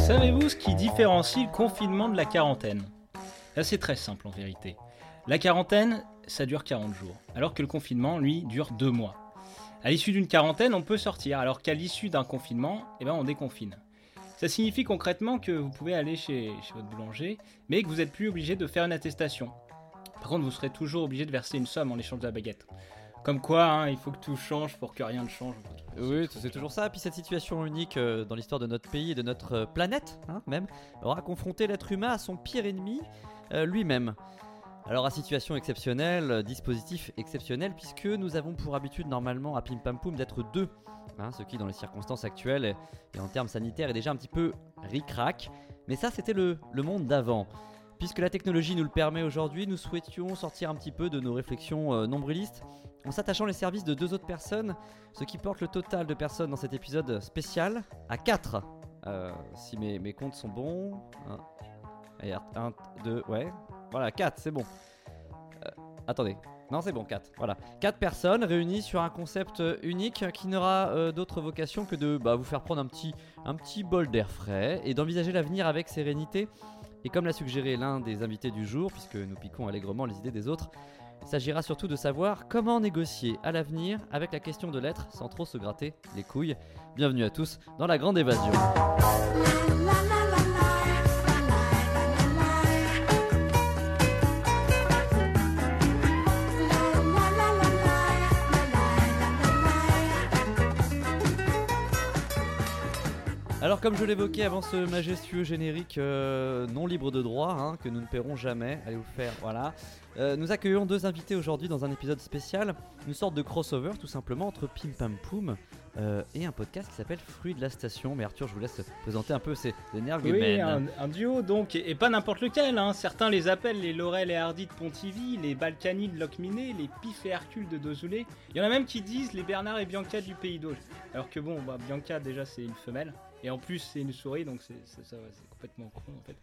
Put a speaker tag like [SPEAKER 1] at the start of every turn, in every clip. [SPEAKER 1] Savez-vous ce qui différencie le confinement de la quarantaine Là, c'est très simple en vérité. La quarantaine, ça dure 40 jours, alors que le confinement, lui, dure 2 mois. À l'issue d'une quarantaine, on peut sortir, alors qu'à l'issue d'un confinement, eh ben, on déconfine. Ça signifie concrètement que vous pouvez aller chez, chez votre boulanger, mais que vous n'êtes plus obligé de faire une attestation. Par contre, vous serez toujours obligé de verser une somme en échange de la baguette. Comme quoi, hein, il faut que tout change pour que rien ne change.
[SPEAKER 2] Oui, c'est toujours ça. Puis cette situation unique euh, dans l'histoire de notre pays et de notre euh, planète, hein, même, aura confronté l'être humain à son pire ennemi, euh, lui-même. Alors à situation exceptionnelle, euh, dispositif exceptionnel, puisque nous avons pour habitude normalement à Pim Pam Poum d'être deux, hein, ce qui dans les circonstances actuelles est- et en termes sanitaires est déjà un petit peu ric-rac, mais ça c'était le, le monde d'avant. Puisque la technologie nous le permet aujourd'hui, nous souhaitions sortir un petit peu de nos réflexions euh, nombrilistes en s'attachant les services de deux autres personnes, ce qui porte le total de personnes dans cet épisode spécial à 4. si mes, mes comptes sont bons... 1, 2, ouais. Voilà, 4, c'est bon. Euh, Attendez. Non, c'est bon, 4. Voilà. 4 personnes réunies sur un concept euh, unique qui n'aura euh, d'autre vocation que de bah, vous faire prendre un petit, un petit bol d'air frais et d'envisager l'avenir avec sérénité. Et comme l'a suggéré l'un des invités du jour, puisque nous piquons allègrement les idées des autres, il s'agira surtout de savoir comment négocier à l'avenir avec la question de l'être sans trop se gratter les couilles. Bienvenue à tous dans la grande évasion. Alors comme je l'évoquais avant ce majestueux générique euh, non libre de droit, hein, que nous ne paierons jamais, allez vous faire, voilà, Euh, nous accueillons deux invités aujourd'hui dans un épisode spécial, une sorte de crossover tout simplement entre Pim Pam Poum euh, et un podcast qui s'appelle Fruit de la Station. Mais Arthur, je vous laisse présenter un peu ces
[SPEAKER 1] Oui,
[SPEAKER 2] énergumènes.
[SPEAKER 1] un,
[SPEAKER 3] Ben.
[SPEAKER 1] un duo donc, et, et pas n'importe lequel. hein. Certains les appellent les Laurel et Hardy de Pontivy, les Balkany de Locminé, les Pif et Hercule de Dozoulé. Il y en a même qui disent les Bernard et Bianca du Pays d'Auge. Alors que bon, bah, Bianca déjà c'est une femelle, et en plus c'est une souris, donc c'est c'est- ça, ouais, c'est complètement con en fait.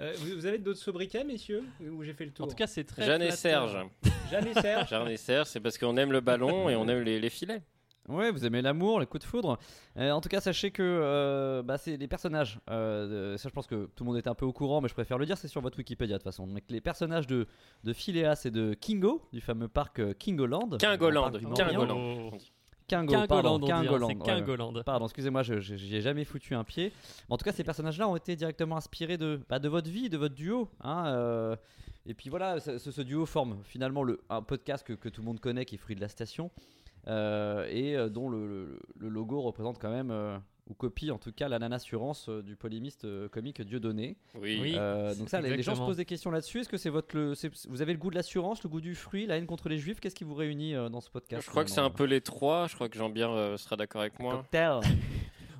[SPEAKER 1] Euh, vous, vous avez d'autres sobriquets, messieurs Ou j'ai fait le tour
[SPEAKER 3] En tout cas, c'est très.
[SPEAKER 4] Jeanne et
[SPEAKER 3] flatteur.
[SPEAKER 4] Serge.
[SPEAKER 1] Jeanne et Serge.
[SPEAKER 4] Jeanne et Serge, c'est parce qu'on aime le ballon et on aime les, les filets.
[SPEAKER 2] Ouais, vous aimez l'amour, les coups de foudre. Euh, en tout cas, sachez que euh, bah, c'est les personnages. euh, de- ça, je pense que tout le monde est un peu au courant, mais je préfère le dire, c'est sur votre Wikipédia de toute façon. Donc, les personnages de, de Phileas et de Kingo, du fameux parc euh, Kingoland.
[SPEAKER 4] Kingoland,
[SPEAKER 2] Le parc du Morbihan.
[SPEAKER 4] Kingoland.
[SPEAKER 3] Oh.
[SPEAKER 2] Kingo, pardon,
[SPEAKER 3] Kingoland, on dirait,
[SPEAKER 2] Kingoland,
[SPEAKER 3] c'est
[SPEAKER 2] ouais.
[SPEAKER 3] Kingoland.
[SPEAKER 2] Pardon, excusez-moi, je- je- j'y ai jamais foutu un pied. Mais en tout cas, ces personnages-là ont été directement inspirés de, bah, de votre vie, de votre duo. hein, euh, et puis voilà, ce, ce- ce duo forme finalement le, un podcast que, que tout le monde connaît, qui est Fruit de la Station, euh, et euh, dont le, le- le logo représente quand même, euh, ou copie en tout cas, la assurance du polémiste euh, comique Dieudonné.
[SPEAKER 4] Oui.
[SPEAKER 3] Oui.
[SPEAKER 2] Euh, donc ça, les- les gens se
[SPEAKER 3] exactement.
[SPEAKER 2] posent des questions là-dessus. Est-ce que c'est votre, le, c'est- vous avez le goût de l'assurance, le goût du fruit, la haine contre les juifs Qu'est-ce qui vous réunit euh, dans ce podcast
[SPEAKER 4] Je crois que c'est un peu les trois. Je crois que Jean-Pierre euh, sera d'accord avec moi.
[SPEAKER 2] Cocktail.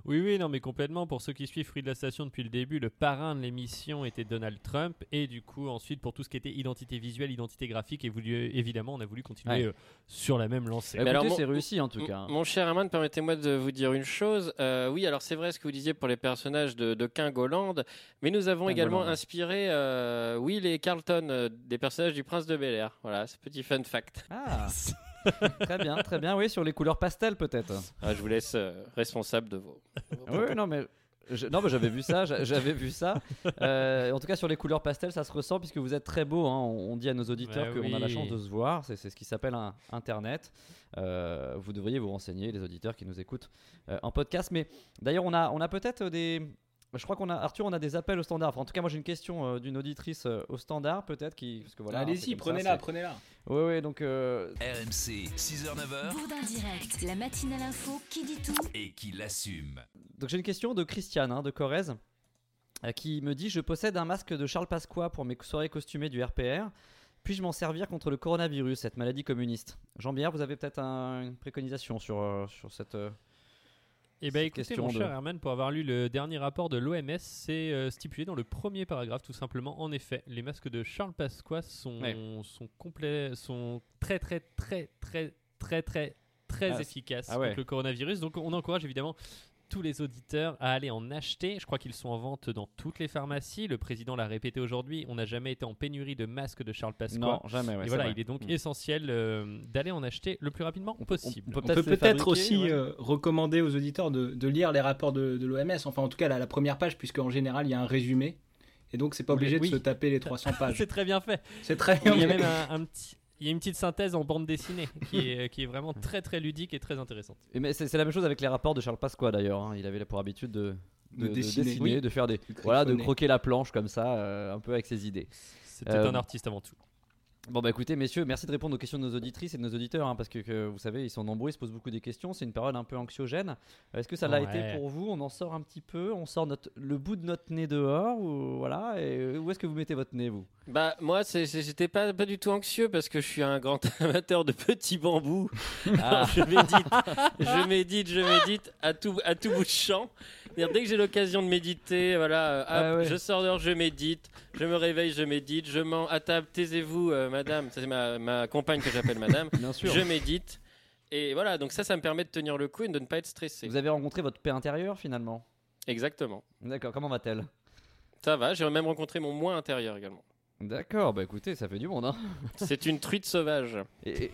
[SPEAKER 3] Oui, oui, non, mais complètement. Pour ceux qui suivent Fruit de la Station depuis le début, le parrain de l'émission était Donald Trump. Et du coup, ensuite, pour tout ce qui était identité visuelle, identité graphique, et voulu- évidemment, on a voulu continuer
[SPEAKER 2] Ouais.
[SPEAKER 3] euh, sur la même lancée.
[SPEAKER 2] Bah,
[SPEAKER 4] Mais alors,
[SPEAKER 2] écoutez,
[SPEAKER 4] mon-
[SPEAKER 2] c'est réussi en tout
[SPEAKER 4] M-
[SPEAKER 2] cas. hein.
[SPEAKER 4] Mon cher Herman, permettez-moi de vous dire une chose. Euh, oui, alors c'est vrai ce que vous disiez pour les personnages de, de Kingoland, mais nous avons
[SPEAKER 2] Kingoland.
[SPEAKER 4] également inspiré euh, Will et Carlton, euh, des personnages du Prince de Bel Air. Voilà, ce petit fun fact.
[SPEAKER 2] Ah. très bien, très bien. Oui, sur les couleurs pastel peut-être.
[SPEAKER 4] Ah, je vous laisse euh, responsable de vos.
[SPEAKER 2] Oui, non mais. je- non, mais j'avais vu ça, j'a- j'avais vu ça. Euh, en tout cas, sur les couleurs pastel, ça se ressent puisque vous êtes très beau. hein. On, on dit à nos auditeurs
[SPEAKER 3] Bah
[SPEAKER 2] qu'on a la
[SPEAKER 3] oui.
[SPEAKER 2] chance de se voir. C'est c'est ce qui s'appelle un Internet. Euh, vous devriez vous renseigner, les auditeurs qui nous écoutent euh, en podcast. Mais d'ailleurs, on a, on a peut-être des. Je crois qu'on a Arthur, on a des appels au standard. Enfin, en tout cas, moi j'ai une question euh, d'une auditrice euh, au standard, peut-être qui. parce que voilà,
[SPEAKER 1] Allez-y, prenez-la, prenez-la.
[SPEAKER 2] Oui, oui. Donc euh,
[SPEAKER 5] RMC, 6h-9h,
[SPEAKER 6] Bourdin direct, la matinale info qui dit tout.
[SPEAKER 5] et qui l'assume.
[SPEAKER 2] Donc j'ai une question de Christiane hein, de Corrèze euh, qui me dit Je possède un masque de Charles Pasqua pour mes soirées costumées du RPR. Puis-je m'en servir contre le coronavirus, cette maladie communiste Jean-Pierre, vous avez peut-être un- une préconisation sur, euh, sur cette. euh,
[SPEAKER 3] Et ben
[SPEAKER 2] Cette
[SPEAKER 3] écoutez,
[SPEAKER 2] question
[SPEAKER 3] mon
[SPEAKER 2] de-
[SPEAKER 3] cher Herman, pour avoir lu le dernier rapport de l'OMS, c'est euh, stipulé dans le premier paragraphe, tout simplement. En effet, les masques de Charles Pasqua sont,
[SPEAKER 2] Ouais.
[SPEAKER 3] sont, complets, sont très, très, très, très, très, très, très, très
[SPEAKER 2] Ah,
[SPEAKER 3] efficace
[SPEAKER 2] ah ouais.
[SPEAKER 3] contre le coronavirus. Donc on encourage évidemment tous les auditeurs à aller en acheter. Je crois qu'ils sont en vente dans toutes les pharmacies. Le président l'a répété aujourd'hui, on n'a jamais été en pénurie de masques de Charles Pasqua.
[SPEAKER 2] Non, jamais. ouais,
[SPEAKER 3] Et
[SPEAKER 2] c'est
[SPEAKER 3] voilà,
[SPEAKER 2] vrai.
[SPEAKER 3] il est donc
[SPEAKER 2] Mm.
[SPEAKER 3] essentiel euh, d'aller en acheter le plus rapidement
[SPEAKER 2] On peut-
[SPEAKER 3] possible.
[SPEAKER 1] On peut
[SPEAKER 2] les
[SPEAKER 1] peut-être
[SPEAKER 2] fabriquer,
[SPEAKER 1] aussi
[SPEAKER 2] ouais.
[SPEAKER 1] euh, recommander aux auditeurs de, de lire les rapports de, de l'OMS, enfin en tout cas la, la première page, puisque en général il y a un résumé, et donc c'est pas
[SPEAKER 3] Oui,
[SPEAKER 1] obligé
[SPEAKER 3] oui.
[SPEAKER 1] de se taper les 300 pages.
[SPEAKER 3] C'est très bien fait.
[SPEAKER 1] c'est très
[SPEAKER 3] Il y a même un, un petit- il y a une petite synthèse en bande dessinée qui est, euh, qui est vraiment très très ludique et très intéressante.
[SPEAKER 2] Et mais c'est c'est la même chose avec les rapports de Charles Pasqua d'ailleurs. hein. Il avait pour habitude de,
[SPEAKER 1] De dessiner. Oui.
[SPEAKER 2] de faire des,
[SPEAKER 1] De
[SPEAKER 2] voilà, de
[SPEAKER 1] griffonner.
[SPEAKER 2] croquer la planche comme ça, euh, un peu avec ses idées.
[SPEAKER 3] C'était
[SPEAKER 2] Euh,
[SPEAKER 3] un artiste avant tout.
[SPEAKER 2] Bon bah écoutez messieurs, merci de répondre aux questions de nos auditrices et de nos auditeurs hein, parce que, que vous savez ils sont nombreux, ils se posent beaucoup des questions, c'est une période un peu anxiogène. Euh, Est-ce que ça l'a
[SPEAKER 3] Ouais.
[SPEAKER 2] été pour vous On en sort un petit peu, on sort notre, le bout de notre nez dehors ou voilà et euh, où est-ce que vous mettez votre nez vous
[SPEAKER 4] Bah moi c'est- c'est- j'étais pas, pas du tout anxieux parce que je suis un grand amateur de petits bambous.
[SPEAKER 2] Ah.
[SPEAKER 4] Alors, je médite, je médite, je médite à tout à tout bout de champ. C'est-à-dire, dès que j'ai l'occasion de méditer, voilà, euh, hop,
[SPEAKER 2] Ah ouais.
[SPEAKER 4] je sors dehors, je médite, je me réveille, je médite, je mens à table, taisez-vous euh, madame, Ça, c'est ma, ma compagne que j'appelle madame.
[SPEAKER 2] Bien sûr.
[SPEAKER 4] je médite et voilà, donc ça ça me permet de tenir le coup et de ne pas être stressé.
[SPEAKER 2] Vous avez rencontré votre paix intérieure finalement.
[SPEAKER 4] Exactement.
[SPEAKER 2] D'accord, comment va-t-elle
[SPEAKER 4] Ça va, j'ai même rencontré mon moi intérieur également.
[SPEAKER 2] D'accord, bah écoutez, ça fait du monde hein.
[SPEAKER 4] C'est une truite sauvage.
[SPEAKER 2] Et- et-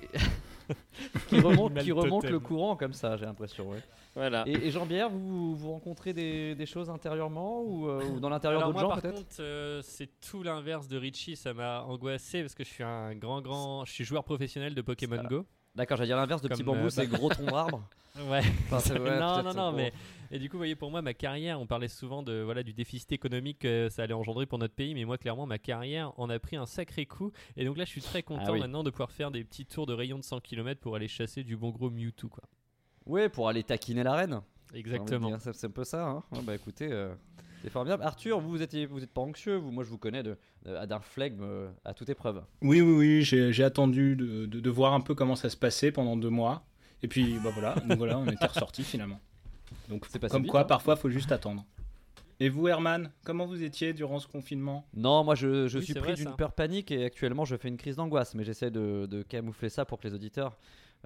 [SPEAKER 2] qui remonte,
[SPEAKER 3] Mal
[SPEAKER 2] qui remonte
[SPEAKER 3] totem.
[SPEAKER 2] le courant comme ça, j'ai l'impression. ouais.
[SPEAKER 4] Voilà.
[SPEAKER 2] Et, et Jean-Pierre, vous, vous rencontrez des, des choses intérieurement ou, euh, ou dans l'intérieur
[SPEAKER 3] Alors
[SPEAKER 2] d'autres
[SPEAKER 3] moi,
[SPEAKER 2] gens
[SPEAKER 3] par
[SPEAKER 2] peut-être
[SPEAKER 3] contre, euh, c'est tout l'inverse de Richie. Ça m'a angoissé parce que je suis un grand, grand. Je suis joueur professionnel de Pokémon
[SPEAKER 2] Voilà.
[SPEAKER 3] Go.
[SPEAKER 2] D'accord, j'allais dire l'inverse de
[SPEAKER 3] Comme,
[SPEAKER 2] petit bambou,
[SPEAKER 3] euh,
[SPEAKER 2] c'est gros tronc d'arbre.
[SPEAKER 3] Ouais.
[SPEAKER 2] Enfin, c'est- ouais,
[SPEAKER 3] non, non,
[SPEAKER 2] peut-être,
[SPEAKER 3] non,
[SPEAKER 2] bon.
[SPEAKER 3] mais et du coup, vous voyez, pour moi, ma carrière, on parlait souvent de voilà du déficit économique que ça allait engendrer pour notre pays, mais moi, clairement, ma carrière en a pris un sacré coup, et donc là, je suis très content
[SPEAKER 2] Ah oui.
[SPEAKER 3] maintenant de pouvoir faire des petits tours de rayon de 100 km pour aller chasser du bon gros Mewtwo, quoi.
[SPEAKER 2] Ouais, pour aller taquiner la reine. j'ai envie de
[SPEAKER 3] Exactement.
[SPEAKER 2] dire, C'est c'est un peu ça. hein. Ouais, bah écoutez, euh, c'est formidable. Arthur, vous êtes, vous êtes pas anxieux. Vous, moi, je vous connais de- euh, d'un flegme euh, à toute épreuve.
[SPEAKER 1] Oui, oui, oui, j'ai j'ai attendu de, de- de voir un peu comment ça se passait pendant deux mois, et puis bah voilà, donc voilà on était ressortis finalement. Donc
[SPEAKER 2] C'est passé
[SPEAKER 1] comme
[SPEAKER 2] vite,
[SPEAKER 1] quoi
[SPEAKER 2] hein.
[SPEAKER 1] parfois faut juste attendre. Et vous Herman, comment vous étiez durant ce confinement
[SPEAKER 2] hein. Non, moi je, je
[SPEAKER 3] Oui,
[SPEAKER 2] suis
[SPEAKER 3] c'est
[SPEAKER 2] pris
[SPEAKER 3] vrai,
[SPEAKER 2] d'une
[SPEAKER 3] ça.
[SPEAKER 2] peur panique et actuellement je fais une crise d'angoisse, mais j'essaie de, de camoufler ça pour que les auditeurs.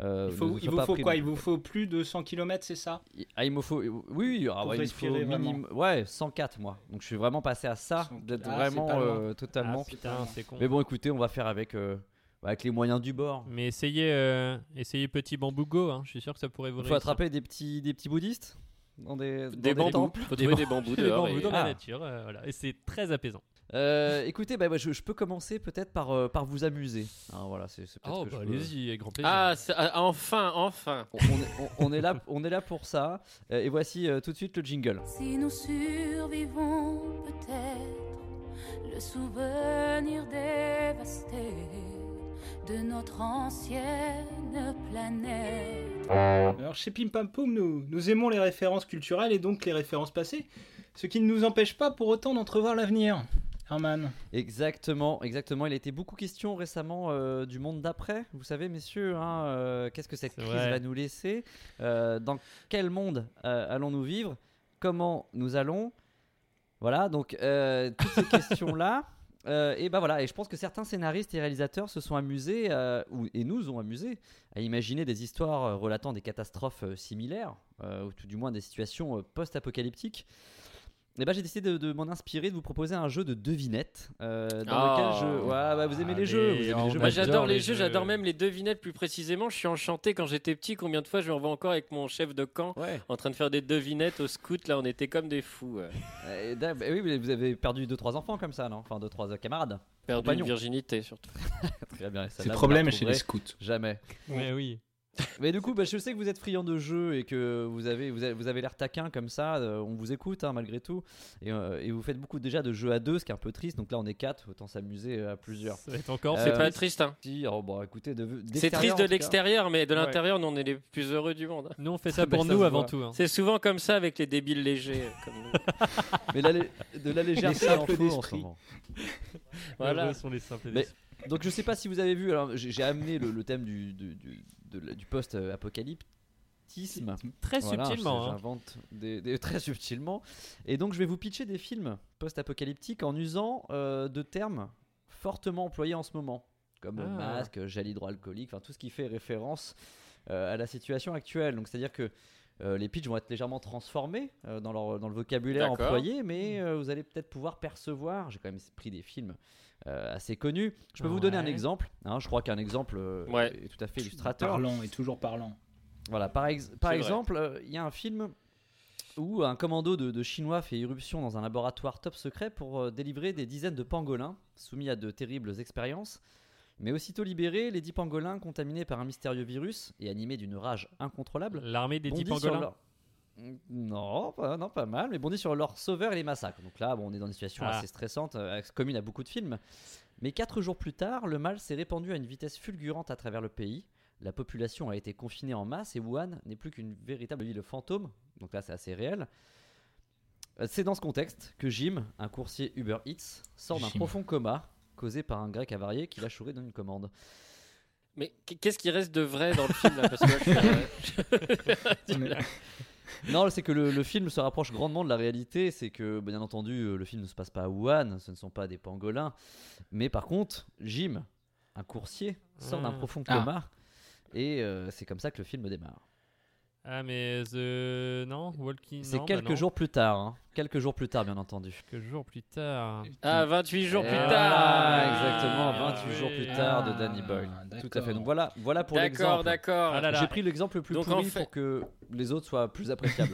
[SPEAKER 2] euh,
[SPEAKER 1] Il,
[SPEAKER 2] ne
[SPEAKER 1] faut,
[SPEAKER 2] soient
[SPEAKER 1] il vous
[SPEAKER 2] pas
[SPEAKER 1] faut
[SPEAKER 2] pris-
[SPEAKER 1] quoi Il vous faut plus de 100 km, c'est ça
[SPEAKER 2] Ah, il me faut. Oui, oui, ah,
[SPEAKER 1] Pour
[SPEAKER 2] ouais, il me faut
[SPEAKER 1] respirer
[SPEAKER 2] minimum. Ouais, 104 moi. Donc je suis vraiment passé à ça,
[SPEAKER 1] 104.
[SPEAKER 2] d'être
[SPEAKER 1] Ah,
[SPEAKER 2] vraiment
[SPEAKER 1] c'est pas loin.
[SPEAKER 2] euh, totalement.
[SPEAKER 3] Ah, putain, c'est con.
[SPEAKER 2] mais bon, écoutez, on va faire avec, euh, avec les moyens du bord.
[SPEAKER 3] Mais essayez, euh, essayez petit bambou go, hein. je suis sûr que ça pourrait vous
[SPEAKER 2] Il faut
[SPEAKER 3] réussir.
[SPEAKER 2] attraper des petits, des petits bouddhistes dans des, dans
[SPEAKER 4] des bambous.
[SPEAKER 2] temples.
[SPEAKER 4] Faut trouver des bambous
[SPEAKER 3] Les
[SPEAKER 4] dehors.
[SPEAKER 3] bambous
[SPEAKER 4] et-
[SPEAKER 3] dans la
[SPEAKER 2] Ah.
[SPEAKER 3] nature, euh, voilà. et c'est très apaisant.
[SPEAKER 2] Euh, écoutez, bah, bah, je, je peux commencer peut-être par, euh, par vous amuser. Ah, voilà, c'est c'est peut-être
[SPEAKER 3] Oh,
[SPEAKER 2] que
[SPEAKER 3] bah,
[SPEAKER 2] je peux-
[SPEAKER 3] allez-y, avec grand plaisir.
[SPEAKER 4] Ah, c'est- ah, enfin, enfin.
[SPEAKER 2] On, on est, on- on est là, on est là pour ça. Euh, Et voici euh, tout de suite le jingle.
[SPEAKER 7] Si nous survivons peut-être le souvenir dévasté de notre ancienne planète.
[SPEAKER 1] Alors chez Pim Pam Poum, nous, nous aimons les références culturelles et donc les références passées, ce qui ne nous empêche pas pour autant d'entrevoir l'avenir. Herman.
[SPEAKER 2] Exactement, exactement. Il a été beaucoup question récemment euh, du monde d'après. Vous savez, messieurs, hein, euh, qu'est-ce que cette
[SPEAKER 3] C'est
[SPEAKER 2] crise
[SPEAKER 3] vrai.
[SPEAKER 2] va nous laisser Euh, Dans quel monde euh, allons-nous vivre Comment nous allons Voilà, donc euh, toutes ces questions-là. euh, et ben voilà, et je pense que certains scénaristes et réalisateurs se sont amusés, euh, ou, et nous ont amusés, à imaginer des histoires euh, relatant des catastrophes euh, similaires, euh, ou tout du moins des situations euh, post-apocalyptiques. Et ben j'ai décidé de, de m'en inspirer, de vous proposer un jeu de devinettes euh,
[SPEAKER 1] Oh.
[SPEAKER 2] dans
[SPEAKER 4] Ah.
[SPEAKER 2] lequel je. Ouais, bah, vous
[SPEAKER 1] Ah,
[SPEAKER 2] aimez les jeux, vous
[SPEAKER 3] Allez,
[SPEAKER 2] aimez
[SPEAKER 3] on
[SPEAKER 2] les jeux.
[SPEAKER 3] va
[SPEAKER 4] Moi,
[SPEAKER 2] moi,
[SPEAKER 3] j'adore
[SPEAKER 4] j'adore
[SPEAKER 3] les
[SPEAKER 4] les jeux,
[SPEAKER 3] jeux.
[SPEAKER 4] j'adore même les devinettes plus précisément. Je suis enchanté quand j'étais petit. Combien de fois je me revois encore avec mon chef de camp
[SPEAKER 2] Ouais.
[SPEAKER 4] en train de faire des devinettes au scout. Là, on était comme des fous. euh,
[SPEAKER 2] Euh, d'a- bah oui, mais vous avez perdu 2-3 enfants comme ça, non Enfin, 2-3 camarades.
[SPEAKER 4] perdu
[SPEAKER 2] Compagnon.
[SPEAKER 4] une virginité surtout.
[SPEAKER 2] Très bien,
[SPEAKER 1] C'est
[SPEAKER 2] ça, là,
[SPEAKER 1] le
[SPEAKER 2] vous
[SPEAKER 1] problème
[SPEAKER 2] la
[SPEAKER 1] chez les
[SPEAKER 2] retrouverez
[SPEAKER 1] scouts.
[SPEAKER 2] Jamais.
[SPEAKER 3] Mais oui.
[SPEAKER 2] Mais du coup, bah, je sais que vous êtes friand de jeux et que vous avez, vous avez, vous avez l'air taquin comme ça. euh, on vous écoute hein, malgré tout. Et, euh, et vous faites beaucoup déjà de jeux à deux, ce qui est un peu triste. Donc là, on est quatre, autant s'amuser euh, à plusieurs.
[SPEAKER 3] Ça va être encore.
[SPEAKER 2] Euh,
[SPEAKER 4] C'est pas triste, hein.
[SPEAKER 2] Si, oh, bon, écoutez, de-
[SPEAKER 4] C'est
[SPEAKER 2] d'extérieur,
[SPEAKER 4] triste
[SPEAKER 2] en
[SPEAKER 4] de
[SPEAKER 2] tout cas.
[SPEAKER 4] l'extérieur, mais de
[SPEAKER 3] Ouais.
[SPEAKER 4] l'intérieur, nous, on est les plus heureux du monde. hein.
[SPEAKER 3] Nous, on fait ça
[SPEAKER 2] Bah,
[SPEAKER 3] pour
[SPEAKER 2] ça
[SPEAKER 3] nous
[SPEAKER 2] se
[SPEAKER 3] avant
[SPEAKER 2] voit.
[SPEAKER 3] tout. hein.
[SPEAKER 4] C'est souvent comme ça avec les débiles légers. euh, Comme nous.
[SPEAKER 2] Mais la lé- de la
[SPEAKER 1] Les
[SPEAKER 2] légèreté,
[SPEAKER 1] simples
[SPEAKER 2] il en faut en ce
[SPEAKER 1] d'esprit.
[SPEAKER 2] moment.
[SPEAKER 4] voilà.
[SPEAKER 3] Heureux sont les simples
[SPEAKER 2] Mais-
[SPEAKER 3] esprits.
[SPEAKER 2] Donc je sais pas si vous avez vu. Alors j'ai j'ai amené le, le thème du du, du, de la- du post-apocalyptisme.
[SPEAKER 3] Très
[SPEAKER 2] Voilà,
[SPEAKER 3] subtilement.
[SPEAKER 2] je-
[SPEAKER 3] hein.
[SPEAKER 2] J'invente des, des- très subtilement. Et donc, je vais vous pitcher des films post-apocalyptiques en usant euh, de termes fortement employés en ce moment, comme
[SPEAKER 3] Ah.
[SPEAKER 2] masque, gel hydroalcoolique, enfin tout ce qui fait référence euh, à la situation actuelle. Donc c'est-à-dire que euh, les pitchs vont être légèrement transformés euh, dans, leur, dans le vocabulaire
[SPEAKER 4] D'accord.
[SPEAKER 2] employé,
[SPEAKER 3] Hmm.
[SPEAKER 2] mais euh, vous allez peut-être pouvoir percevoir. J'ai quand même pris des films euh, assez connus. Je peux vous donner un
[SPEAKER 3] Ah Ouais.
[SPEAKER 2] exemple. hein, je crois qu'un exemple euh,
[SPEAKER 4] Ouais.
[SPEAKER 2] est tout à fait illustrateur.
[SPEAKER 1] Parlant et toujours parlant.
[SPEAKER 2] Voilà, par, ex- par
[SPEAKER 4] C'est vrai.
[SPEAKER 2] exemple, euh, il y a un film où un commando de, de Chinois fait irruption dans un laboratoire top secret pour euh, délivrer des dizaines de pangolins soumis à de terribles expériences. Mais aussitôt libérés, les dix pangolins, contaminés par un mystérieux virus et animés d'une rage incontrôlable,
[SPEAKER 3] L'armée des 10
[SPEAKER 2] bondissent sur
[SPEAKER 3] pangolins.
[SPEAKER 2] leur... Non, pas, non, pas mal, mais bondissent sur leur sauveur et les massacres. Donc là, bon, on est dans une situation
[SPEAKER 3] Ah.
[SPEAKER 2] assez stressante, euh, commune à beaucoup de films. Mais quatre jours plus tard, le mal s'est répandu à une vitesse fulgurante à travers le pays. La population a été confinée en masse et Wuhan n'est plus qu'une véritable ville fantôme. Donc là, c'est assez réel. Euh, C'est dans ce contexte que Jim, un coursier Uber Eats, sort d'un
[SPEAKER 1] Jim.
[SPEAKER 2] profond coma causé par un grec avarié qui l'a chouré dans une commande.
[SPEAKER 4] Mais qu- qu'est-ce qui reste de vrai dans le film là Parce que là, je- euh,
[SPEAKER 2] Non, c'est que le, le film se rapproche grandement de la réalité. C'est que, bien entendu, euh, le film ne se passe pas à Wuhan, ce ne sont pas des pangolins. Mais par contre, Jim, un coursier, sort
[SPEAKER 4] Hmm.
[SPEAKER 2] d'un
[SPEAKER 3] Ah.
[SPEAKER 2] profond
[SPEAKER 1] Ah.
[SPEAKER 2] coma. Et euh, c'est comme ça que le film démarre.
[SPEAKER 3] Ah, mais The. Non, Walking.
[SPEAKER 2] c'est
[SPEAKER 3] non, bah
[SPEAKER 2] quelques
[SPEAKER 3] non.
[SPEAKER 2] jours plus tard. hein. Quelques jours plus tard, bien entendu.
[SPEAKER 3] Quelques jours plus tard.
[SPEAKER 4] Ah, 28 jours
[SPEAKER 2] Et
[SPEAKER 4] plus
[SPEAKER 2] voilà,
[SPEAKER 4] tard
[SPEAKER 2] exactement,
[SPEAKER 3] Ah,
[SPEAKER 2] 28
[SPEAKER 3] oui.
[SPEAKER 2] jours plus tard de Danny
[SPEAKER 1] Ah,
[SPEAKER 2] Boyle. Tout à
[SPEAKER 1] d'accord.
[SPEAKER 2] fait. Donc voilà, voilà pour
[SPEAKER 4] D'accord,
[SPEAKER 2] l'exemple.
[SPEAKER 4] d'accord.
[SPEAKER 3] Ah là là.
[SPEAKER 2] J'ai pris l'exemple le plus
[SPEAKER 4] Donc, en
[SPEAKER 2] pourri
[SPEAKER 4] fait-
[SPEAKER 2] pour que les autres soient plus appréciables.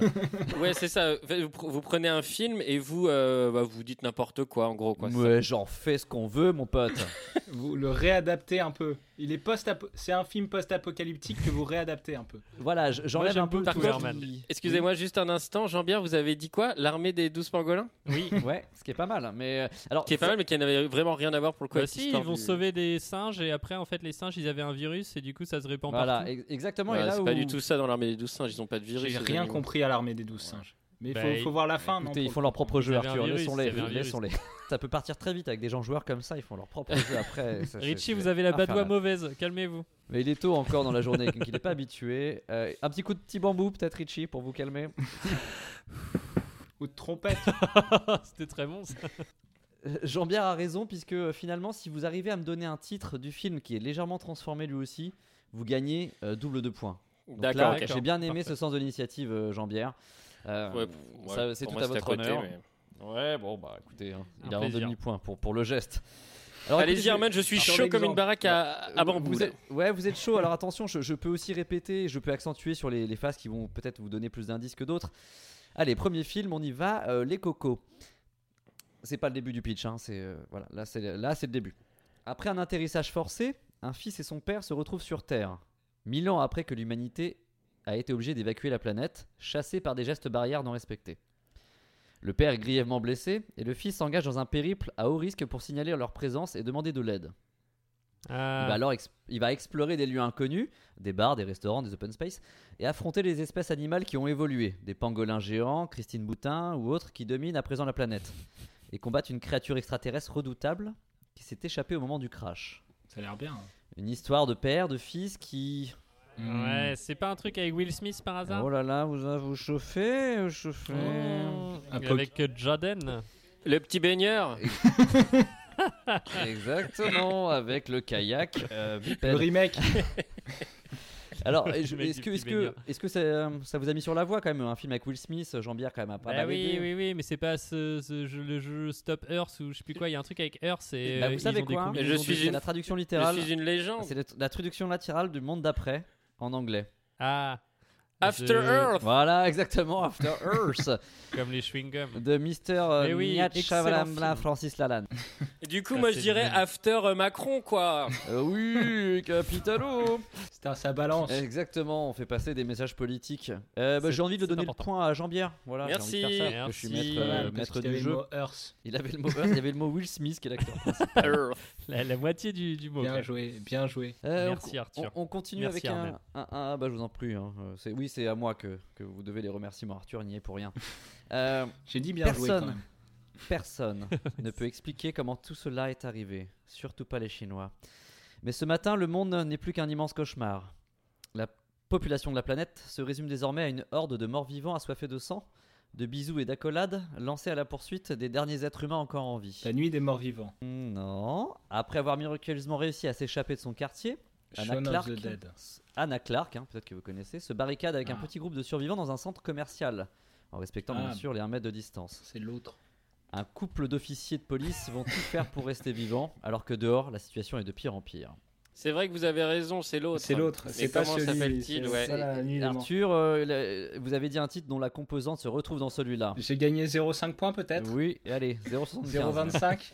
[SPEAKER 4] Ouais, c'est ça. En fait, Vous pr- vous prenez un film et vous, euh, bah, vous dites n'importe quoi, en gros. Quoi. C'est
[SPEAKER 2] ouais, j'en fais ce qu'on veut, mon pote.
[SPEAKER 1] Vous le réadaptez un peu. Il est post C'est un film post-apocalyptique que vous réadaptez un peu.
[SPEAKER 2] Voilà, j- j'enlève
[SPEAKER 3] j'aime
[SPEAKER 2] un peu
[SPEAKER 3] beaucoup
[SPEAKER 2] tout
[SPEAKER 3] Herman.
[SPEAKER 2] ce qui-
[SPEAKER 4] ça. Excusez-moi juste un instant, Jean-Pierre, vous avez dit quoi L'armée des 12 pangolins
[SPEAKER 3] Oui.
[SPEAKER 2] Ouais, ce qui est pas mal. Mais euh, alors,
[SPEAKER 4] Qui est pas mal, mais qui n'avait vraiment rien à voir pour le coup.
[SPEAKER 3] Bah
[SPEAKER 4] avec
[SPEAKER 3] si, ils
[SPEAKER 4] l'histoire
[SPEAKER 3] vont
[SPEAKER 4] du-
[SPEAKER 3] sauver des singes et après, en fait, les singes, ils avaient un virus et du coup, ça se répand
[SPEAKER 2] Voilà,
[SPEAKER 3] partout.
[SPEAKER 2] ex- exactement.
[SPEAKER 4] Ouais,
[SPEAKER 2] et là
[SPEAKER 4] c'est
[SPEAKER 2] où...
[SPEAKER 4] pas du tout ça dans l'armée des 12 singes, ils ont pas de virus.
[SPEAKER 1] J'ai
[SPEAKER 4] les
[SPEAKER 1] rien
[SPEAKER 4] animaux.
[SPEAKER 1] compris à l'armée des douze singes. Mais il
[SPEAKER 3] Bah,
[SPEAKER 1] faut, faut
[SPEAKER 3] il-
[SPEAKER 1] voir la fin, non
[SPEAKER 2] Écoutez, ils
[SPEAKER 1] pour
[SPEAKER 2] font
[SPEAKER 1] le
[SPEAKER 2] leur
[SPEAKER 1] comprendre.
[SPEAKER 2] propre jeu,
[SPEAKER 3] Ils avaient un
[SPEAKER 2] Arthur.
[SPEAKER 3] virus, ils
[SPEAKER 2] Laissons-les.
[SPEAKER 3] avaient un virus.
[SPEAKER 2] Laissons-les. Ça peut partir très vite avec des gens joueurs comme ça. Ils font leur propre jeu après. ça, c'est-
[SPEAKER 3] Richie,
[SPEAKER 2] c'est
[SPEAKER 3] vous avez la
[SPEAKER 2] infernal.
[SPEAKER 3] badoie mauvaise, calmez-vous.
[SPEAKER 2] Mais il est tôt encore dans la journée, donc il n'est pas habitué. Euh, un petit coup de petit bambou, peut-être, Richie, pour vous calmer.
[SPEAKER 1] Ou de trompette.
[SPEAKER 3] C'était très bon ça.
[SPEAKER 2] Euh, Jean-Pierre a raison, puisque euh, finalement, si vous arrivez à me donner un titre du film qui est légèrement transformé lui aussi, vous gagnez euh, double de points. Donc là,
[SPEAKER 4] D'accord.
[SPEAKER 3] ok.
[SPEAKER 2] J'ai bien aimé
[SPEAKER 3] Parfait.
[SPEAKER 2] ce sens de l'initiative, euh, Jean-Pierre. Euh,
[SPEAKER 4] Ouais, pour-
[SPEAKER 2] ça,
[SPEAKER 4] ouais,
[SPEAKER 2] c'est
[SPEAKER 4] pour
[SPEAKER 2] tout
[SPEAKER 4] moi,
[SPEAKER 2] à
[SPEAKER 4] c'était
[SPEAKER 2] votre honneur.
[SPEAKER 4] côté, mais-
[SPEAKER 2] Ouais, bon, bah écoutez, hein,
[SPEAKER 3] Un
[SPEAKER 2] il a un
[SPEAKER 3] plaisir.
[SPEAKER 2] demi-point pour, pour le geste. Alors,
[SPEAKER 4] Allez-y,
[SPEAKER 2] écoutez,
[SPEAKER 4] Herman, je suis
[SPEAKER 1] Attends,
[SPEAKER 4] chaud comme
[SPEAKER 1] l'exemple.
[SPEAKER 4] une baraque à, à bambou.
[SPEAKER 2] Euh, vous
[SPEAKER 4] là.
[SPEAKER 2] êtes- ouais, vous êtes chaud. Alors attention, je, je peux aussi répéter, je peux accentuer sur les, les phases qui vont peut-être vous donner plus d'indices que d'autres. Allez, premier film, on y va, euh, Les Cocos. C'est pas le début du pitch, hein, c'est euh, voilà, là c'est là c'est le début. Après un atterrissage forcé, un fils et son père se retrouvent sur Terre. Mille ans après que l'humanité a été obligée d'évacuer la planète, chassée par des gestes barrières non respectés. Le père est grièvement blessé et le fils s'engage dans un périple à haut risque pour signaler leur présence et demander de l'aide.
[SPEAKER 3] Euh, Ah.
[SPEAKER 2] Il va alors ex- il va explorer des lieux inconnus, des bars, des restaurants, des open space, et affronter les espèces animales qui ont évolué, des pangolins géants, Christine Boutin ou autres qui dominent à présent la planète, et combattre une créature extraterrestre redoutable qui s'est échappée au moment du crash.
[SPEAKER 1] Ça a l'air bien.
[SPEAKER 2] Une histoire de père, de fils qui...
[SPEAKER 3] Ouais,
[SPEAKER 2] hmm.
[SPEAKER 3] c'est pas un truc avec Will Smith par hasard
[SPEAKER 2] Oh là là, vous vous chauffez, vous chauffez.
[SPEAKER 1] Un peu-
[SPEAKER 3] Avec euh, Jaden
[SPEAKER 4] Le petit baigneur
[SPEAKER 2] Exactement, avec le kayak. euh,
[SPEAKER 1] Le
[SPEAKER 2] bipède.
[SPEAKER 1] remake.
[SPEAKER 2] Alors,
[SPEAKER 3] Le
[SPEAKER 2] je-
[SPEAKER 3] mec
[SPEAKER 2] est-ce
[SPEAKER 3] du
[SPEAKER 2] que,
[SPEAKER 3] petit
[SPEAKER 2] est-ce que,
[SPEAKER 3] baigneur.
[SPEAKER 2] est-ce que ça, euh, ça vous a mis sur la voie quand même un film avec Will Smith, Jean-Pierre quand même a pas
[SPEAKER 3] Bah
[SPEAKER 2] mal
[SPEAKER 3] oui,
[SPEAKER 2] aidé.
[SPEAKER 3] oui, oui, mais c'est pas ce, ce jeu- le jeu Stop Earth ou je sais plus quoi, il y a un truc avec Earth et.
[SPEAKER 2] Bah,
[SPEAKER 3] euh,
[SPEAKER 2] vous
[SPEAKER 3] ils
[SPEAKER 2] savez
[SPEAKER 3] ont des
[SPEAKER 2] quoi
[SPEAKER 3] combinaisons
[SPEAKER 4] Je
[SPEAKER 3] de-
[SPEAKER 4] suis
[SPEAKER 2] C'est
[SPEAKER 4] une-
[SPEAKER 2] la traduction
[SPEAKER 4] Je
[SPEAKER 2] littérale.
[SPEAKER 4] suis une légende.
[SPEAKER 2] C'est la, la traduction littérale du monde d'après en anglais.
[SPEAKER 3] Ah
[SPEAKER 4] After
[SPEAKER 3] Je-
[SPEAKER 4] Earth
[SPEAKER 2] Voilà, exactement. After Earth
[SPEAKER 3] Comme les chewing-gums.
[SPEAKER 2] de Mr. euh,
[SPEAKER 3] Eh oui,
[SPEAKER 2] Nihat
[SPEAKER 3] excellent
[SPEAKER 2] Chavalambla
[SPEAKER 3] film.
[SPEAKER 2] Francis Lalanne.
[SPEAKER 4] Du coup,
[SPEAKER 2] Ah,
[SPEAKER 3] Ça,
[SPEAKER 4] moi
[SPEAKER 3] c'est
[SPEAKER 4] je dirais
[SPEAKER 3] génial.
[SPEAKER 4] After euh, Macron, quoi.
[SPEAKER 2] Euh, oui, capitalo.
[SPEAKER 1] C'était ça balance.
[SPEAKER 2] Exactement, on fait passer des messages politiques. Euh, bah,
[SPEAKER 3] C'est-
[SPEAKER 2] j'ai envie de
[SPEAKER 3] c'est
[SPEAKER 2] donner
[SPEAKER 3] important.
[SPEAKER 2] le point à Jean-Pierre. Voilà, j'ai
[SPEAKER 4] Merci.
[SPEAKER 2] envie de faire ça, parce que je
[SPEAKER 3] Merci.
[SPEAKER 2] suis
[SPEAKER 1] Pas
[SPEAKER 2] maître,
[SPEAKER 1] mal,
[SPEAKER 2] euh,
[SPEAKER 1] parce
[SPEAKER 2] maître
[SPEAKER 1] qu'il y
[SPEAKER 2] du
[SPEAKER 1] avait le
[SPEAKER 2] jeu.
[SPEAKER 1] mot Earth.
[SPEAKER 2] Il avait le mot Earth, il y avait le mot Will Smith qui est l'acteur. principal.
[SPEAKER 4] Earth.
[SPEAKER 3] La, la moitié du, du mot.
[SPEAKER 1] Bien
[SPEAKER 3] quoi.
[SPEAKER 1] joué, bien joué.
[SPEAKER 2] Euh, on-
[SPEAKER 3] Merci, Arthur.
[SPEAKER 2] On, on continue
[SPEAKER 3] Merci,
[SPEAKER 2] avec un,
[SPEAKER 3] Armel.
[SPEAKER 2] un- un- ah, bah, je vous en prie. hein. Euh, c'est- Oui, c'est à moi que, que vous devez les remerciements. Arthur n'y est pour rien. Euh,
[SPEAKER 1] J'ai dit bien joué quand
[SPEAKER 2] Personne.
[SPEAKER 1] même.
[SPEAKER 2] Personne ne peut expliquer comment tout cela est arrivé, surtout pas les Chinois. Mais ce matin, le monde n'est plus qu'un immense cauchemar. La population de la planète se résume désormais à une horde de morts vivants assoiffés de sang, de bisous et d'accolades lancés à la poursuite des derniers êtres humains encore en vie.
[SPEAKER 1] La nuit des morts vivants.
[SPEAKER 2] Non. Après avoir miraculeusement réussi à s'échapper de son quartier,
[SPEAKER 1] Shaun of the Dead.
[SPEAKER 2] Anna Clark, hein, peut-être que vous connaissez, se barricade avec un
[SPEAKER 1] Ah.
[SPEAKER 2] petit groupe de survivants dans un centre commercial, en respectant
[SPEAKER 1] Ah.
[SPEAKER 2] bien sûr les 1 mètre de distance.
[SPEAKER 1] C'est l'autre.
[SPEAKER 2] Un couple d'officiers de police vont tout faire pour rester vivants, alors que dehors, la situation est de pire en pire.
[SPEAKER 4] C'est vrai que vous avez raison, c'est l'autre.
[SPEAKER 1] C'est l'autre.
[SPEAKER 4] Mais
[SPEAKER 1] C'est pas
[SPEAKER 4] comment
[SPEAKER 1] celui.
[SPEAKER 4] s'appelle-t-il
[SPEAKER 1] c'est
[SPEAKER 4] ouais.
[SPEAKER 1] ça, la nuit des morts.
[SPEAKER 2] Arthur, euh, la- vous avez dit un titre dont la composante se retrouve dans celui-là.
[SPEAKER 1] J'ai gagné 0,5 points peut-être.
[SPEAKER 2] Oui, allez, 0,75.
[SPEAKER 1] 0,25.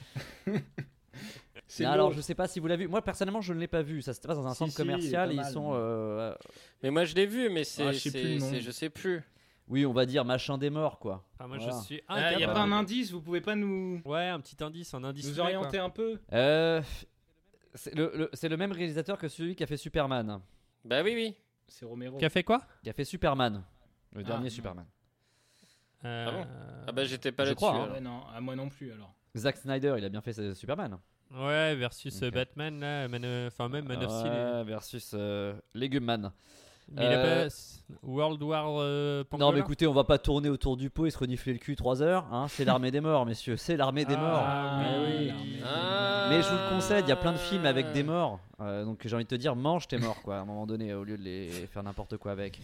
[SPEAKER 1] c'est
[SPEAKER 2] Mais alors,
[SPEAKER 1] l'autre.
[SPEAKER 2] je sais pas si vous l'avez vu. Moi, personnellement, je ne l'ai pas vu. Ça se passe dans un
[SPEAKER 1] Si,
[SPEAKER 2] centre
[SPEAKER 1] si,
[SPEAKER 2] commercial.
[SPEAKER 1] pas
[SPEAKER 2] et
[SPEAKER 1] mal.
[SPEAKER 2] Ils sont. euh,
[SPEAKER 4] Mais moi je l'ai vu, mais c'est,
[SPEAKER 1] Ah, je sais
[SPEAKER 4] c'est-
[SPEAKER 1] plus le nom.
[SPEAKER 4] c'est- je sais plus.
[SPEAKER 2] oui, on va dire machin des morts, quoi.
[SPEAKER 3] Ah, moi
[SPEAKER 2] Voilà.
[SPEAKER 3] je suis
[SPEAKER 1] Il n'y a
[SPEAKER 3] incapable.
[SPEAKER 1] pas un indice, vous pouvez pas nous,
[SPEAKER 3] Ouais, un petit indice, un indice.
[SPEAKER 1] nous
[SPEAKER 3] clé, quoi.
[SPEAKER 1] orienter un peu
[SPEAKER 2] Euh, c'est le, le- c'est le même réalisateur que celui qui a fait Superman.
[SPEAKER 4] Bah oui, oui.
[SPEAKER 1] C'est Romero.
[SPEAKER 3] Qui a fait quoi
[SPEAKER 2] Qui a fait Superman. Le
[SPEAKER 1] Ah,
[SPEAKER 2] dernier
[SPEAKER 1] non.
[SPEAKER 2] Superman.
[SPEAKER 3] Euh,
[SPEAKER 4] bon Ah bah j'étais pas
[SPEAKER 2] Je
[SPEAKER 4] là-dessus.
[SPEAKER 2] crois, hein.
[SPEAKER 4] alors.
[SPEAKER 1] Ouais, non, à moi non plus alors.
[SPEAKER 2] Zack Snyder, il a bien fait ce- Superman.
[SPEAKER 3] Ouais, versus euh,
[SPEAKER 2] Ok.
[SPEAKER 3] Batman, là, Man of- enfin même Man of Steel.
[SPEAKER 2] Ouais, versus euh, Legume Man.
[SPEAKER 3] Mais il a
[SPEAKER 2] Euh,
[SPEAKER 3] pas World War euh,
[SPEAKER 2] Non,
[SPEAKER 3] Pangolin
[SPEAKER 2] mais écoutez, on va pas tourner autour du pot et se renifler le cul 3 heures. hein. C'est l'armée des morts, messieurs. C'est l'armée des morts.
[SPEAKER 3] Ah oui.
[SPEAKER 4] Ah.
[SPEAKER 2] Mais je vous le conseille, il y a plein de films avec des morts. Euh, donc j'ai envie de te dire, mange tes morts, quoi, à un moment donné, au lieu de les faire n'importe quoi avec.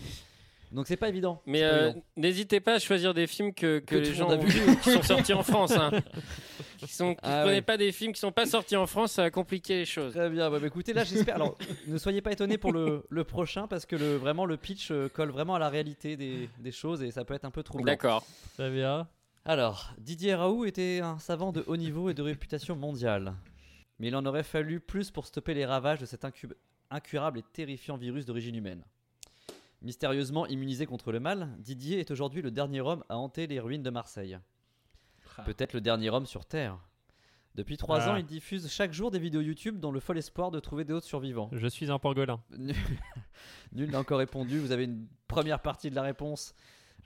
[SPEAKER 2] Donc c'est pas évident.
[SPEAKER 4] Mais
[SPEAKER 2] c'est pas
[SPEAKER 4] euh,
[SPEAKER 2] évident.
[SPEAKER 4] n'hésitez pas à choisir des films que,
[SPEAKER 2] Que
[SPEAKER 4] que,
[SPEAKER 2] tout
[SPEAKER 4] les
[SPEAKER 2] le
[SPEAKER 4] gens
[SPEAKER 2] monde a
[SPEAKER 4] ont
[SPEAKER 2] vu.
[SPEAKER 4] vus, qui sont sortis en France. Hein. Qui sont, qui
[SPEAKER 2] Ah
[SPEAKER 4] prenez
[SPEAKER 2] ouais.
[SPEAKER 4] pas des films qui sont pas sortis en France, ça va compliquer les choses.
[SPEAKER 2] Très bien, bah, bah, écoutez, là j'espère. Alors ne soyez pas étonnés pour le, le prochain, parce que le, vraiment le pitch euh, colle vraiment à la réalité des, des choses et ça peut être un peu troublant.
[SPEAKER 4] D'accord.
[SPEAKER 3] Très bien.
[SPEAKER 2] Alors, Didier Raoult était un savant de haut niveau et de réputation mondiale. Mais il en aurait fallu plus pour stopper les ravages de cet incu- incurable et terrifiant virus d'origine humaine. Mystérieusement immunisé contre le mal, Didier est aujourd'hui le dernier homme à hanter les ruines de Marseille.
[SPEAKER 1] Ah.
[SPEAKER 2] Peut-être le dernier homme sur Terre. Depuis trois
[SPEAKER 3] Ah.
[SPEAKER 2] ans, il diffuse chaque jour des vidéos YouTube dans le fol espoir de trouver d'autres survivants.
[SPEAKER 3] Je suis un pangolin.
[SPEAKER 2] Nul nul n'a encore répondu, vous avez une première partie de la réponse.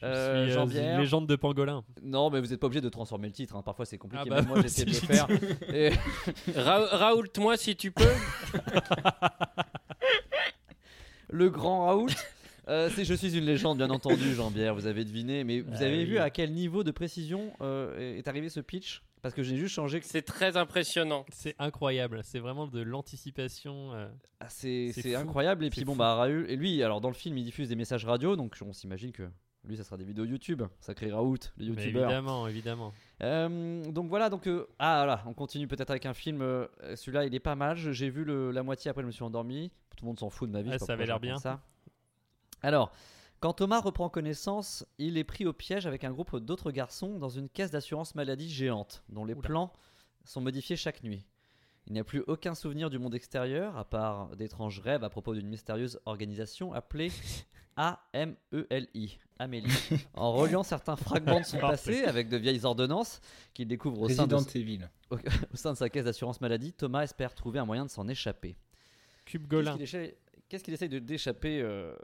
[SPEAKER 3] Je
[SPEAKER 2] Euh,
[SPEAKER 3] suis euh,
[SPEAKER 2] Jean-Pierre.
[SPEAKER 3] une légende de pangolin.
[SPEAKER 2] Non, mais vous n'êtes pas obligé de transformer le titre. hein. Parfois, c'est compliqué.
[SPEAKER 3] Ah bah,
[SPEAKER 2] Même moi,
[SPEAKER 3] moi
[SPEAKER 2] j'essaie de le
[SPEAKER 3] aussi,
[SPEAKER 2] faire. Et-
[SPEAKER 4] Ra- Raoult, moi si tu peux.
[SPEAKER 2] le grand Raoult. euh, c'est Je suis une légende, bien entendu, Jean-Pierre. Vous avez deviné. Mais vous
[SPEAKER 3] Ah
[SPEAKER 2] avez
[SPEAKER 3] oui.
[SPEAKER 2] vu à quel niveau de précision euh, est arrivé ce pitch Parce que j'ai juste changé. que-
[SPEAKER 4] C'est très impressionnant.
[SPEAKER 3] C'est incroyable. C'est vraiment de l'anticipation. euh.
[SPEAKER 2] Ah, c'est
[SPEAKER 3] C'est
[SPEAKER 2] c'est
[SPEAKER 3] fou.
[SPEAKER 2] incroyable. Et
[SPEAKER 3] C'est
[SPEAKER 2] puis, bon,
[SPEAKER 3] fou.
[SPEAKER 2] bah, Raoult. Et lui, alors, dans le film, il diffuse des messages radio. Donc, on s'imagine que lui, ça sera des vidéos YouTube. Sacré Raoult, le
[SPEAKER 3] Mais
[SPEAKER 2] YouTubeur.
[SPEAKER 3] évidemment, évidemment.
[SPEAKER 2] Euh, donc voilà, donc euh, ah voilà, on continue peut-être avec un film. euh, Celui-là, il est pas mal. Je- J'ai vu le- la moitié après, je me suis endormi. Tout le monde s'en fout de ma vie.
[SPEAKER 3] Ah,
[SPEAKER 2] je sais pas
[SPEAKER 3] ça avait
[SPEAKER 2] pourquoi
[SPEAKER 3] l'air
[SPEAKER 2] je raconte ça. Alors, quand Thomas reprend connaissance, il est pris au piège avec un groupe d'autres garçons dans une caisse d'assurance maladie géante, dont les
[SPEAKER 3] Oula.
[SPEAKER 2] plans sont modifiés chaque nuit. Il n'y a plus aucun souvenir du monde extérieur, à part d'étranges rêves à propos d'une mystérieuse organisation appelée A-M-E-L-I, Amélie. En reliant certains fragments de son passé avec de vieilles ordonnances qu'il découvre au sein, de,
[SPEAKER 1] Resident Evil.
[SPEAKER 2] au sein de sa caisse d'assurance maladie, Thomas espère trouver un moyen de s'en échapper.
[SPEAKER 3] Cube
[SPEAKER 2] Qu'est-ce
[SPEAKER 3] Golin.
[SPEAKER 2] qu'il échappe- Qu'est-ce qu'il essaye de d'échapper euh,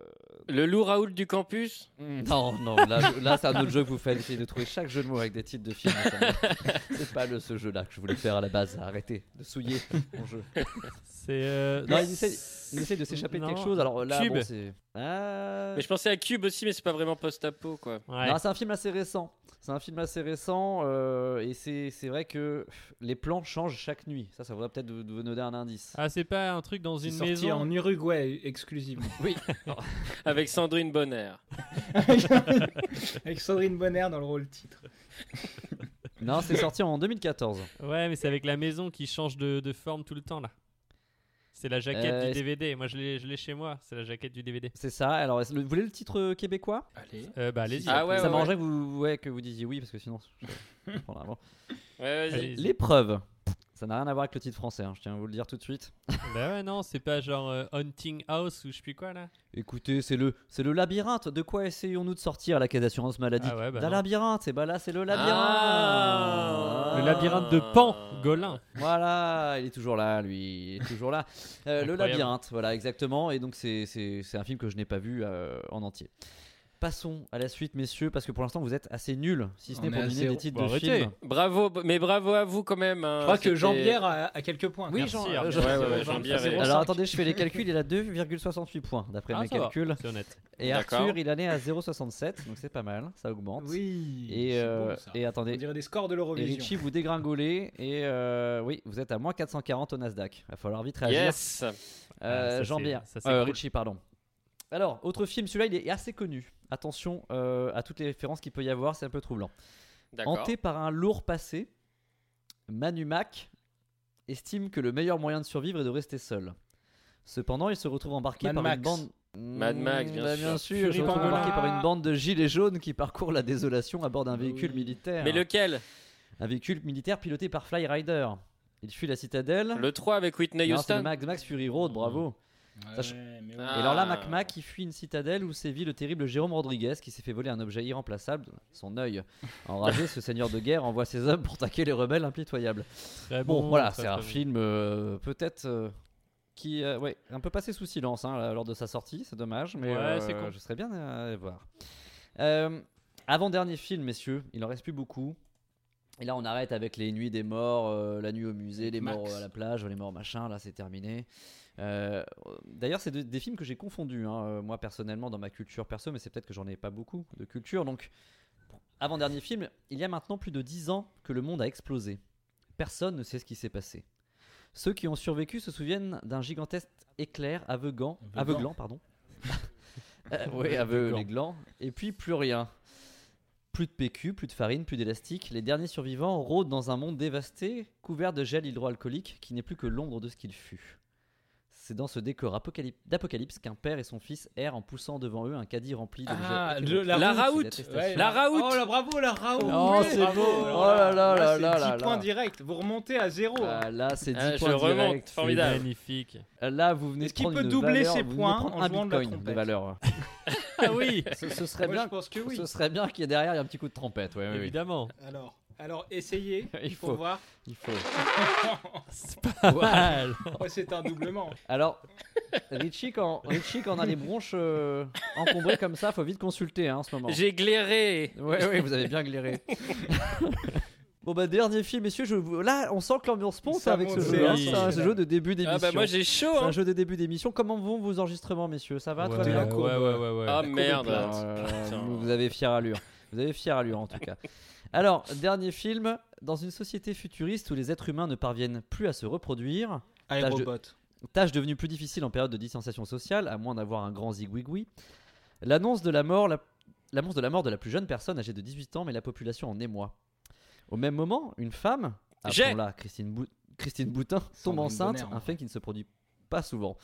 [SPEAKER 4] Le loup Raoult du campus.
[SPEAKER 2] Mm. Non, non, là, là, c'est un autre jeu que vous faites. Essayez de trouver chaque jeu de mots avec des titres de films. ça me- C'est pas le, ce jeu-là que je voulais faire à la base. Arrêtez de souiller mon jeu.
[SPEAKER 3] C'est. euh,
[SPEAKER 2] Non, il essaie- Il essaye de s'échapper de quelque
[SPEAKER 3] Non.
[SPEAKER 2] chose. Alors là,
[SPEAKER 3] Cube.
[SPEAKER 2] bon, c'est. Ah,
[SPEAKER 4] Mais je pensais à Cube aussi, mais c'est pas vraiment post-apo quoi.
[SPEAKER 3] Ouais.
[SPEAKER 2] Non, c'est un film assez récent. C'est un film assez récent euh, et c'est c'est vrai que pff, les plans changent chaque nuit. Ça, ça voudrait peut-être vous, vous donner un indice.
[SPEAKER 3] Ah, c'est pas un truc dans
[SPEAKER 1] C'est
[SPEAKER 3] une
[SPEAKER 1] sorti
[SPEAKER 3] maison.
[SPEAKER 1] en Uruguay exclusivement.
[SPEAKER 4] Avec Sandrine Bonner.
[SPEAKER 1] Avec Sandrine Bonner dans le rôle titre.
[SPEAKER 2] Non, c'est sorti en 2014.
[SPEAKER 3] Ouais, mais c'est avec la maison qui change de, de forme tout le temps là. C'est la jaquette
[SPEAKER 2] Euh,
[SPEAKER 3] du
[SPEAKER 2] est-ce-
[SPEAKER 3] DVD. Moi, je l'ai je l'ai chez moi. C'est la jaquette du DVD.
[SPEAKER 2] C'est ça. Alors, est-ce- le- vous voulez le titre euh, québécois
[SPEAKER 1] Allez.
[SPEAKER 3] Euh, bah, allez-y.
[SPEAKER 4] Ah ouais,
[SPEAKER 2] Ça
[SPEAKER 4] ouais,
[SPEAKER 2] m'arrangerait que vous ouais, que vous disiez oui parce que sinon. je- je vais prendre avant.
[SPEAKER 4] Ouais, vas-y.
[SPEAKER 3] Allez.
[SPEAKER 2] L'épreuve. Ça n'a rien à voir avec le titre français. hein, je tiens à vous le dire tout de suite.
[SPEAKER 3] Bah ouais, non, c'est pas genre euh, Hunting House ou je sais plus quoi là.
[SPEAKER 2] Écoutez, c'est le c'est le labyrinthe. De quoi essayons-nous de sortir la caisse d'assurance maladie
[SPEAKER 3] Ah ouais, bah
[SPEAKER 2] D'un
[SPEAKER 3] non.
[SPEAKER 2] labyrinthe. Et bah là, c'est le labyrinthe.
[SPEAKER 4] Ah.
[SPEAKER 3] Le labyrinthe de Pan, Golin.
[SPEAKER 2] Voilà, il est toujours là, lui, il est toujours là. Euh, le
[SPEAKER 3] Incroyable.
[SPEAKER 2] labyrinthe, voilà, exactement. Et donc, c'est- c'est c'est un film que je n'ai pas vu euh, en entier. Passons à la suite, messieurs, parce que pour l'instant, vous êtes assez nuls, si ce
[SPEAKER 1] On
[SPEAKER 2] n'est
[SPEAKER 1] est
[SPEAKER 2] pour
[SPEAKER 1] à
[SPEAKER 2] deviner
[SPEAKER 1] zéro.
[SPEAKER 2] des titres
[SPEAKER 3] Bon,
[SPEAKER 2] de
[SPEAKER 3] Bah, arrêtez.
[SPEAKER 2] films.
[SPEAKER 4] Bravo, b- mais bravo à vous quand même. hein.
[SPEAKER 1] Je crois que
[SPEAKER 4] C'était-
[SPEAKER 1] Jean-Pierre a, a quelques points.
[SPEAKER 2] Oui,
[SPEAKER 3] Merci,
[SPEAKER 2] Jean-
[SPEAKER 3] Arnaud.
[SPEAKER 2] Jean-
[SPEAKER 4] Ouais, ouais, ouais,
[SPEAKER 3] Jean-
[SPEAKER 4] Jean-Pierre est-
[SPEAKER 2] Alors, attendez, je fais les calculs, il a 2,68 points, d'après
[SPEAKER 3] Ah,
[SPEAKER 2] mes
[SPEAKER 3] ça va.
[SPEAKER 2] calculs.
[SPEAKER 3] C'est honnête.
[SPEAKER 2] Et
[SPEAKER 4] D'accord.
[SPEAKER 2] Arthur, il en est à 0,67, donc c'est pas mal, ça augmente.
[SPEAKER 1] Oui.
[SPEAKER 2] Et,
[SPEAKER 1] c'est
[SPEAKER 2] euh,
[SPEAKER 1] bon, ça.
[SPEAKER 2] et
[SPEAKER 1] On
[SPEAKER 2] attendez,
[SPEAKER 1] dirait des scores de
[SPEAKER 2] et
[SPEAKER 1] l'Eurovision.
[SPEAKER 2] Richie, vous dégringolez, et euh, oui, vous êtes à moins 440 au Nasdaq. Il va falloir vite réagir.
[SPEAKER 4] Yes.
[SPEAKER 3] Ah, ça,
[SPEAKER 2] Euh,
[SPEAKER 3] c'est-
[SPEAKER 2] Jean-Pierre.
[SPEAKER 3] ça, c'est
[SPEAKER 2] Euh,
[SPEAKER 3] cool.
[SPEAKER 2] Richie, pardon. Alors, autre film, celui-là, il est assez connu. Attention euh, à toutes les références qu'il peut y avoir, c'est un peu troublant.
[SPEAKER 4] D'accord.
[SPEAKER 2] Hanté par un lourd passé, Manu Mac estime que le meilleur moyen de survivre est de rester seul. Cependant, il se retrouve embarqué
[SPEAKER 1] Mad
[SPEAKER 2] par
[SPEAKER 1] Max.
[SPEAKER 2] une bande.
[SPEAKER 4] Mad Max, bien
[SPEAKER 2] Bah,
[SPEAKER 4] sûr.
[SPEAKER 2] il
[SPEAKER 3] Fury
[SPEAKER 2] se retrouve
[SPEAKER 3] Pangolin.
[SPEAKER 2] embarqué par une bande de gilets jaunes qui parcourt la désolation à bord
[SPEAKER 3] Ah
[SPEAKER 2] d'un véhicule militaire.
[SPEAKER 4] Mais lequel
[SPEAKER 2] Un véhicule militaire piloté par Fly Rider. Il fuit la citadelle.
[SPEAKER 4] Le 3 avec Whitney
[SPEAKER 2] Non, c'est le
[SPEAKER 4] Houston
[SPEAKER 2] Max, Max Fury Road, bravo. Sach-
[SPEAKER 1] Ouais, mais ouais.
[SPEAKER 4] Ah.
[SPEAKER 2] Et alors là, Macmac qui fuit une citadelle où sévit le terrible Jérôme Rodriguez qui s'est fait voler un objet irremplaçable, son œil. Enragé, ce seigneur de guerre envoie ses hommes pour taquer les rebelles impitoyables.
[SPEAKER 3] Très
[SPEAKER 2] Bon, voilà,
[SPEAKER 3] très,
[SPEAKER 2] c'est un
[SPEAKER 3] très bon.
[SPEAKER 2] film euh, peut-être euh, qui, euh, ouais, un peu passé sous silence hein, là, lors de sa sortie, c'est dommage, mais
[SPEAKER 3] Ouais,
[SPEAKER 2] euh,
[SPEAKER 3] c'est con.
[SPEAKER 2] je serais bien à aller voir. Euh, Avant-dernier film, messieurs, il en reste plus beaucoup. Et là, on arrête avec les nuits des morts, euh, la nuit au musée,
[SPEAKER 1] Avec
[SPEAKER 2] les morts
[SPEAKER 1] Max.
[SPEAKER 2] euh, à la plage, les morts machin, là c'est terminé. Euh, D'ailleurs, c'est de- des films que j'ai confondus, hein, euh, moi personnellement, dans ma culture perso, mais c'est peut-être que j'en ai pas beaucoup de culture. Donc, avant-dernier film, il y a maintenant plus de 10 ans que le monde a explosé. Personne ne sait ce qui s'est passé. Ceux qui ont survécu se souviennent d'un gigantesque éclair aveugant,
[SPEAKER 1] Aveuglant.
[SPEAKER 2] aveuglant, pardon. Euh, oui,
[SPEAKER 3] Aveuglant.
[SPEAKER 2] les glands. Et puis plus rien. Plus de PQ, plus de farine, plus d'élastique. Les derniers survivants rôdent dans un monde dévasté, couvert de gel hydroalcoolique, qui n'est plus que l'ombre de ce qu'il fut. C'est dans ce décor apocalyp- d'apocalypse qu'un père et son fils errent en poussant devant eux un caddie rempli de
[SPEAKER 1] Ah,
[SPEAKER 2] gel.
[SPEAKER 1] le- la,
[SPEAKER 4] La
[SPEAKER 1] route,
[SPEAKER 2] route,
[SPEAKER 1] c'est l'attestation.
[SPEAKER 4] ouais. La route.
[SPEAKER 1] Oh là, bravo, la route.
[SPEAKER 2] Oh,
[SPEAKER 1] Ouais,
[SPEAKER 2] c'est
[SPEAKER 1] bravo.
[SPEAKER 2] beau.
[SPEAKER 1] Alors
[SPEAKER 2] Oh là là là
[SPEAKER 1] c'est
[SPEAKER 2] là
[SPEAKER 1] 10
[SPEAKER 2] là
[SPEAKER 1] points
[SPEAKER 2] là.
[SPEAKER 1] directs. Vous remontez à zéro. hein.
[SPEAKER 2] Ah, là, c'est 10
[SPEAKER 4] Ah, je
[SPEAKER 2] points
[SPEAKER 4] remonte,
[SPEAKER 2] directs. C'est-
[SPEAKER 4] formidable.
[SPEAKER 3] Magnifique.
[SPEAKER 2] Là, vous venez
[SPEAKER 1] Est-ce
[SPEAKER 2] de
[SPEAKER 1] qu'il
[SPEAKER 2] prendre
[SPEAKER 1] peut
[SPEAKER 2] une
[SPEAKER 1] doubler
[SPEAKER 2] valeur-
[SPEAKER 1] ses
[SPEAKER 2] vous venez de
[SPEAKER 1] points
[SPEAKER 2] prendre
[SPEAKER 1] en
[SPEAKER 2] un
[SPEAKER 1] jouant de la
[SPEAKER 2] bitcoin de
[SPEAKER 1] trompette
[SPEAKER 2] valeur.
[SPEAKER 3] Ah oui,
[SPEAKER 2] ce, ce serait
[SPEAKER 1] hein. Moi,
[SPEAKER 2] bien.
[SPEAKER 1] je pense que oui.
[SPEAKER 2] Ce serait bien qu'il y ait derrière il y a un petit coup de trompette. Ouais, ouais, ouais.
[SPEAKER 3] évidemment.
[SPEAKER 1] Alors, alors essayez.
[SPEAKER 2] Il
[SPEAKER 1] Il faut
[SPEAKER 2] faut.
[SPEAKER 1] voir.
[SPEAKER 2] Il faut.
[SPEAKER 3] C'est pas mal.
[SPEAKER 1] Ouais, c'est un doublement.
[SPEAKER 2] Alors, Richie, quand, Richie, quand on a les bronches euh, encombrées comme ça, faut vite consulter hein, en ce moment.
[SPEAKER 4] J'ai glairé.
[SPEAKER 2] Ouais, ouais, vous avez bien glairé. bon, bah, dernier film, messieurs. Je... vous- Là, on sent que l'ambiance monte
[SPEAKER 1] Ça
[SPEAKER 2] avec ce
[SPEAKER 1] monte,
[SPEAKER 2] jeu. hein.
[SPEAKER 3] oui.
[SPEAKER 2] C'est un jeu de début d'émission.
[SPEAKER 4] Ah bah moi j'ai chaud.
[SPEAKER 2] C'est
[SPEAKER 4] hein.
[SPEAKER 2] un jeu de début d'émission. Comment vont vos enregistrements, messieurs Ça va
[SPEAKER 3] ouais,
[SPEAKER 2] toi,
[SPEAKER 3] ouais,
[SPEAKER 2] bien
[SPEAKER 3] ouais, ouais, ouais.
[SPEAKER 4] Ah
[SPEAKER 2] Alors,
[SPEAKER 4] merde.
[SPEAKER 2] euh,
[SPEAKER 4] Putain.
[SPEAKER 2] vous vous avez fière allure. Vous avez fière allure en tout cas. Alors, dernier film. Dans une société futuriste où les êtres humains ne parviennent plus à se reproduire,
[SPEAKER 1] Aérobot.
[SPEAKER 2] tâche devenue plus difficile en période de distanciation sociale, à moins d'avoir un grand zigouigoui, l'annonce de la mort, la- l'annonce de la mort de la plus jeune personne âgée de 18 ans, mais la population en émoi. Au même moment, une femme,
[SPEAKER 4] J'ai.
[SPEAKER 2] appelons-la Christine, Bou- Christine Boutin, tombe
[SPEAKER 1] Sandrine
[SPEAKER 2] enceinte,
[SPEAKER 4] hein.
[SPEAKER 1] Bonner,
[SPEAKER 2] un
[SPEAKER 1] enfin.
[SPEAKER 2] fait qui ne se produit pas souvent,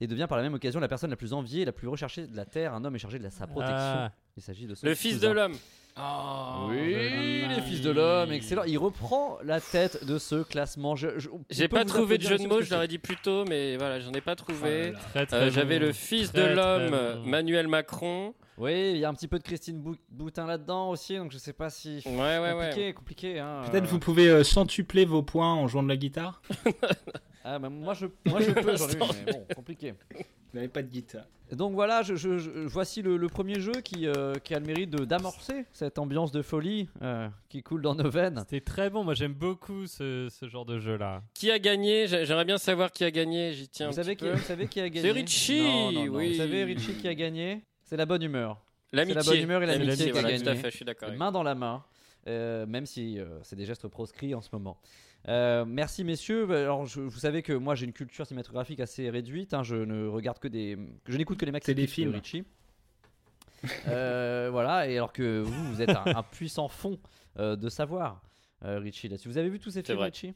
[SPEAKER 2] et devient par la même occasion la personne la plus enviée et la plus recherchée de la Terre. Un homme est chargé de la- sa protection.
[SPEAKER 3] Ah,
[SPEAKER 2] Il s'agit de son
[SPEAKER 4] Le fils de
[SPEAKER 2] cousin.
[SPEAKER 4] l'homme.
[SPEAKER 1] Oh,
[SPEAKER 2] Oui, les fils de l'homme, excellent. Il reprend la tête de ce classement. Je- je- on
[SPEAKER 4] J'ai
[SPEAKER 2] peut
[SPEAKER 4] pas
[SPEAKER 2] vous
[SPEAKER 4] trouvé de
[SPEAKER 2] applaudir
[SPEAKER 4] jeu de
[SPEAKER 2] là-dessus
[SPEAKER 4] mots,
[SPEAKER 2] parce
[SPEAKER 4] je l'aurais dit plus tôt, mais voilà, j'en ai pas trouvé.
[SPEAKER 3] très, très
[SPEAKER 4] Euh,
[SPEAKER 3] bon.
[SPEAKER 4] J'avais le fils
[SPEAKER 3] Très,
[SPEAKER 4] de
[SPEAKER 3] très
[SPEAKER 4] l'homme,
[SPEAKER 3] bon.
[SPEAKER 4] Manuel Macron.
[SPEAKER 2] Oui, il y a un petit peu de Christine Bou- Boutin là-dedans aussi, donc je sais pas si.
[SPEAKER 4] Ouais, ouais,
[SPEAKER 2] compliqué,
[SPEAKER 4] ouais.
[SPEAKER 2] compliqué. hein,
[SPEAKER 1] Peut-être
[SPEAKER 2] euh.
[SPEAKER 1] vous pouvez euh, centupler vos points en jouant de la guitare.
[SPEAKER 2] Ah, bah, moi, je, moi je peux, j'en ai une, mais bon, compliqué.
[SPEAKER 1] Vous n'avez pas de guitare.
[SPEAKER 2] Donc voilà, je, je- je- voici le, le premier jeu qui, euh, qui a le mérite de- d'amorcer cette ambiance de folie euh, qui coule dans nos veines.
[SPEAKER 3] C'était très bon. Moi, j'aime beaucoup ce, ce genre de jeu-là.
[SPEAKER 4] Qui a gagné J'a- J'aimerais bien savoir qui a gagné. J'y tiens.
[SPEAKER 2] Vous
[SPEAKER 4] un
[SPEAKER 2] savez,
[SPEAKER 4] petit
[SPEAKER 2] qui,
[SPEAKER 4] peu.
[SPEAKER 2] vous savez qui a gagné
[SPEAKER 4] C'est Richie,
[SPEAKER 2] Non, non, non.
[SPEAKER 4] oui.
[SPEAKER 2] Vous savez Richie qui a gagné C'est la bonne humeur.
[SPEAKER 4] L'amitié.
[SPEAKER 2] c'est la bonne humeur et l'amitié
[SPEAKER 4] L'amitié,
[SPEAKER 2] qui a
[SPEAKER 4] voilà,
[SPEAKER 2] gagné.
[SPEAKER 4] tout à fait, je suis d'accord. avec
[SPEAKER 2] main dans la main, euh, même si euh, c'est des gestes proscrits en ce moment. Euh, merci messieurs. Alors je- vous savez que moi j'ai une culture cinématographique assez réduite. hein. je ne regarde que des, je n'écoute que les maxi
[SPEAKER 1] C'est des
[SPEAKER 2] de
[SPEAKER 1] films.
[SPEAKER 2] Ritchie. Euh, voilà. Et alors que vous, vous êtes un, un puissant fond euh, de savoir, euh, Richie. Là-dessus, vous avez vu tous ces films,
[SPEAKER 4] vrai.
[SPEAKER 2] Richie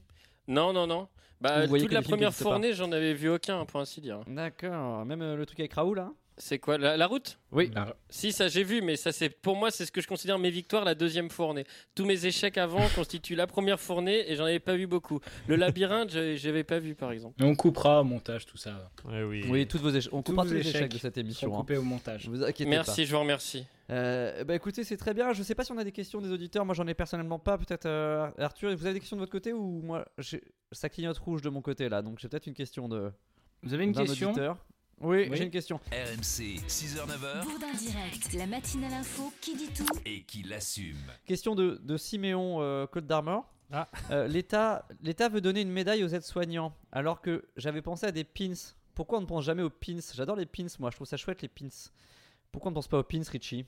[SPEAKER 4] Non, non, non.
[SPEAKER 2] Vous
[SPEAKER 4] Bah,
[SPEAKER 2] voyez
[SPEAKER 4] toute
[SPEAKER 2] que
[SPEAKER 4] la
[SPEAKER 2] les films
[SPEAKER 4] première
[SPEAKER 2] n'existent pas.
[SPEAKER 4] fournée, j'en avais vu aucun, pour ainsi dire.
[SPEAKER 2] D'accord. Même euh, le truc avec Raoul, hein
[SPEAKER 4] C'est quoi la, la route
[SPEAKER 2] Oui.
[SPEAKER 1] La-
[SPEAKER 4] Si, ça j'ai vu, mais ça c'est pour moi, c'est ce que je considère mes victoires, la deuxième fournée. Tous mes échecs avant constituent la première fournée et j'en avais pas vu beaucoup. Le labyrinthe, je- j'avais pas vu par exemple.
[SPEAKER 1] Mais on coupera au montage tout ça.
[SPEAKER 3] Ouais, Eh oui.
[SPEAKER 2] Oui, toutes vos éche- on
[SPEAKER 1] Tous
[SPEAKER 2] comprend
[SPEAKER 1] vos
[SPEAKER 2] tous les échecs,
[SPEAKER 1] échecs
[SPEAKER 2] de cette
[SPEAKER 1] Ils sont
[SPEAKER 2] émission. hein.
[SPEAKER 1] coupés au montage.
[SPEAKER 2] Vous inquiétez pas.
[SPEAKER 4] Merci, je vous remercie.
[SPEAKER 2] Euh, bah écoutez, c'est très bien. Je sais pas si on a des questions des auditeurs. Moi, j'en ai personnellement pas. Peut-être euh, Arthur, vous avez des questions de votre côté ou moi, j'ai- ça clignote rouge de mon côté là. Donc j'ai peut-être une question de.
[SPEAKER 1] Vous avez une
[SPEAKER 2] d'un
[SPEAKER 1] question
[SPEAKER 2] auditeur. Oui,
[SPEAKER 1] Oui.
[SPEAKER 2] j'ai une question.
[SPEAKER 5] RMC,
[SPEAKER 8] Hein
[SPEAKER 5] 6h-9h,
[SPEAKER 6] Bourdin Direct, la matinale info qui dit tout
[SPEAKER 5] et qui l'assume.
[SPEAKER 2] Question de, de Siméon euh, Côte d'Armor.
[SPEAKER 3] Ah.
[SPEAKER 2] Euh, L'État, l'État veut donner une médaille aux aides-soignants, alors que j'avais pensé à des pins. Pourquoi on ne pense jamais aux pins J'adore les pins, moi. Je trouve ça chouette les pins. Pourquoi on ne pense pas aux pins, Richie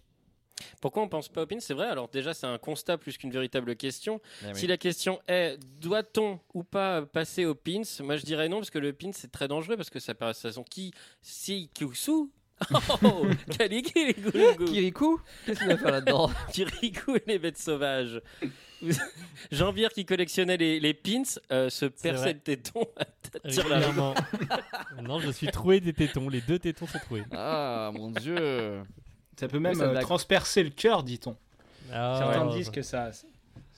[SPEAKER 4] Pourquoi on pense pas au pénis C'est vrai, alors déjà c'est un constat plus qu'une véritable question.
[SPEAKER 2] Ah oui.
[SPEAKER 4] Si la question est doit-on ou pas passer au pins, moi je dirais non parce que le pins c'est très dangereux parce que ça passe à son qui si kyusu. Oh,
[SPEAKER 2] Euh.
[SPEAKER 4] Kalikiligugu,
[SPEAKER 2] Kirikou Qu'est-ce qu'il va faire là-dedans
[SPEAKER 4] Kirikou et les bêtes sauvages. Vous- Jean-Pierre qui collectionnait les, les pins euh, se
[SPEAKER 3] vrai.
[SPEAKER 4] perçait le téton à tête sur la
[SPEAKER 3] Régulièrement. non, je suis troué des tétons. Les deux tétons sont troués.
[SPEAKER 2] Ah mon dieu
[SPEAKER 1] Ça peut même
[SPEAKER 2] ça
[SPEAKER 1] euh,
[SPEAKER 2] blague.
[SPEAKER 1] transpercer le cœur, dit-on.
[SPEAKER 3] Ah,
[SPEAKER 1] Certains
[SPEAKER 3] ouais.
[SPEAKER 1] disent que ça,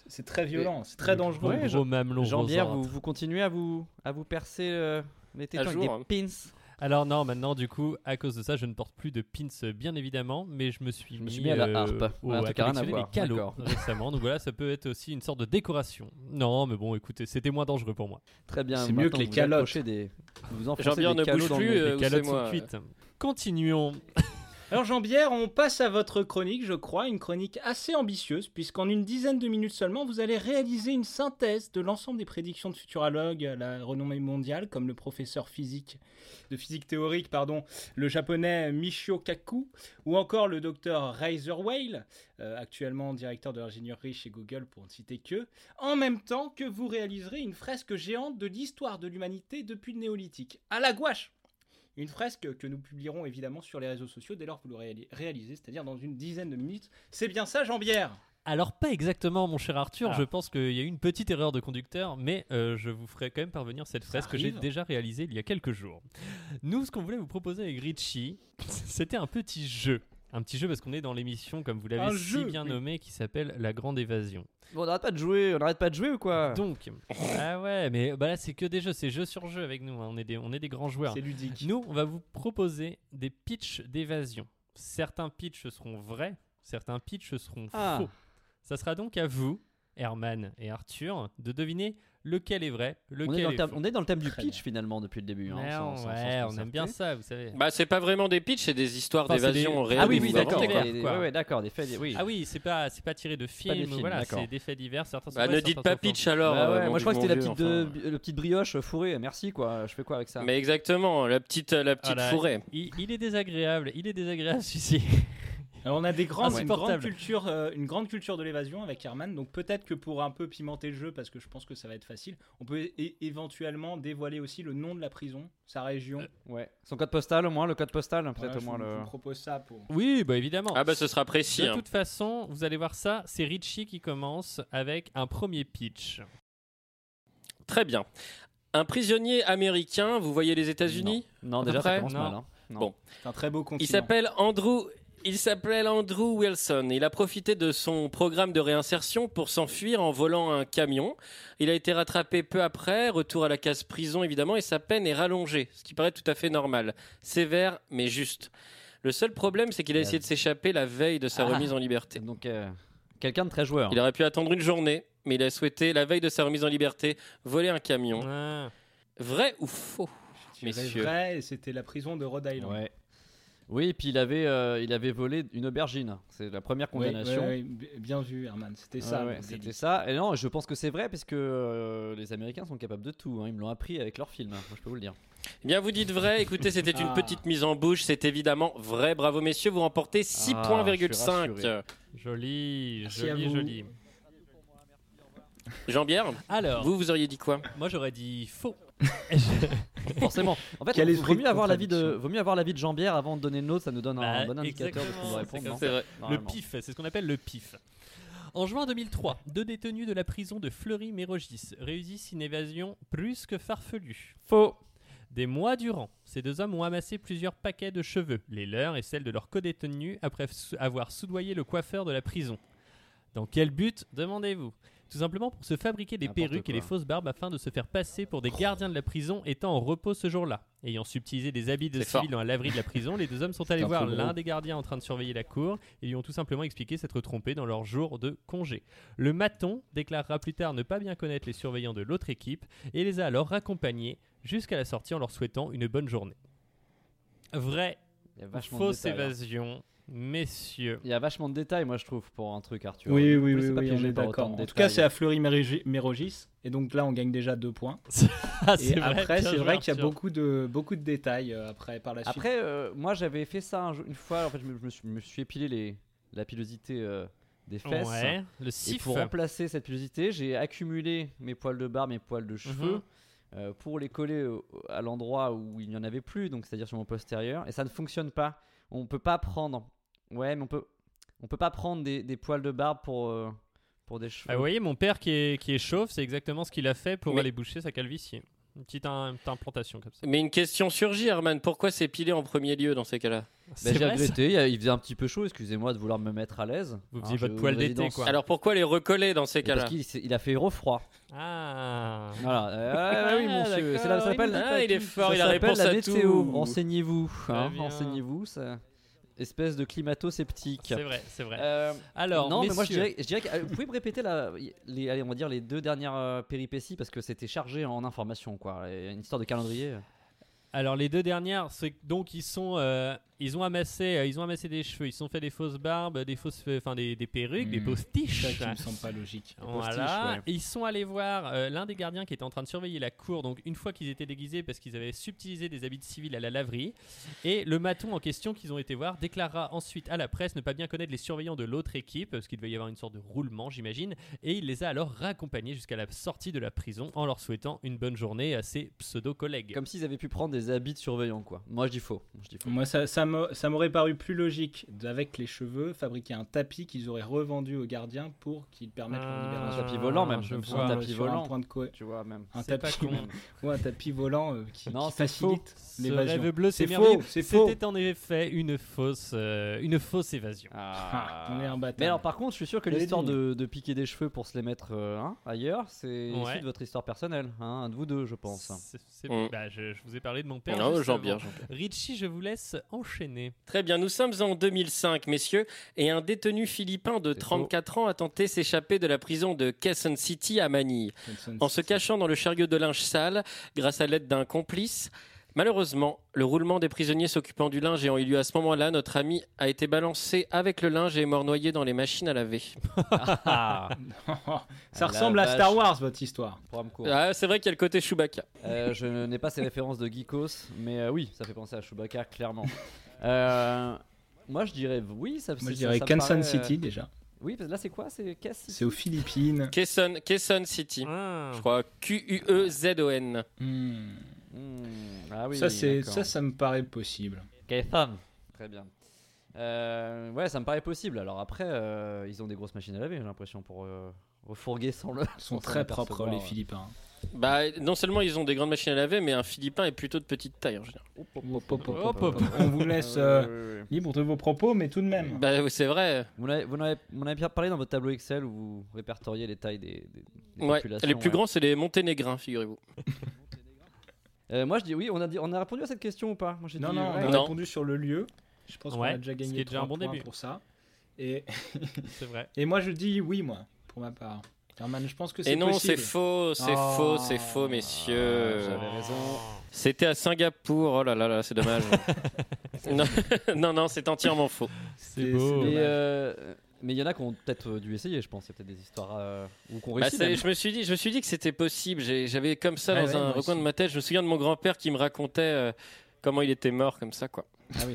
[SPEAKER 1] c'est très violent, c'est très dangereux.
[SPEAKER 3] Gros gros mamelon.
[SPEAKER 2] Jean-Pierre,
[SPEAKER 3] rosard.
[SPEAKER 2] vous, vous continuez à vous, à vous percer euh, les tétons avec
[SPEAKER 4] jour,
[SPEAKER 2] des
[SPEAKER 4] hein.
[SPEAKER 2] pins
[SPEAKER 3] Alors non, maintenant du coup, à cause de ça, je ne porte plus de pins, euh, bien évidemment, mais je me suis,
[SPEAKER 2] Je me suis mis à la harpe.
[SPEAKER 3] au-
[SPEAKER 2] Ouais, un
[SPEAKER 3] à
[SPEAKER 2] truc à rien à
[SPEAKER 3] collectionner
[SPEAKER 2] voir.
[SPEAKER 3] les calots
[SPEAKER 2] D'accord.
[SPEAKER 3] récemment. Donc voilà, ça peut être aussi une sorte de décoration. Non, mais bon, écoutez, c'était moins dangereux pour moi.
[SPEAKER 2] Très bien.
[SPEAKER 1] C'est mieux
[SPEAKER 2] maintenant,
[SPEAKER 1] que les
[SPEAKER 2] vous vous
[SPEAKER 1] calottes.
[SPEAKER 2] accrochez Des... Vous enfoncez
[SPEAKER 4] Jean-Pierre
[SPEAKER 2] des
[SPEAKER 4] ne
[SPEAKER 2] calots
[SPEAKER 4] bouge
[SPEAKER 2] dans
[SPEAKER 4] plus,
[SPEAKER 2] le nez.
[SPEAKER 4] euh,
[SPEAKER 3] les
[SPEAKER 4] où
[SPEAKER 3] calottes
[SPEAKER 4] c'est,
[SPEAKER 3] sont
[SPEAKER 4] moi
[SPEAKER 3] cuites. Continuons.
[SPEAKER 1] Alors Jean-Pierre, on passe à votre chronique, je crois, une chronique assez ambitieuse, puisqu'en une dizaine de minutes seulement, vous allez réaliser une synthèse de l'ensemble des prédictions de futurologues à la renommée mondiale, comme le professeur physique de physique théorique, pardon, le japonais Michio Kaku, ou encore le docteur Reiser Whale, euh, actuellement directeur de l'ingénierie chez Google, pour ne citer que, en même temps que vous réaliserez une fresque géante de l'histoire de l'humanité depuis le néolithique, à la gouache une fresque que nous publierons évidemment sur les réseaux sociaux dès lors que vous l'aurez réalisé, c'est-à-dire dans une dizaine de minutes. C'est bien ça, Jean-Pierre
[SPEAKER 3] Alors pas exactement, mon cher Arthur.
[SPEAKER 1] Ah.
[SPEAKER 3] Je pense qu'il y a eu une petite erreur de conducteur, mais euh, je vous ferai quand même parvenir cette fresque que j'ai
[SPEAKER 1] arrive.
[SPEAKER 3] déjà réalisée il y a quelques jours. Nous, ce qu'on voulait vous proposer avec Richie, c'était un petit jeu. Un petit jeu parce qu'on est dans l'émission, comme vous
[SPEAKER 1] Un
[SPEAKER 3] l'avez si
[SPEAKER 1] jeu,
[SPEAKER 3] bien
[SPEAKER 1] oui.
[SPEAKER 3] nommé, qui s'appelle La Grande Évasion.
[SPEAKER 2] Bon, on n'arrête pas de jouer, on n'arrête pas de jouer ou quoi
[SPEAKER 3] Donc, ah ouais, mais bah là c'est que des jeux, c'est jeu sur jeu avec nous. hein. On est des, on est des grands joueurs.
[SPEAKER 1] C'est ludique.
[SPEAKER 3] Nous, on va vous proposer des pitchs d'évasion. Certains pitchs seront vrais, certains pitchs seront
[SPEAKER 2] Ah.
[SPEAKER 3] faux. Ça sera donc à vous, Herman et Arthur, de deviner lequel est vrai,
[SPEAKER 2] on, est
[SPEAKER 3] lequel
[SPEAKER 2] dans
[SPEAKER 3] est,
[SPEAKER 2] le thème,
[SPEAKER 3] faux.
[SPEAKER 2] on est dans le thème du
[SPEAKER 1] Très
[SPEAKER 2] pitch
[SPEAKER 1] bien.
[SPEAKER 2] finalement depuis le début. hein,
[SPEAKER 3] Ouais,
[SPEAKER 2] sans- sans- sans
[SPEAKER 3] ouais,
[SPEAKER 2] se
[SPEAKER 3] on aime
[SPEAKER 2] concerter.
[SPEAKER 3] bien ça, vous savez.
[SPEAKER 4] Bah c'est pas vraiment des pitchs, c'est des histoires
[SPEAKER 3] Enfin, c'est
[SPEAKER 4] d'évasion
[SPEAKER 3] des-
[SPEAKER 4] réelle.
[SPEAKER 2] Ah oui,
[SPEAKER 4] que
[SPEAKER 2] oui,
[SPEAKER 4] vous
[SPEAKER 2] d'accord.
[SPEAKER 4] inventez,
[SPEAKER 2] Des,
[SPEAKER 4] quoi.
[SPEAKER 3] quoi.
[SPEAKER 2] des- ouais, ouais, d'accord, des faits. des- Oui.
[SPEAKER 3] Ah oui, c'est pas, c'est pas tiré de films,
[SPEAKER 2] films,
[SPEAKER 3] voilà,
[SPEAKER 2] d'accord.
[SPEAKER 3] c'est des faits divers, certains sont
[SPEAKER 4] Bah,
[SPEAKER 3] vrais,
[SPEAKER 4] ne dites
[SPEAKER 3] certains
[SPEAKER 4] pas
[SPEAKER 3] sont faux.
[SPEAKER 4] pitch alors.
[SPEAKER 2] Bah ouais,
[SPEAKER 4] euh, mon
[SPEAKER 2] moi je crois que
[SPEAKER 4] bon
[SPEAKER 2] c'était la
[SPEAKER 4] vieux,
[SPEAKER 2] petite,
[SPEAKER 4] enfin.
[SPEAKER 2] de- la petite brioche fourrée, merci quoi, je fais quoi avec ça
[SPEAKER 4] Mais exactement, la petite, euh, la petite
[SPEAKER 3] Ah là,
[SPEAKER 4] forêt.
[SPEAKER 3] Il, il est désagréable, il est désagréable celui-ci.
[SPEAKER 1] Alors on a des grandes, Ah, une, grande
[SPEAKER 3] Insupportable.
[SPEAKER 1] culture, euh, une grande culture de l'évasion avec Herman, donc peut-être que pour un peu pimenter le jeu, parce que je pense que ça va être facile, on peut é- éventuellement dévoiler aussi le nom de la prison, sa région.
[SPEAKER 2] Ouais. Son code postal au moins, le code postal, Euh,
[SPEAKER 1] Voilà,
[SPEAKER 2] peut-être au moins
[SPEAKER 1] je, vous- je
[SPEAKER 2] le.
[SPEAKER 1] vous propose ça pour...
[SPEAKER 3] Oui, bah évidemment.
[SPEAKER 4] Ah bah ce sera précis.
[SPEAKER 3] De
[SPEAKER 4] hein.
[SPEAKER 3] toute façon, vous allez voir ça, c'est Richie qui commence avec un premier pitch.
[SPEAKER 4] Très bien. Un prisonnier américain, vous voyez les États-Unis
[SPEAKER 2] Non,
[SPEAKER 4] À
[SPEAKER 2] déjà
[SPEAKER 4] peu près
[SPEAKER 2] ça commence
[SPEAKER 3] Non.
[SPEAKER 2] mal. hein. Non.
[SPEAKER 4] Bon.
[SPEAKER 1] C'est un très beau continent.
[SPEAKER 4] Il s'appelle Andrew. Il s'appelle Andrew Wilson. Il a profité de son programme de réinsertion pour s'enfuir en volant un camion. Il a été rattrapé peu après, retour à la case prison évidemment, et sa peine est rallongée, ce qui paraît tout à fait normal. Sévère, mais juste. Le seul problème, c'est qu'il a
[SPEAKER 2] La-
[SPEAKER 4] essayé de s'échapper la veille de sa
[SPEAKER 2] Ah.
[SPEAKER 4] remise en liberté.
[SPEAKER 2] Donc euh, quelqu'un de très joueur.
[SPEAKER 4] Il aurait pu attendre une journée, mais il a souhaité, la veille de sa remise en liberté, voler un camion.
[SPEAKER 3] Ah.
[SPEAKER 4] Vrai ou faux
[SPEAKER 1] Je dirais
[SPEAKER 4] messieurs.
[SPEAKER 1] vrai, et c'était la prison de Rhode Island.
[SPEAKER 2] Ouais. Oui, et puis il avait, euh, il avait volé une aubergine. C'est la première
[SPEAKER 1] Oui,
[SPEAKER 2] condamnation.
[SPEAKER 1] ouais, ouais, b- bien vu, Herman, c'était
[SPEAKER 2] Ouais,
[SPEAKER 1] ça.
[SPEAKER 2] ouais,
[SPEAKER 1] mon
[SPEAKER 2] c'était
[SPEAKER 1] délire.
[SPEAKER 2] ça. Et non, je pense que c'est vrai parce que euh, les Américains sont capables de tout. hein. Ils me l'ont appris avec leurs films. hein. Moi, je peux vous le dire.
[SPEAKER 4] Eh bien, vous dites vrai. Écoutez, c'était une
[SPEAKER 1] Ah.
[SPEAKER 4] petite mise en bouche. C'est évidemment vrai. Bravo, messieurs. Vous remportez 6
[SPEAKER 2] Ah,
[SPEAKER 4] points.
[SPEAKER 2] je suis
[SPEAKER 4] 5.
[SPEAKER 2] rassuré.
[SPEAKER 3] Joli,
[SPEAKER 1] Merci à
[SPEAKER 3] joli,
[SPEAKER 1] vous.
[SPEAKER 3] joli.
[SPEAKER 4] Jean-Pierre,
[SPEAKER 3] Alors,
[SPEAKER 4] vous, vous auriez dit quoi
[SPEAKER 3] moi j'aurais dit faux.
[SPEAKER 2] Forcément. En fait,
[SPEAKER 1] Quel
[SPEAKER 2] vaut
[SPEAKER 1] esprit
[SPEAKER 2] mieux,
[SPEAKER 1] de
[SPEAKER 2] avoir l'avis de,
[SPEAKER 1] contradiction.
[SPEAKER 2] vaut mieux avoir l'avis de Jean-Pierre avant de donner le nôtre. Ça nous donne un,
[SPEAKER 3] Bah,
[SPEAKER 2] bon indicateur de ce qu'on doit
[SPEAKER 3] exactement,
[SPEAKER 2] répondre. non
[SPEAKER 3] c'est
[SPEAKER 4] C'est vrai.
[SPEAKER 3] Le
[SPEAKER 2] Normalement.
[SPEAKER 3] pif, c'est ce qu'on appelle le pif. En juin 2003, deux détenus de la prison de Fleury-Mérogis réussissent une évasion plus que farfelue. Faux. Des mois durant, ces deux hommes ont amassé plusieurs paquets de cheveux, les leurs et celles de leurs co-détenus, après sou- avoir soudoyé le coiffeur de la prison. Dans quel but, demandez-vous Tout simplement pour se fabriquer des
[SPEAKER 2] N'importe
[SPEAKER 3] perruques et
[SPEAKER 2] quoi.
[SPEAKER 3] des fausses barbes afin de se faire passer pour des gardiens de la prison étant en repos ce jour-là. Ayant subtilisé des habits de
[SPEAKER 4] C'est fort.
[SPEAKER 3] civil dans l'abri de la prison, les deux hommes sont allés
[SPEAKER 2] un
[SPEAKER 3] voir
[SPEAKER 2] peu
[SPEAKER 3] l'un
[SPEAKER 2] gros.
[SPEAKER 3] des gardiens en train de surveiller la cour et lui ont tout simplement expliqué s'être trompés dans leur jour de congé. Le maton déclarera plus tard ne pas bien connaître les surveillants de l'autre équipe et les a alors raccompagnés jusqu'à la sortie en leur souhaitant une bonne journée. Vraie
[SPEAKER 2] Il y a
[SPEAKER 3] ou
[SPEAKER 2] vachement de
[SPEAKER 3] fausse
[SPEAKER 2] détails, hein.
[SPEAKER 3] évasion, messieurs.
[SPEAKER 2] Il y a vachement de détails, moi, je trouve, pour un truc, Arthur.
[SPEAKER 1] Oui,
[SPEAKER 2] En
[SPEAKER 1] oui,
[SPEAKER 2] plus,
[SPEAKER 1] oui,
[SPEAKER 2] c'est pas
[SPEAKER 1] oui, on
[SPEAKER 2] piégé
[SPEAKER 1] est
[SPEAKER 2] par autant
[SPEAKER 1] d'accord.
[SPEAKER 2] de
[SPEAKER 1] En tout cas,
[SPEAKER 2] détails.
[SPEAKER 1] c'est à Fleury-Mérogis. Et donc là, on gagne déjà deux points.
[SPEAKER 3] Ah,
[SPEAKER 1] Et
[SPEAKER 3] vrai,
[SPEAKER 1] après,
[SPEAKER 3] bien
[SPEAKER 1] c'est
[SPEAKER 3] joué,
[SPEAKER 1] vrai qu'il y a
[SPEAKER 3] Arthur.
[SPEAKER 1] beaucoup de, beaucoup de détails euh, après par la suite.
[SPEAKER 2] Après, euh, moi j'avais fait ça un jour- une fois, en fait, je me, je me suis, me suis épilé les, la pilosité euh, des fesses.
[SPEAKER 3] Ouais, le
[SPEAKER 2] Et
[SPEAKER 3] sif.
[SPEAKER 2] pour remplacer cette pilosité, j'ai accumulé mes poils de barbe, mes poils de cheveux.
[SPEAKER 3] Mhm.
[SPEAKER 2] euh, pour les coller au- à l'endroit où il n'y en avait plus, donc c'est-à-dire sur mon postérieur, et ça ne fonctionne pas. On peut pas prendre. Ouais, mais on peut, on peut pas prendre des, des poils de barbe pour euh, pour des cheveux.
[SPEAKER 3] Ah, vous voyez, mon père qui est, qui est chauve, c'est exactement ce qu'il a fait pour
[SPEAKER 4] Mais-
[SPEAKER 3] aller boucher sa calvitie. Une petite, im- une petite implantation comme ça.
[SPEAKER 4] Mais une question surgit, Herman. Pourquoi s'épiler en premier lieu dans ces cas-là
[SPEAKER 2] Bah,
[SPEAKER 3] C'est
[SPEAKER 2] j'ai
[SPEAKER 3] vrai, ça
[SPEAKER 2] regretté, il y a- il faisait un petit peu chaud, excusez-moi de vouloir me mettre à l'aise.
[SPEAKER 3] Vous
[SPEAKER 2] Hein,
[SPEAKER 3] faisiez votre
[SPEAKER 2] je-
[SPEAKER 3] poil
[SPEAKER 2] aux
[SPEAKER 3] d'été,
[SPEAKER 2] résidences.
[SPEAKER 3] quoi.
[SPEAKER 4] Alors pourquoi les recoller dans ces
[SPEAKER 2] Mais Parce
[SPEAKER 4] cas-là Oh,
[SPEAKER 2] qu'il s'est- il a fait refroid.
[SPEAKER 3] Ah.
[SPEAKER 2] Voilà. Euh, ouais, ouais, oui,
[SPEAKER 3] Ah,
[SPEAKER 2] monsieur.
[SPEAKER 3] d'accord,
[SPEAKER 2] C'est là, ça
[SPEAKER 3] oui,
[SPEAKER 2] s'appelle.
[SPEAKER 4] Ah, il est fort,
[SPEAKER 2] ça
[SPEAKER 4] il a
[SPEAKER 2] s'appelle
[SPEAKER 4] réponse
[SPEAKER 2] la
[SPEAKER 4] à
[SPEAKER 2] météo.
[SPEAKER 4] tout.
[SPEAKER 2] Renseignez-vous. hein,
[SPEAKER 3] bien.
[SPEAKER 2] Renseignez-vous. ça- Espèce de climato-sceptique.
[SPEAKER 3] C'est vrai, c'est vrai.
[SPEAKER 2] Euh,
[SPEAKER 3] Alors,
[SPEAKER 2] non, mais moi je
[SPEAKER 3] messieurs,
[SPEAKER 2] dirais, je dirais que euh, vous pouvez me répéter la, les, allez, on va dire les deux dernières euh, péripéties parce que c'était chargé en information quoi. Et Une histoire de calendrier.
[SPEAKER 3] Alors les deux dernières, c'est que donc ils sont, euh, ils ont amassé, euh, ils ont amassé des cheveux, ils se sont fait des fausses barbes, des fausses, euh, enfin des, des perruques, des
[SPEAKER 1] Hmm.
[SPEAKER 3] postiches.
[SPEAKER 1] Ça qui me semble pas logique.
[SPEAKER 3] Voilà. Ils sont allés voir euh, l'un des gardiens qui était en train de surveiller la cour. Donc une fois qu'ils étaient déguisés parce qu'ils avaient subtilisé des habits de civils à la laverie, et le maton en question qu'ils ont été voir déclara ensuite à la presse ne pas bien connaître les surveillants de l'autre équipe, parce qu'il devait y avoir une sorte de roulement, j'imagine. Et il les a alors raccompagnés jusqu'à la sortie de la prison en leur souhaitant une bonne journée à ses pseudo collègues.
[SPEAKER 2] Comme s'ils avaient pu prendre des habits de surveillant quoi. Moi je dis faux. Je dis faux.
[SPEAKER 1] Moi, ça, ça m'a- ça m'aurait paru plus logique, d'avec les cheveux, fabriquer un tapis qu'ils auraient revendu aux gardiens pour qu'ils permettent leur
[SPEAKER 2] Un
[SPEAKER 1] libération.
[SPEAKER 2] tapis Ah, volant même.
[SPEAKER 3] Je
[SPEAKER 2] Même
[SPEAKER 1] Sur
[SPEAKER 2] un
[SPEAKER 3] vois.
[SPEAKER 2] tapis
[SPEAKER 1] Ah, sur
[SPEAKER 2] volant.
[SPEAKER 1] Un, point de co-
[SPEAKER 2] Tu vois même.
[SPEAKER 1] un
[SPEAKER 3] C'est pas
[SPEAKER 1] tapis,
[SPEAKER 3] con.
[SPEAKER 1] ou un tapis volant euh, qui,
[SPEAKER 2] Non,
[SPEAKER 1] qui
[SPEAKER 2] c'est faux.
[SPEAKER 1] facilite
[SPEAKER 3] Ce
[SPEAKER 1] l'évasion.
[SPEAKER 3] rêve bleu,
[SPEAKER 1] C'est
[SPEAKER 3] c'est
[SPEAKER 1] faux,
[SPEAKER 3] merveilleux.
[SPEAKER 1] c'est faux.
[SPEAKER 3] C'était en effet une fausse, euh, une fausse évasion.
[SPEAKER 1] Ah, on est un bâtard.
[SPEAKER 2] Mais alors par contre, je suis sûr que
[SPEAKER 1] Je l'ai
[SPEAKER 2] l'histoire
[SPEAKER 1] dit.
[SPEAKER 2] de, de piquer des cheveux pour se les mettre euh, hein, ailleurs, c'est issu
[SPEAKER 3] Ouais.
[SPEAKER 2] de votre histoire personnelle, hein, un de vous deux, je pense.
[SPEAKER 3] C'est- c'est-
[SPEAKER 4] Mm.
[SPEAKER 3] bah, je, je vous ai parlé de mon père.
[SPEAKER 4] Non,
[SPEAKER 3] juste
[SPEAKER 4] Jean-Pierre.
[SPEAKER 3] avant. Richie, je vous laisse enchaîner.
[SPEAKER 4] Très bien, nous sommes en 2005, messieurs, et un détenu philippin de
[SPEAKER 2] C'est
[SPEAKER 4] 34 ans a tenté s'échapper de la prison de Quezon City à Manille.
[SPEAKER 1] Johnson,
[SPEAKER 4] En se cachant dans le chariot de linge sale, grâce à l'aide d'un complice, malheureusement, le roulement des prisonniers s'occupant du linge ayant eu lieu à ce moment-là, notre ami a été balancé avec le linge et est mort noyé dans les machines à laver.
[SPEAKER 2] Ah,
[SPEAKER 1] ça
[SPEAKER 2] Ah,
[SPEAKER 1] ressemble
[SPEAKER 2] la
[SPEAKER 1] à Star
[SPEAKER 2] vache.
[SPEAKER 1] Wars, votre histoire.
[SPEAKER 2] programme court.
[SPEAKER 4] Ah, c'est vrai qu'il y a le côté Chewbacca.
[SPEAKER 2] Euh, je n'ai pas ces références de geekos, mais euh, oui, ça fait penser à Chewbacca, clairement. Euh, moi, je dirais oui. Ça,
[SPEAKER 1] Moi,
[SPEAKER 2] ça-
[SPEAKER 1] je dirais
[SPEAKER 2] ça me
[SPEAKER 1] Kansas
[SPEAKER 2] paraît, euh,
[SPEAKER 1] City déjà.
[SPEAKER 2] Oui, parce que là, c'est quoi C'est Cass
[SPEAKER 1] C'est aux Philippines.
[SPEAKER 4] Quezon, Quezon City.
[SPEAKER 3] Ah.
[SPEAKER 4] Je crois E Q-U-E-Z-O-N.
[SPEAKER 1] Hmm.
[SPEAKER 2] Hmm, Ah oui,
[SPEAKER 1] ça, c'est
[SPEAKER 2] d'accord.
[SPEAKER 1] ça, ça me paraît possible.
[SPEAKER 2] K-Fam. Très bien. Euh, ouais, ça me paraît possible. Alors après, euh, ils ont des grosses machines à laver, j'ai l'impression, pour euh, refourguer sans le.
[SPEAKER 1] Ils sont
[SPEAKER 2] sans s'en
[SPEAKER 1] très propres,
[SPEAKER 2] apercevoir,
[SPEAKER 1] les
[SPEAKER 2] ouais.
[SPEAKER 1] Philippins.
[SPEAKER 4] Bah, non seulement ils ont des grandes machines à laver, mais un Philippin est plutôt de petite taille en général.
[SPEAKER 2] Hop, hop,
[SPEAKER 1] Hop, hop, hop,
[SPEAKER 3] Hop,
[SPEAKER 1] hop.
[SPEAKER 3] hop.
[SPEAKER 1] On vous laisse
[SPEAKER 2] Ah,
[SPEAKER 1] euh,
[SPEAKER 2] oui, oui, oui, oui.
[SPEAKER 1] libre de vos propos, mais tout de même.
[SPEAKER 4] Bah, oui, c'est vrai.
[SPEAKER 2] Vous n'avez vous n'avez- vous n'avez pas parlé dans votre tableau Excel où vous répertoriez les tailles des, des- des
[SPEAKER 4] Ouais.
[SPEAKER 2] populations.
[SPEAKER 4] Les plus
[SPEAKER 2] ouais.
[SPEAKER 4] grands, c'est les Monténégrins, figurez-vous.
[SPEAKER 2] Euh, moi, je dis oui. On a, dit, on a répondu à cette question ou pas Moi, j'ai
[SPEAKER 1] Non,
[SPEAKER 2] dit
[SPEAKER 1] non, on
[SPEAKER 2] vrai.
[SPEAKER 1] a
[SPEAKER 4] Non.
[SPEAKER 1] répondu sur le lieu. Je pense qu'on
[SPEAKER 3] Ouais,
[SPEAKER 1] a déjà
[SPEAKER 3] ce
[SPEAKER 1] gagné
[SPEAKER 3] qui est déjà un
[SPEAKER 1] 3
[SPEAKER 3] bon
[SPEAKER 1] points
[SPEAKER 3] début.
[SPEAKER 1] pour ça. Et,
[SPEAKER 3] C'est vrai.
[SPEAKER 1] et moi, je dis oui, moi, pour ma part. Herman, je pense que c'est
[SPEAKER 4] Et non, c'est
[SPEAKER 1] possible.
[SPEAKER 4] faux, c'est
[SPEAKER 1] Oh.
[SPEAKER 4] faux, c'est faux, messieurs.
[SPEAKER 2] Ah, j'avais raison.
[SPEAKER 4] C'était à Singapour. Oh là là là, c'est dommage. non, non, non, c'est entièrement faux.
[SPEAKER 1] C'est-
[SPEAKER 3] C'est beau.
[SPEAKER 1] c'est-
[SPEAKER 2] Mais
[SPEAKER 1] Dommage.
[SPEAKER 2] euh, mais il y en a qui ont peut-être euh, dû essayer, je pense. C'est peut-être des histoires euh, où qu'on
[SPEAKER 4] Bah,
[SPEAKER 2] réussit.
[SPEAKER 4] c'est-
[SPEAKER 2] même.
[SPEAKER 4] je me suis dit, je me suis dit que c'était possible. J'ai- J'avais comme ça
[SPEAKER 1] Ah
[SPEAKER 4] dans
[SPEAKER 1] ouais,
[SPEAKER 4] un
[SPEAKER 1] moi
[SPEAKER 4] recoin
[SPEAKER 1] aussi.
[SPEAKER 4] de ma tête. Je me souviens de mon grand-père qui me racontait euh, comment il était mort comme ça, quoi.
[SPEAKER 2] Ah oui.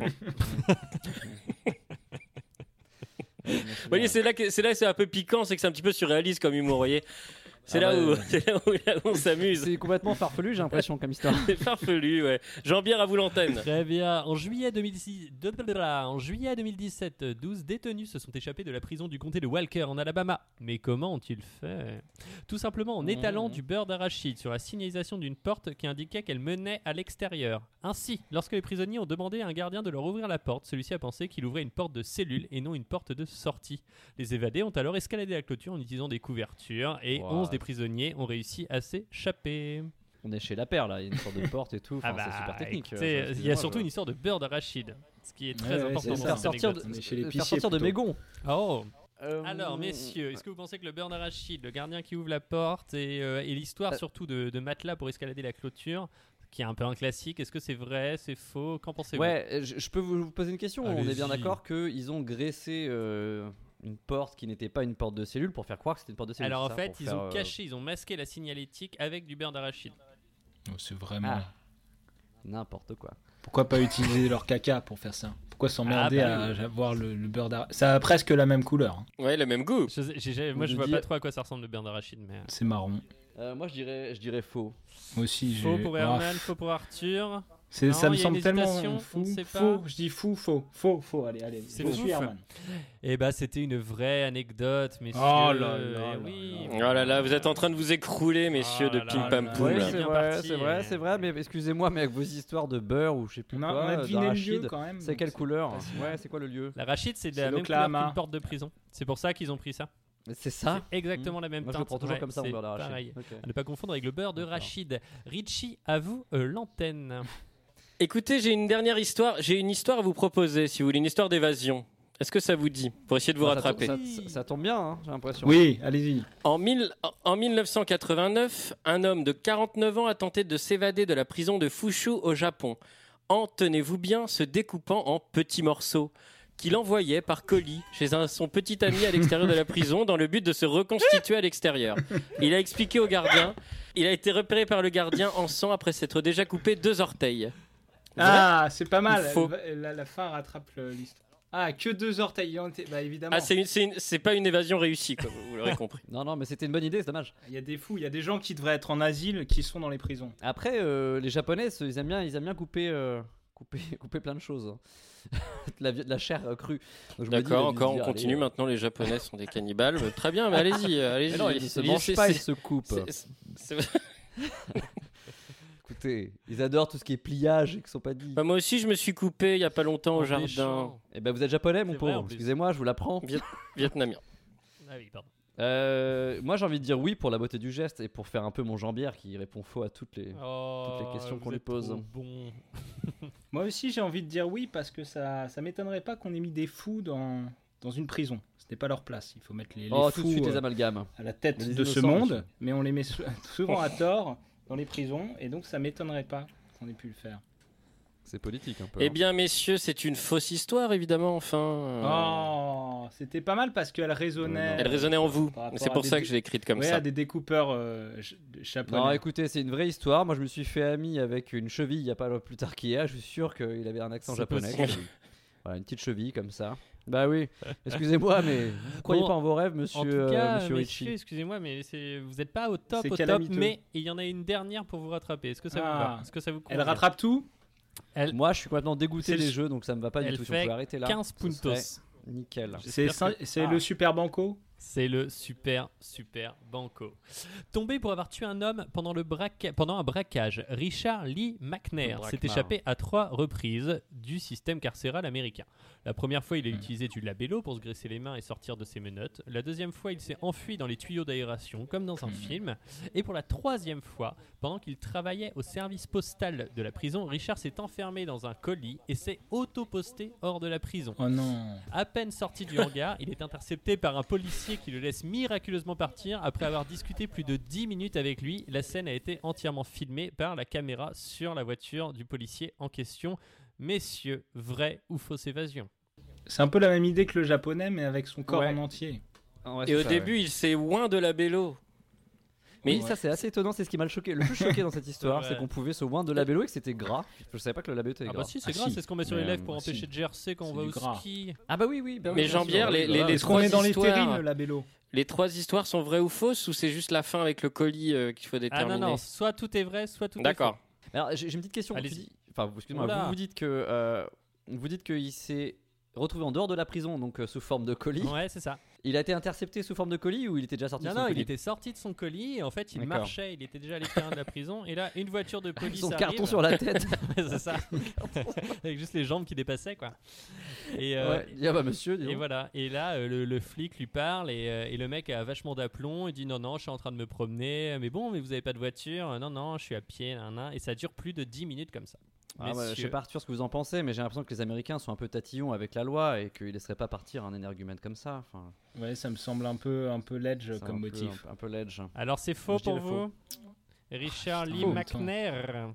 [SPEAKER 4] Vous voyez, c'est là que c'est là que c'est un peu piquant, c'est que c'est un petit peu surréaliste comme humour, vous voyez. C'est
[SPEAKER 2] Ah
[SPEAKER 4] là,
[SPEAKER 2] ouais,
[SPEAKER 4] où-
[SPEAKER 2] ouais.
[SPEAKER 4] c'est là où là où on s'amuse.
[SPEAKER 2] c'est complètement farfelu, j'ai l'impression, comme histoire.
[SPEAKER 4] C'est farfelu, ouais. Jean-Pierre à vous l'antenne.
[SPEAKER 3] Très bien. En juillet, 2006 de- de- de- en juillet 2017, 12 détenus se sont échappés de la prison du comté de Walker en Alabama. Mais comment ont-ils fait Tout simplement en
[SPEAKER 2] Mmh.
[SPEAKER 3] étalant du beurre d'arachide sur la signalisation d'une porte qui indiquait qu'elle menait à l'extérieur. Ainsi, lorsque les prisonniers ont demandé à un gardien de leur ouvrir la porte, celui-ci a pensé qu'il ouvrait une porte de cellule et non une porte de sortie. Les évadés ont alors escaladé la clôture en utilisant des couvertures et
[SPEAKER 2] Wow.
[SPEAKER 3] 11 des prisonniers ont réussi à s'échapper.
[SPEAKER 2] On est chez la paire, là. Il y a une sorte de porte et tout. Enfin, c'est super technique.
[SPEAKER 3] Ah bah, écoutez,
[SPEAKER 2] euh,
[SPEAKER 3] il y a
[SPEAKER 2] excusez-moi,
[SPEAKER 3] surtout
[SPEAKER 2] je-
[SPEAKER 3] une histoire de beurre d'arachide, ce qui est
[SPEAKER 1] Ouais,
[SPEAKER 3] très
[SPEAKER 1] ouais,
[SPEAKER 3] important.
[SPEAKER 1] c'est
[SPEAKER 3] pour
[SPEAKER 1] ça.
[SPEAKER 2] Faire
[SPEAKER 3] cette
[SPEAKER 2] sortir de,
[SPEAKER 3] anecdote.
[SPEAKER 1] On est chez
[SPEAKER 2] faire
[SPEAKER 1] l'épicier,
[SPEAKER 2] sortir de mes
[SPEAKER 1] plutôt.
[SPEAKER 2] gonds.
[SPEAKER 3] Oh.
[SPEAKER 2] Euh,
[SPEAKER 3] Alors, messieurs, est-ce que vous pensez que le beurre d'arachide, le gardien qui ouvre la porte et, euh, et l'histoire
[SPEAKER 2] Euh.
[SPEAKER 3] surtout de, de matelas pour escalader la clôture, qui est un peu un classique, est-ce que c'est vrai, c'est faux Qu'en pensez-vous
[SPEAKER 2] Ouais, euh, je, je peux vous vous poser une question. On est bien
[SPEAKER 3] Allez-y.
[SPEAKER 2] d'accord qu'ils ont graissé euh, une porte qui n'était pas une porte de cellule pour faire croire que c'était une porte de cellule.
[SPEAKER 3] Alors
[SPEAKER 2] c'est ça,
[SPEAKER 3] en fait,
[SPEAKER 2] pour
[SPEAKER 3] ils
[SPEAKER 2] faire,
[SPEAKER 3] ont
[SPEAKER 2] euh,
[SPEAKER 3] caché, ils ont masqué la signalétique avec du beurre d'arachide.
[SPEAKER 1] Oh, C'est vraiment.
[SPEAKER 2] Ah. N'importe quoi.
[SPEAKER 1] Pourquoi pas utiliser leur caca pour faire ça Pourquoi s'emmerder
[SPEAKER 3] Ah, bah
[SPEAKER 1] à avoir le, le beurre d'arachide Ça a presque la même couleur. hein.
[SPEAKER 4] Ouais, le même goût.
[SPEAKER 3] Je sais- j'ai- j'ai- moi,
[SPEAKER 2] Ou
[SPEAKER 3] je
[SPEAKER 2] de
[SPEAKER 3] vois
[SPEAKER 2] dire-
[SPEAKER 3] pas trop à quoi ça ressemble le beurre d'arachide, mais.
[SPEAKER 1] C'est marron.
[SPEAKER 2] Euh, moi, je dirais, je dirais faux.
[SPEAKER 1] Moi aussi, j'ai.
[SPEAKER 3] Faux pour
[SPEAKER 1] Ah,
[SPEAKER 3] Herman, faux pour Arthur.
[SPEAKER 1] c'est-
[SPEAKER 3] Non,
[SPEAKER 1] ça me
[SPEAKER 3] il y a
[SPEAKER 1] semble
[SPEAKER 3] une
[SPEAKER 1] tellement
[SPEAKER 3] hésitation, on
[SPEAKER 1] fou.
[SPEAKER 3] ne sait pas.
[SPEAKER 1] Faux, je dis fou, faux, faux, faux. Allez, allez.
[SPEAKER 3] C'est
[SPEAKER 1] je
[SPEAKER 3] le
[SPEAKER 1] suis
[SPEAKER 3] fouf.
[SPEAKER 1] Herman.
[SPEAKER 3] Eh bah, c'était une vraie anecdote, messieurs.
[SPEAKER 1] Oh là là
[SPEAKER 3] Eh
[SPEAKER 1] là
[SPEAKER 3] oui.
[SPEAKER 1] là.
[SPEAKER 4] Oh là là, vous êtes en train de vous écrouler, messieurs,
[SPEAKER 3] Ah
[SPEAKER 4] de
[SPEAKER 3] là
[SPEAKER 4] pim
[SPEAKER 1] là
[SPEAKER 4] pam
[SPEAKER 1] là.
[SPEAKER 4] poum.
[SPEAKER 1] Ouais,
[SPEAKER 4] là.
[SPEAKER 3] c'est vrai, c'est vrai, c'est vrai,
[SPEAKER 2] mais excusez-moi, mais avec vos histoires de beurre ou je sais plus euh,
[SPEAKER 1] On a, on a deviné le lieu quand même.
[SPEAKER 2] c'est quelle couleur
[SPEAKER 1] pas si
[SPEAKER 2] Ouais, c'est quoi le lieu
[SPEAKER 3] L'arachide, c'est de la
[SPEAKER 1] C'est
[SPEAKER 3] même couleur
[SPEAKER 1] l'Oklahoma.
[SPEAKER 3] qu'une porte de prison. C'est pour ça qu'ils ont pris ça.
[SPEAKER 2] C'est ça
[SPEAKER 3] C'est exactement la même
[SPEAKER 2] Mmh. Moi, je
[SPEAKER 3] teinte.
[SPEAKER 2] le prends toujours
[SPEAKER 3] Ouais,
[SPEAKER 2] comme ça, mon
[SPEAKER 3] c'est
[SPEAKER 2] beurre d'arachide.
[SPEAKER 3] pareil.
[SPEAKER 2] Ok.
[SPEAKER 3] À ne pas confondre avec le beurre de
[SPEAKER 2] D'accord.
[SPEAKER 3] Rachid. Richie, à vous euh, l'antenne.
[SPEAKER 4] Écoutez, j'ai une dernière histoire. J'ai une histoire à vous proposer, si vous voulez, une histoire d'évasion. Est-ce que ça vous dit Pour essayer de vous
[SPEAKER 2] Ça-
[SPEAKER 4] rattraper.
[SPEAKER 2] Ça, ça- ça tombe bien, hein, j'ai l'impression.
[SPEAKER 1] Oui, allez-y.
[SPEAKER 4] En, mille- en 1989, un homme de 49 ans a tenté de s'évader de la prison de Fushu au Japon, en, tenez-vous bien, se découpant en petits morceaux, qu'il envoyait par colis chez un- son petit ami à l'extérieur de la prison dans le but de se reconstituer à l'extérieur. Il a expliqué au gardien, il a été repéré par le gardien en sang après s'être déjà coupé deux orteils.
[SPEAKER 1] Ah, c'est pas mal.
[SPEAKER 4] Ou faux.
[SPEAKER 1] Elle va- La, la fin rattrape le- l'histoire. Ah, que deux orteils. il y en était- Bah, évidemment.
[SPEAKER 4] Ah, c'est une- c'est une- c'est pas une évasion réussie, quoi, vous l'aurez compris.
[SPEAKER 2] Non, non, mais c'était une bonne idée, c'est dommage.
[SPEAKER 1] Il y a des fous, il y a des gens qui devraient être en asile qui sont dans les prisons.
[SPEAKER 2] Après, euh, les Japonais, ce- ils aiment bien, ils aiment bien couper, euh, couper, couper plein de choses. hein. de, la, vi- de la chair euh, crue. Donc, je me dis,
[SPEAKER 4] D'accord,
[SPEAKER 2] ils doivent
[SPEAKER 4] encore,
[SPEAKER 2] se
[SPEAKER 4] on
[SPEAKER 2] dire,
[SPEAKER 4] continue
[SPEAKER 2] allez, euh,
[SPEAKER 4] maintenant, les Japonais sont des cannibales. Euh, Très bien, mais allez-y, euh,
[SPEAKER 2] mais
[SPEAKER 4] allez-y.
[SPEAKER 2] non, ils se
[SPEAKER 4] C'est-
[SPEAKER 2] mangent
[SPEAKER 4] c'est-
[SPEAKER 2] pas, ils
[SPEAKER 4] c'est-
[SPEAKER 2] se coupent.
[SPEAKER 4] c'est- c'est- c'est-
[SPEAKER 2] Écoutez, ils adorent tout ce qui est pliage et qui sont pas dit.
[SPEAKER 4] Bah, moi aussi, je me suis coupé il y a pas longtemps au
[SPEAKER 3] En
[SPEAKER 4] jardin
[SPEAKER 3] déchant.
[SPEAKER 2] Eh ben, vous êtes japonais, mon
[SPEAKER 3] C'est vrai, en
[SPEAKER 2] pauvre.
[SPEAKER 3] plus.
[SPEAKER 2] Excusez-moi, je vous l'apprends.
[SPEAKER 4] vietnamien.
[SPEAKER 3] Ah oui, pardon.
[SPEAKER 2] Euh, moi, j'ai envie de dire oui pour la beauté du geste et pour faire un peu mon jambière qui répond faux à toutes les.
[SPEAKER 3] Oh,
[SPEAKER 2] les questions
[SPEAKER 3] vous
[SPEAKER 2] qu'on lui
[SPEAKER 3] êtes trop
[SPEAKER 2] pose.
[SPEAKER 3] Bon.
[SPEAKER 1] Moi aussi, j'ai envie de dire oui parce que ça, ça m'étonnerait pas qu'on ait mis des fous dans, dans une prison. Ce n'est pas leur place. Il faut mettre les, les
[SPEAKER 2] oh,
[SPEAKER 1] fous
[SPEAKER 2] tout de suite, les
[SPEAKER 1] euh,
[SPEAKER 2] amalgames.
[SPEAKER 1] à la tête
[SPEAKER 2] les
[SPEAKER 1] de ce
[SPEAKER 2] innocents,
[SPEAKER 1] monde,
[SPEAKER 2] monsieur.
[SPEAKER 1] mais on les met sou- souvent à tort dans les prisons, et donc ça m'étonnerait pas qu'on ait pu le faire.
[SPEAKER 2] C'est politique un peu.
[SPEAKER 4] Eh
[SPEAKER 2] hein.
[SPEAKER 4] bien, messieurs, c'est une fausse histoire, évidemment, enfin. euh,
[SPEAKER 1] Oh, c'était pas mal parce qu'elle résonnait.
[SPEAKER 4] Elle résonnait en vous.
[SPEAKER 1] Par rapport
[SPEAKER 4] C'est
[SPEAKER 1] à
[SPEAKER 4] pour
[SPEAKER 1] des-
[SPEAKER 4] ça que je l'ai écrite comme
[SPEAKER 1] Ouais,
[SPEAKER 4] ça.
[SPEAKER 1] à des découpeurs euh, ch- de
[SPEAKER 2] Non,
[SPEAKER 1] chaponnet.
[SPEAKER 2] écoutez, c'est une vraie histoire. Moi, je me suis fait ami avec une cheville il y a pas plus tard qu'hier. Je suis sûr qu'il avait un accent
[SPEAKER 3] C'est
[SPEAKER 2] japonais.
[SPEAKER 3] possible.
[SPEAKER 2] Voilà, une petite cheville comme ça. Bah oui, excusez-moi, mais vous croyez
[SPEAKER 3] Bon,
[SPEAKER 2] pas en vos rêves,
[SPEAKER 3] En
[SPEAKER 2] monsieur,
[SPEAKER 3] tout
[SPEAKER 2] euh,
[SPEAKER 3] cas,
[SPEAKER 2] monsieur
[SPEAKER 3] messieurs,
[SPEAKER 2] Ritchie
[SPEAKER 3] excusez-moi, mais c'est- vous n'êtes pas au top,
[SPEAKER 1] C'est
[SPEAKER 3] au top,
[SPEAKER 1] calamiteux.
[SPEAKER 3] mais il y en a une dernière pour vous rattraper. Est-ce que ça vous
[SPEAKER 1] Ah.
[SPEAKER 3] va Est-ce que ça vous
[SPEAKER 1] Elle
[SPEAKER 3] convient
[SPEAKER 1] rattrape tout
[SPEAKER 2] Moi, je suis complètement
[SPEAKER 1] C'est
[SPEAKER 2] dégoûté
[SPEAKER 1] le-
[SPEAKER 2] des jeux, donc ça me va pas du
[SPEAKER 3] Elle
[SPEAKER 2] tout. Si
[SPEAKER 3] fait
[SPEAKER 2] on peut arrêter là.
[SPEAKER 3] 15
[SPEAKER 2] ce serait
[SPEAKER 3] puntos.
[SPEAKER 2] Nickel.
[SPEAKER 1] C'est
[SPEAKER 3] J'espère
[SPEAKER 1] cin-
[SPEAKER 3] que-
[SPEAKER 1] c'est
[SPEAKER 3] Ah.
[SPEAKER 1] le super banco
[SPEAKER 3] C'est le super, super banco. Tombé pour avoir tué un homme pendant, le braque- pendant un braquage, Richard Lee McNair
[SPEAKER 2] Braquemar.
[SPEAKER 3] s'est échappé à trois reprises du système carcéral américain. La première fois, il a utilisé du labello pour se graisser les mains et sortir de ses menottes. La deuxième fois, il s'est enfui dans les tuyaux d'aération, comme dans un film. Et pour la troisième fois, pendant qu'il travaillait au service postal de la prison, Richard s'est enfermé dans un colis et s'est autoposté hors de la prison.
[SPEAKER 1] Oh non.
[SPEAKER 3] À peine sorti du hangar, il est intercepté par un policier qui le laisse miraculeusement partir après avoir discuté plus de 10 minutes avec lui. La scène a été entièrement filmée par la caméra sur la voiture du policier en question. Messieurs, vraie ou fausse évasion
[SPEAKER 1] C'est un peu la même idée que le japonais, mais avec son corps
[SPEAKER 2] Ouais.
[SPEAKER 1] en entier.
[SPEAKER 4] Et au début, il s'est loin de la bello.
[SPEAKER 2] Mais
[SPEAKER 4] Mais
[SPEAKER 2] ça c'est assez étonnant, c'est ce qui m'a le choqué, le plus choqué dans cette histoire,
[SPEAKER 3] Ouais.
[SPEAKER 2] c'est qu'on pouvait se oindre de la vélo et que c'était gras. Je savais pas que le labello était
[SPEAKER 3] Ah
[SPEAKER 2] gras.
[SPEAKER 3] bah si, c'est
[SPEAKER 1] Ah
[SPEAKER 3] grave,
[SPEAKER 1] si.
[SPEAKER 3] c'est ce qu'on met sur les
[SPEAKER 2] Mais,
[SPEAKER 3] lèvres
[SPEAKER 2] euh,
[SPEAKER 3] pour
[SPEAKER 1] si.
[SPEAKER 3] empêcher de gercer quand on
[SPEAKER 1] C'est
[SPEAKER 3] va
[SPEAKER 1] du
[SPEAKER 3] au
[SPEAKER 1] gras.
[SPEAKER 3] ski.
[SPEAKER 2] Ah bah oui, oui. bah oui,
[SPEAKER 4] Mais
[SPEAKER 2] bien
[SPEAKER 4] Jean-Pierre,
[SPEAKER 2] sûr.
[SPEAKER 4] les- les-
[SPEAKER 2] Gras.
[SPEAKER 4] les-
[SPEAKER 1] Est-ce qu'on est dans les
[SPEAKER 4] histoires.
[SPEAKER 1] terrines, la bello
[SPEAKER 4] les trois histoires sont vraies ou fausses ou c'est juste la fin avec le colis euh, qu'il faut
[SPEAKER 3] Ah
[SPEAKER 4] déterminer
[SPEAKER 3] non, non, soit tout est vrai, soit tout est
[SPEAKER 4] D'accord.
[SPEAKER 2] Alors j'ai j'ai une petite question. Tu
[SPEAKER 3] Allez-y.
[SPEAKER 2] dis- Enfin, excuse-moi,
[SPEAKER 3] Oula.
[SPEAKER 2] vous, vous dites que euh, vous dites qu'il s'est retrouvé en dehors de la prison, donc euh, sous forme de colis.
[SPEAKER 3] faux. Ouais, c'est ça.
[SPEAKER 2] Il a été intercepté sous forme de colis ou il était déjà sorti
[SPEAKER 3] Non,
[SPEAKER 2] de son
[SPEAKER 3] non, il
[SPEAKER 2] colis
[SPEAKER 3] était sorti de son colis et en fait il
[SPEAKER 2] D'accord.
[SPEAKER 3] marchait, il était déjà à l'extérieur de la prison et là une voiture de police
[SPEAKER 2] Son
[SPEAKER 3] arrive.
[SPEAKER 2] carton sur la tête.
[SPEAKER 3] Ouais, c'est ça. Avec juste les jambes qui dépassaient, quoi. Et, euh,
[SPEAKER 2] Ouais, il dit, ah bah monsieur, dis
[SPEAKER 3] et
[SPEAKER 2] donc.
[SPEAKER 3] voilà. Et là, euh, le, le flic lui parle et, euh, et le mec a vachement d'aplomb. Il dit non, non, je suis en train de me promener. Mais bon, mais vous avez pas de voiture. Non, non, je suis à pied. nan, nan. Et ça dure plus de 10 minutes comme ça.
[SPEAKER 2] Ah ouais, je sais
[SPEAKER 3] Messieurs.
[SPEAKER 2] pas Arthur ce que vous en pensez, mais j'ai l'impression que les Américains sont un peu tatillons avec la loi et qu'ils laisseraient pas partir un énergumène comme ça. Enfin,
[SPEAKER 1] Ouais, ça me semble un peu, un peu ledge
[SPEAKER 2] c'est un
[SPEAKER 1] comme
[SPEAKER 2] peu-
[SPEAKER 1] motif.
[SPEAKER 2] un peu- un peu ledge.
[SPEAKER 3] Alors c'est faux
[SPEAKER 2] Je dirais
[SPEAKER 3] pour vous Richard Lee
[SPEAKER 1] Faux.
[SPEAKER 3] McNair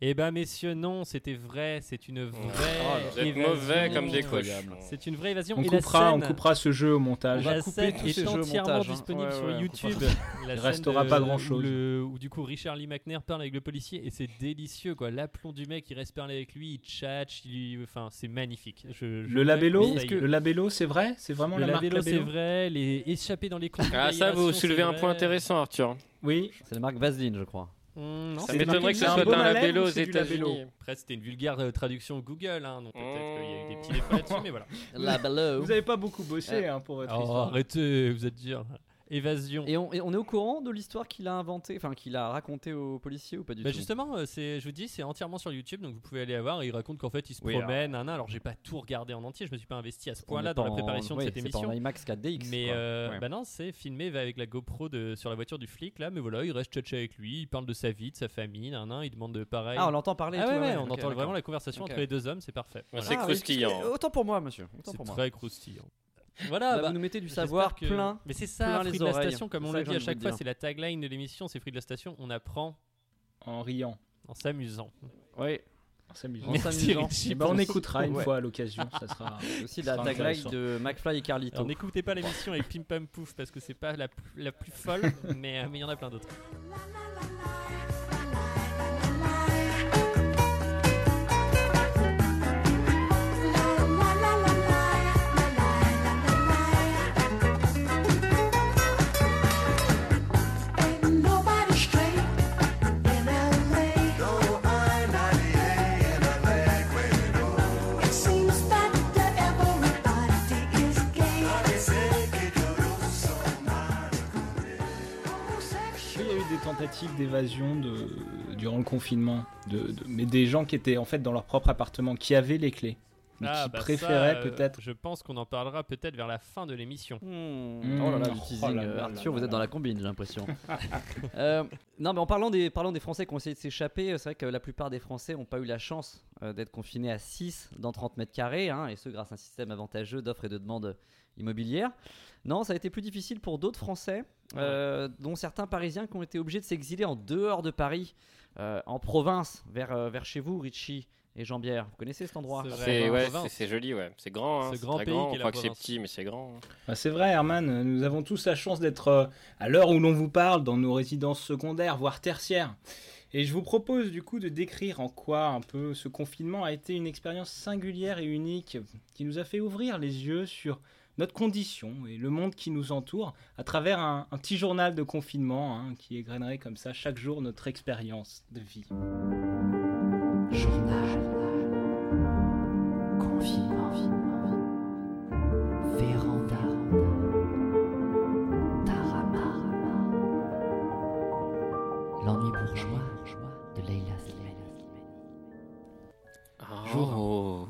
[SPEAKER 3] Eh ben, messieurs, non, c'était vrai. C'est une
[SPEAKER 2] Oh,
[SPEAKER 3] vraie.
[SPEAKER 4] vous êtes
[SPEAKER 3] évasion.
[SPEAKER 4] mauvais comme des cochons.
[SPEAKER 2] Incroyable.
[SPEAKER 3] C'est une vraie évasion.
[SPEAKER 1] On
[SPEAKER 3] Et la
[SPEAKER 1] coupera, on
[SPEAKER 3] scène-
[SPEAKER 1] coupera ce jeu au montage.
[SPEAKER 3] La
[SPEAKER 2] va couper
[SPEAKER 3] scène
[SPEAKER 2] tous
[SPEAKER 3] est
[SPEAKER 2] ces jeux au
[SPEAKER 3] entièrement
[SPEAKER 2] montage, hein.
[SPEAKER 3] disponible
[SPEAKER 2] Ouais,
[SPEAKER 3] sur
[SPEAKER 2] ouais, on
[SPEAKER 3] YouTube. La
[SPEAKER 1] Il
[SPEAKER 3] scène
[SPEAKER 1] restera
[SPEAKER 3] de-
[SPEAKER 1] pas grand-chose.
[SPEAKER 3] où le- où du coup Richard Lee McNair parle avec le policier et c'est délicieux quoi. L'aplomb du mec, il reste parler avec lui, il tchatche, il- enfin c'est magnifique. Je- je
[SPEAKER 1] Le
[SPEAKER 3] vous
[SPEAKER 1] labello,
[SPEAKER 3] conseille.
[SPEAKER 1] le labello, c'est vrai C'est vraiment la
[SPEAKER 3] Le
[SPEAKER 1] marque
[SPEAKER 3] labello, c'est
[SPEAKER 1] labello
[SPEAKER 3] vrai, les échappés dans les cours.
[SPEAKER 4] Ah, ça, vous soulevez un point intéressant, Arthur.
[SPEAKER 1] Oui.
[SPEAKER 2] C'est la marque Vaseline, je crois.
[SPEAKER 3] Hmm, non,
[SPEAKER 4] Ça
[SPEAKER 1] c'est
[SPEAKER 4] m'étonnerait
[SPEAKER 1] marqué que
[SPEAKER 4] que ce
[SPEAKER 1] c'est un
[SPEAKER 4] soit
[SPEAKER 1] bon
[SPEAKER 4] un
[SPEAKER 1] à lèvres
[SPEAKER 4] labello
[SPEAKER 1] ou
[SPEAKER 4] aux
[SPEAKER 1] c'est du labello
[SPEAKER 4] États-Unis.
[SPEAKER 3] Après, c'était une vulgaire euh, traduction Google, hein, donc peut-être
[SPEAKER 4] Mmh.
[SPEAKER 3] qu'il y a eu des petits défauts là-dessus, mais voilà.
[SPEAKER 2] La bello.
[SPEAKER 1] Vous avez pas beaucoup bossé hein, pour votre
[SPEAKER 3] Euh, Oh,
[SPEAKER 1] histoire.
[SPEAKER 3] arrêtez, vous êtes dur. Évasion.
[SPEAKER 2] Et on, et on est au courant de l'histoire qu'il a inventée, enfin qu'il a racontée aux policiers ou pas du
[SPEAKER 3] Bah
[SPEAKER 2] tout
[SPEAKER 3] justement, euh, c'est, je vous dis, c'est entièrement sur YouTube, donc vous pouvez aller la voir. Et il raconte qu'en fait, il se
[SPEAKER 2] Oui,
[SPEAKER 3] promène. nanan. Alors, j'ai pas tout regardé en entier. Je me suis pas investi à ce
[SPEAKER 2] On
[SPEAKER 3] point-là
[SPEAKER 2] est
[SPEAKER 3] dans
[SPEAKER 2] pas
[SPEAKER 3] la
[SPEAKER 2] en-
[SPEAKER 3] préparation
[SPEAKER 2] oui,
[SPEAKER 3] de cette
[SPEAKER 2] C'est
[SPEAKER 3] émission.
[SPEAKER 2] pas en IMAX 4DX.
[SPEAKER 3] mais
[SPEAKER 2] quoi.
[SPEAKER 3] euh,
[SPEAKER 2] Ouais.
[SPEAKER 3] bah non, c'est filmé avec la GoPro de, sur la voiture du flic là. Mais voilà, il reste tchatché avec lui. Il parle de sa vie, de sa famille. nanan, il demande de pareil.
[SPEAKER 2] Ah, on l'entend parler. et
[SPEAKER 3] Ah
[SPEAKER 2] tout,
[SPEAKER 3] ouais, ouais,
[SPEAKER 2] ouais,
[SPEAKER 3] on
[SPEAKER 2] ok,
[SPEAKER 3] entend vraiment
[SPEAKER 2] d'accord.
[SPEAKER 3] la conversation
[SPEAKER 2] Ok.
[SPEAKER 3] entre les deux hommes. C'est parfait.
[SPEAKER 4] Ouais,
[SPEAKER 3] Voilà.
[SPEAKER 4] C'est
[SPEAKER 2] Ah, oui,
[SPEAKER 4] croustillant.
[SPEAKER 2] euh, Autant pour moi, monsieur. Autant
[SPEAKER 3] C'est
[SPEAKER 2] pour moi.
[SPEAKER 3] très croustillant.
[SPEAKER 2] Bah,
[SPEAKER 3] Voilà, bah,
[SPEAKER 2] vous nous mettez du
[SPEAKER 3] J'espère
[SPEAKER 2] savoir
[SPEAKER 3] que-
[SPEAKER 2] plein.
[SPEAKER 3] Mais c'est
[SPEAKER 2] plein
[SPEAKER 3] ça,
[SPEAKER 2] les
[SPEAKER 3] Fruit de la
[SPEAKER 2] oreilles.
[SPEAKER 3] Station, comme
[SPEAKER 2] C'est
[SPEAKER 3] on
[SPEAKER 2] ça
[SPEAKER 3] l'a
[SPEAKER 2] que
[SPEAKER 3] dit à
[SPEAKER 2] j'ai envie
[SPEAKER 3] chaque
[SPEAKER 2] de
[SPEAKER 3] fois,
[SPEAKER 2] dire.
[SPEAKER 3] c'est la tagline de l'émission, c'est Fruit de la Station, on apprend
[SPEAKER 1] En riant,
[SPEAKER 3] en s'amusant.
[SPEAKER 2] Oui.
[SPEAKER 1] en s'amusant.
[SPEAKER 2] En
[SPEAKER 3] Merci,
[SPEAKER 2] s'amusant.
[SPEAKER 3] Richie,
[SPEAKER 1] Eh ben, on
[SPEAKER 2] Ouais.
[SPEAKER 1] écoutera une
[SPEAKER 2] Ouais.
[SPEAKER 1] fois à l'occasion, ça sera.
[SPEAKER 2] Aussi
[SPEAKER 1] Ça
[SPEAKER 2] la
[SPEAKER 1] sera
[SPEAKER 2] tagline
[SPEAKER 1] intéressant.
[SPEAKER 2] de McFly et
[SPEAKER 3] Alors
[SPEAKER 2] Carlito.
[SPEAKER 3] n'écoutez pas l'émission avec Pim Pam Pouf parce que c'est pas la, plus- la plus folle, mais euh, mais il y en a plein d'autres.
[SPEAKER 1] Il y a eu des tentatives d'évasion de... durant le confinement, de... de- mais des gens qui étaient en fait dans leur propre appartement, qui avaient les clés, mais
[SPEAKER 3] Ah,
[SPEAKER 1] qui
[SPEAKER 3] bah, ça,
[SPEAKER 1] préféraient
[SPEAKER 3] euh,
[SPEAKER 1] peut-être. Mm.
[SPEAKER 3] Je pense qu'on en parlera peut-être vers la fin de l'émission.
[SPEAKER 2] Hmm. Oh là là,
[SPEAKER 1] Oh
[SPEAKER 2] le
[SPEAKER 1] là
[SPEAKER 2] teasing.
[SPEAKER 1] là
[SPEAKER 2] euh,
[SPEAKER 1] là
[SPEAKER 2] Arthur,
[SPEAKER 1] là
[SPEAKER 2] vous
[SPEAKER 1] là.
[SPEAKER 2] êtes dans la combine, j'ai l'impression. Euh, non, mais en parlant des, parlant des Français qui ont essayé de s'échapper, euh, c'est vrai que la plupart des Français n'ont pas eu la chance euh, d'être confinés à 6 dans 30 mètres carrés, hein, et ce grâce à un système avantageux d'offres et de demandes immobilières. Non, ça a été plus difficile pour d'autres Français, euh, dont certains Parisiens qui ont été obligés de s'exiler en dehors de Paris, euh, en province, vers, euh, vers chez vous, Richie et Jean-Pierre. Vous connaissez cet endroit
[SPEAKER 3] C'est vrai.
[SPEAKER 4] C'est
[SPEAKER 3] Ouais,
[SPEAKER 4] ouais,
[SPEAKER 3] province.
[SPEAKER 4] c'est- c'est joli, ouais. C'est grand, hein.
[SPEAKER 3] Ce
[SPEAKER 4] c'est
[SPEAKER 3] grand
[SPEAKER 4] très
[SPEAKER 3] pays
[SPEAKER 4] grand.
[SPEAKER 3] qu'est
[SPEAKER 4] On
[SPEAKER 3] la
[SPEAKER 4] croit que c'est
[SPEAKER 3] province.
[SPEAKER 4] petit, mais c'est grand. hein.
[SPEAKER 1] Bah, c'est vrai, Herman, nous avons tous la chance d'être euh, à l'heure où l'on vous parle dans nos résidences secondaires, voire tertiaires. Et je vous propose du coup de décrire en quoi un peu ce confinement a été une expérience singulière et unique qui nous a fait ouvrir les yeux sur notre condition et le monde qui nous entoure à travers un, un petit journal de confinement hein, qui égrainerait comme ça chaque jour notre expérience de vie.
[SPEAKER 8] L'ennui bourgeois de Leila
[SPEAKER 4] Ah. Jour.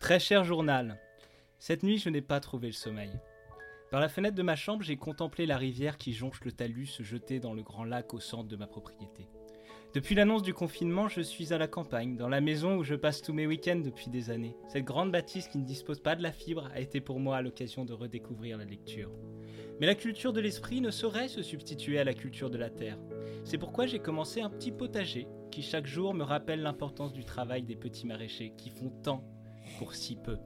[SPEAKER 1] Très cher journal, cette nuit je n'ai pas trouvé le sommeil. Par la fenêtre de ma chambre, j'ai contemplé la rivière qui jonche le talus se jeter dans le grand lac au centre de ma propriété. Depuis l'annonce du confinement, je suis à la campagne, dans la maison où je passe tous mes week-ends depuis des années. Cette grande bâtisse qui ne dispose pas de la fibre a été pour moi l'occasion de redécouvrir la lecture. Mais la culture de l'esprit ne saurait se substituer à la culture de la terre. C'est pourquoi j'ai commencé un petit potager qui chaque jour me rappelle l'importance du travail des petits maraîchers qui font tant pour si peu.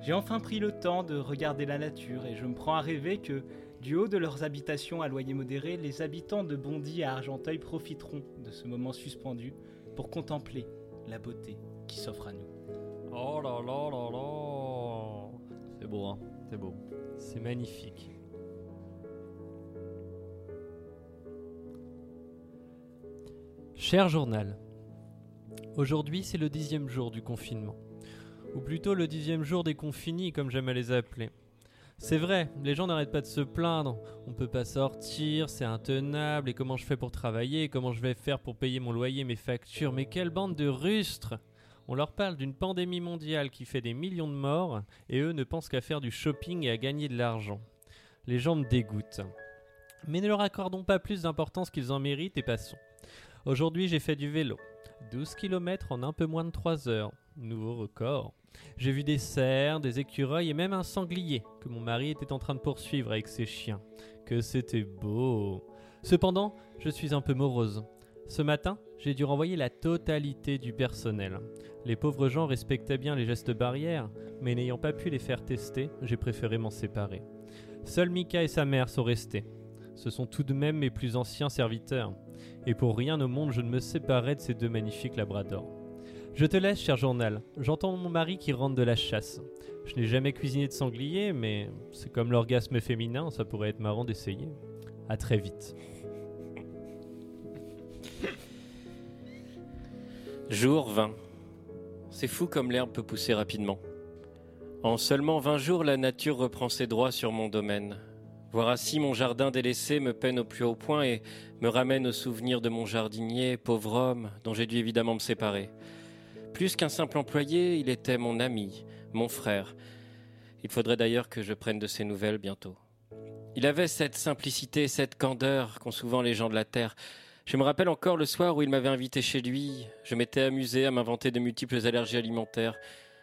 [SPEAKER 1] J'ai enfin pris le temps de regarder la nature et je me prends à rêver que, du haut de leurs habitations à loyer modéré, les habitants de Bondy à Argenteuil profiteront de ce moment suspendu pour contempler la beauté qui s'offre à nous.
[SPEAKER 3] Oh là là là là
[SPEAKER 2] C'est beau, hein. C'est beau.
[SPEAKER 3] C'est magnifique. Cher journal, aujourd'hui c'est le dixième jour du confinement. Ou plutôt le dixième jour des confinis, comme j'aime à les appeler. C'est vrai, les gens n'arrêtent pas de se plaindre. On peut pas sortir, c'est intenable, et comment je fais pour travailler, et comment je vais faire pour payer mon loyer, mes factures, mais quelle bande de rustres On leur parle d'une pandémie mondiale qui fait des millions de morts, et eux ne pensent qu'à faire du shopping et à gagner de l'argent. Les gens me dégoûtent. Mais ne leur accordons pas plus d'importance qu'ils en méritent et passons. Aujourd'hui, j'ai fait du vélo. 12 km en un peu moins de 3 heures. Nouveau record. J'ai vu des cerfs, des écureuils et même un sanglier que mon mari était en train de poursuivre avec ses chiens. Que c'était beau. Cependant, je suis un peu morose. Ce matin, j'ai dû renvoyer la totalité du personnel. Les pauvres gens respectaient bien les gestes barrières, mais n'ayant pas pu les faire tester, j'ai préféré m'en séparer. Seuls Mika et sa mère sont restés. Ce sont tout de même mes plus anciens serviteurs. Et pour rien au monde, je ne me séparais de ces deux magnifiques labradors. Je te laisse, cher journal. J'entends mon mari qui rentre de la chasse. Je n'ai jamais cuisiné de sanglier, mais c'est comme l'orgasme féminin, ça pourrait être marrant d'essayer. À très vite.
[SPEAKER 4] Jour 20. C'est fou comme l'herbe peut pousser rapidement. En seulement 20 jours, la nature reprend ses droits sur mon domaine. Voir assis mon jardin délaissé me peine au plus haut point et me ramène au souvenir de mon jardinier, pauvre homme, dont j'ai dû évidemment me séparer. Plus qu'un simple employé, il était mon ami, mon frère. Il faudrait d'ailleurs que je prenne de ses nouvelles bientôt. Il avait cette simplicité, cette candeur qu'ont souvent les gens de la terre. Je me rappelle encore le soir où il m'avait invité chez lui. Je m'étais amusé à m'inventer de multiples allergies alimentaires.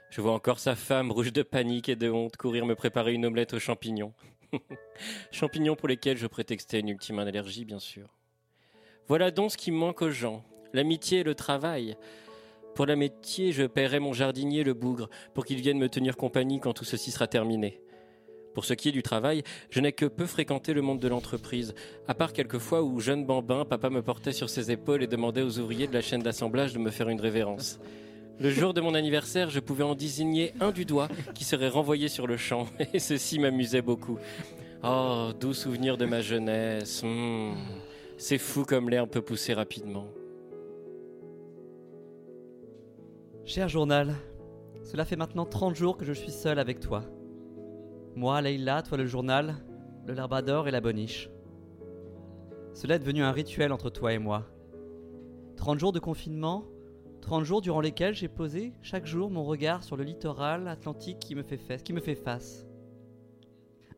[SPEAKER 4] Je vois encore sa femme, rouge de panique et de honte, courir me préparer une omelette aux champignons. champignons pour lesquels je prétextais une ultime allergie, bien sûr. Voilà donc ce qui manque aux gens l'amitié et le travail. Pour l'amitié, je paierai mon jardinier, le bougre, pour qu'il vienne me tenir compagnie quand tout ceci sera terminé. Pour ce qui est du travail, je n'ai que peu fréquenté le monde de l'entreprise, à part quelques fois où, jeune bambin, papa me portait sur ses épaules et demandait aux ouvriers de la chaîne d'assemblage de me faire une révérence. Le jour de mon anniversaire, je pouvais en désigner un du doigt qui serait renvoyé sur le champ, et ceci m'amusait beaucoup. Oh, doux souvenir de ma jeunesse. hmm. C'est fou comme l'herbe peut pousser rapidement.
[SPEAKER 2] Cher journal, cela fait maintenant 30 jours que je suis seul avec toi. Moi, Leïla, toi le journal, le labrador et la boniche. Cela est devenu un rituel entre toi et moi. 30 jours de confinement, 30 jours durant lesquels j'ai posé chaque jour mon regard sur le littoral atlantique qui me fait, fa- qui me fait face.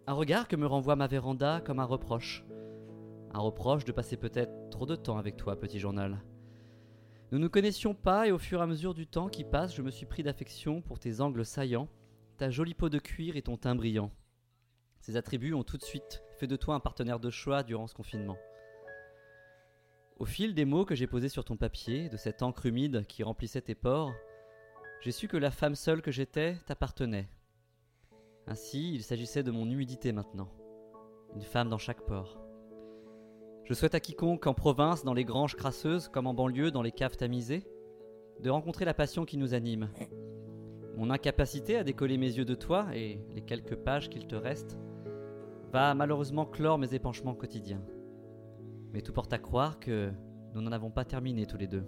[SPEAKER 2] Un regard que me renvoie ma véranda comme un reproche. Un reproche de passer peut-être trop de temps avec toi, petit journal. Nous nous connaissions pas et au fur et à mesure du temps qui passe, je me suis pris d'affection pour tes angles saillants, ta jolie peau de cuir et ton teint brillant. Ces attributs ont tout de suite fait de toi un partenaire de choix durant ce confinement. Au fil des mots que j'ai posés sur ton papier, de cette encre humide qui remplissait tes pores, j'ai su que la femme seule que j'étais t'appartenait. Ainsi, il s'agissait de mon humidité maintenant. Une femme dans chaque port. Je souhaite à quiconque en province, dans les granges crasseuses, comme en banlieue, dans les caves tamisées, de rencontrer la passion qui nous anime. Mon incapacité à décoller mes yeux de toi et les quelques pages qu'il te reste va malheureusement clore mes épanchements quotidiens. Mais tout porte à croire que nous n'en avons pas terminé tous les deux.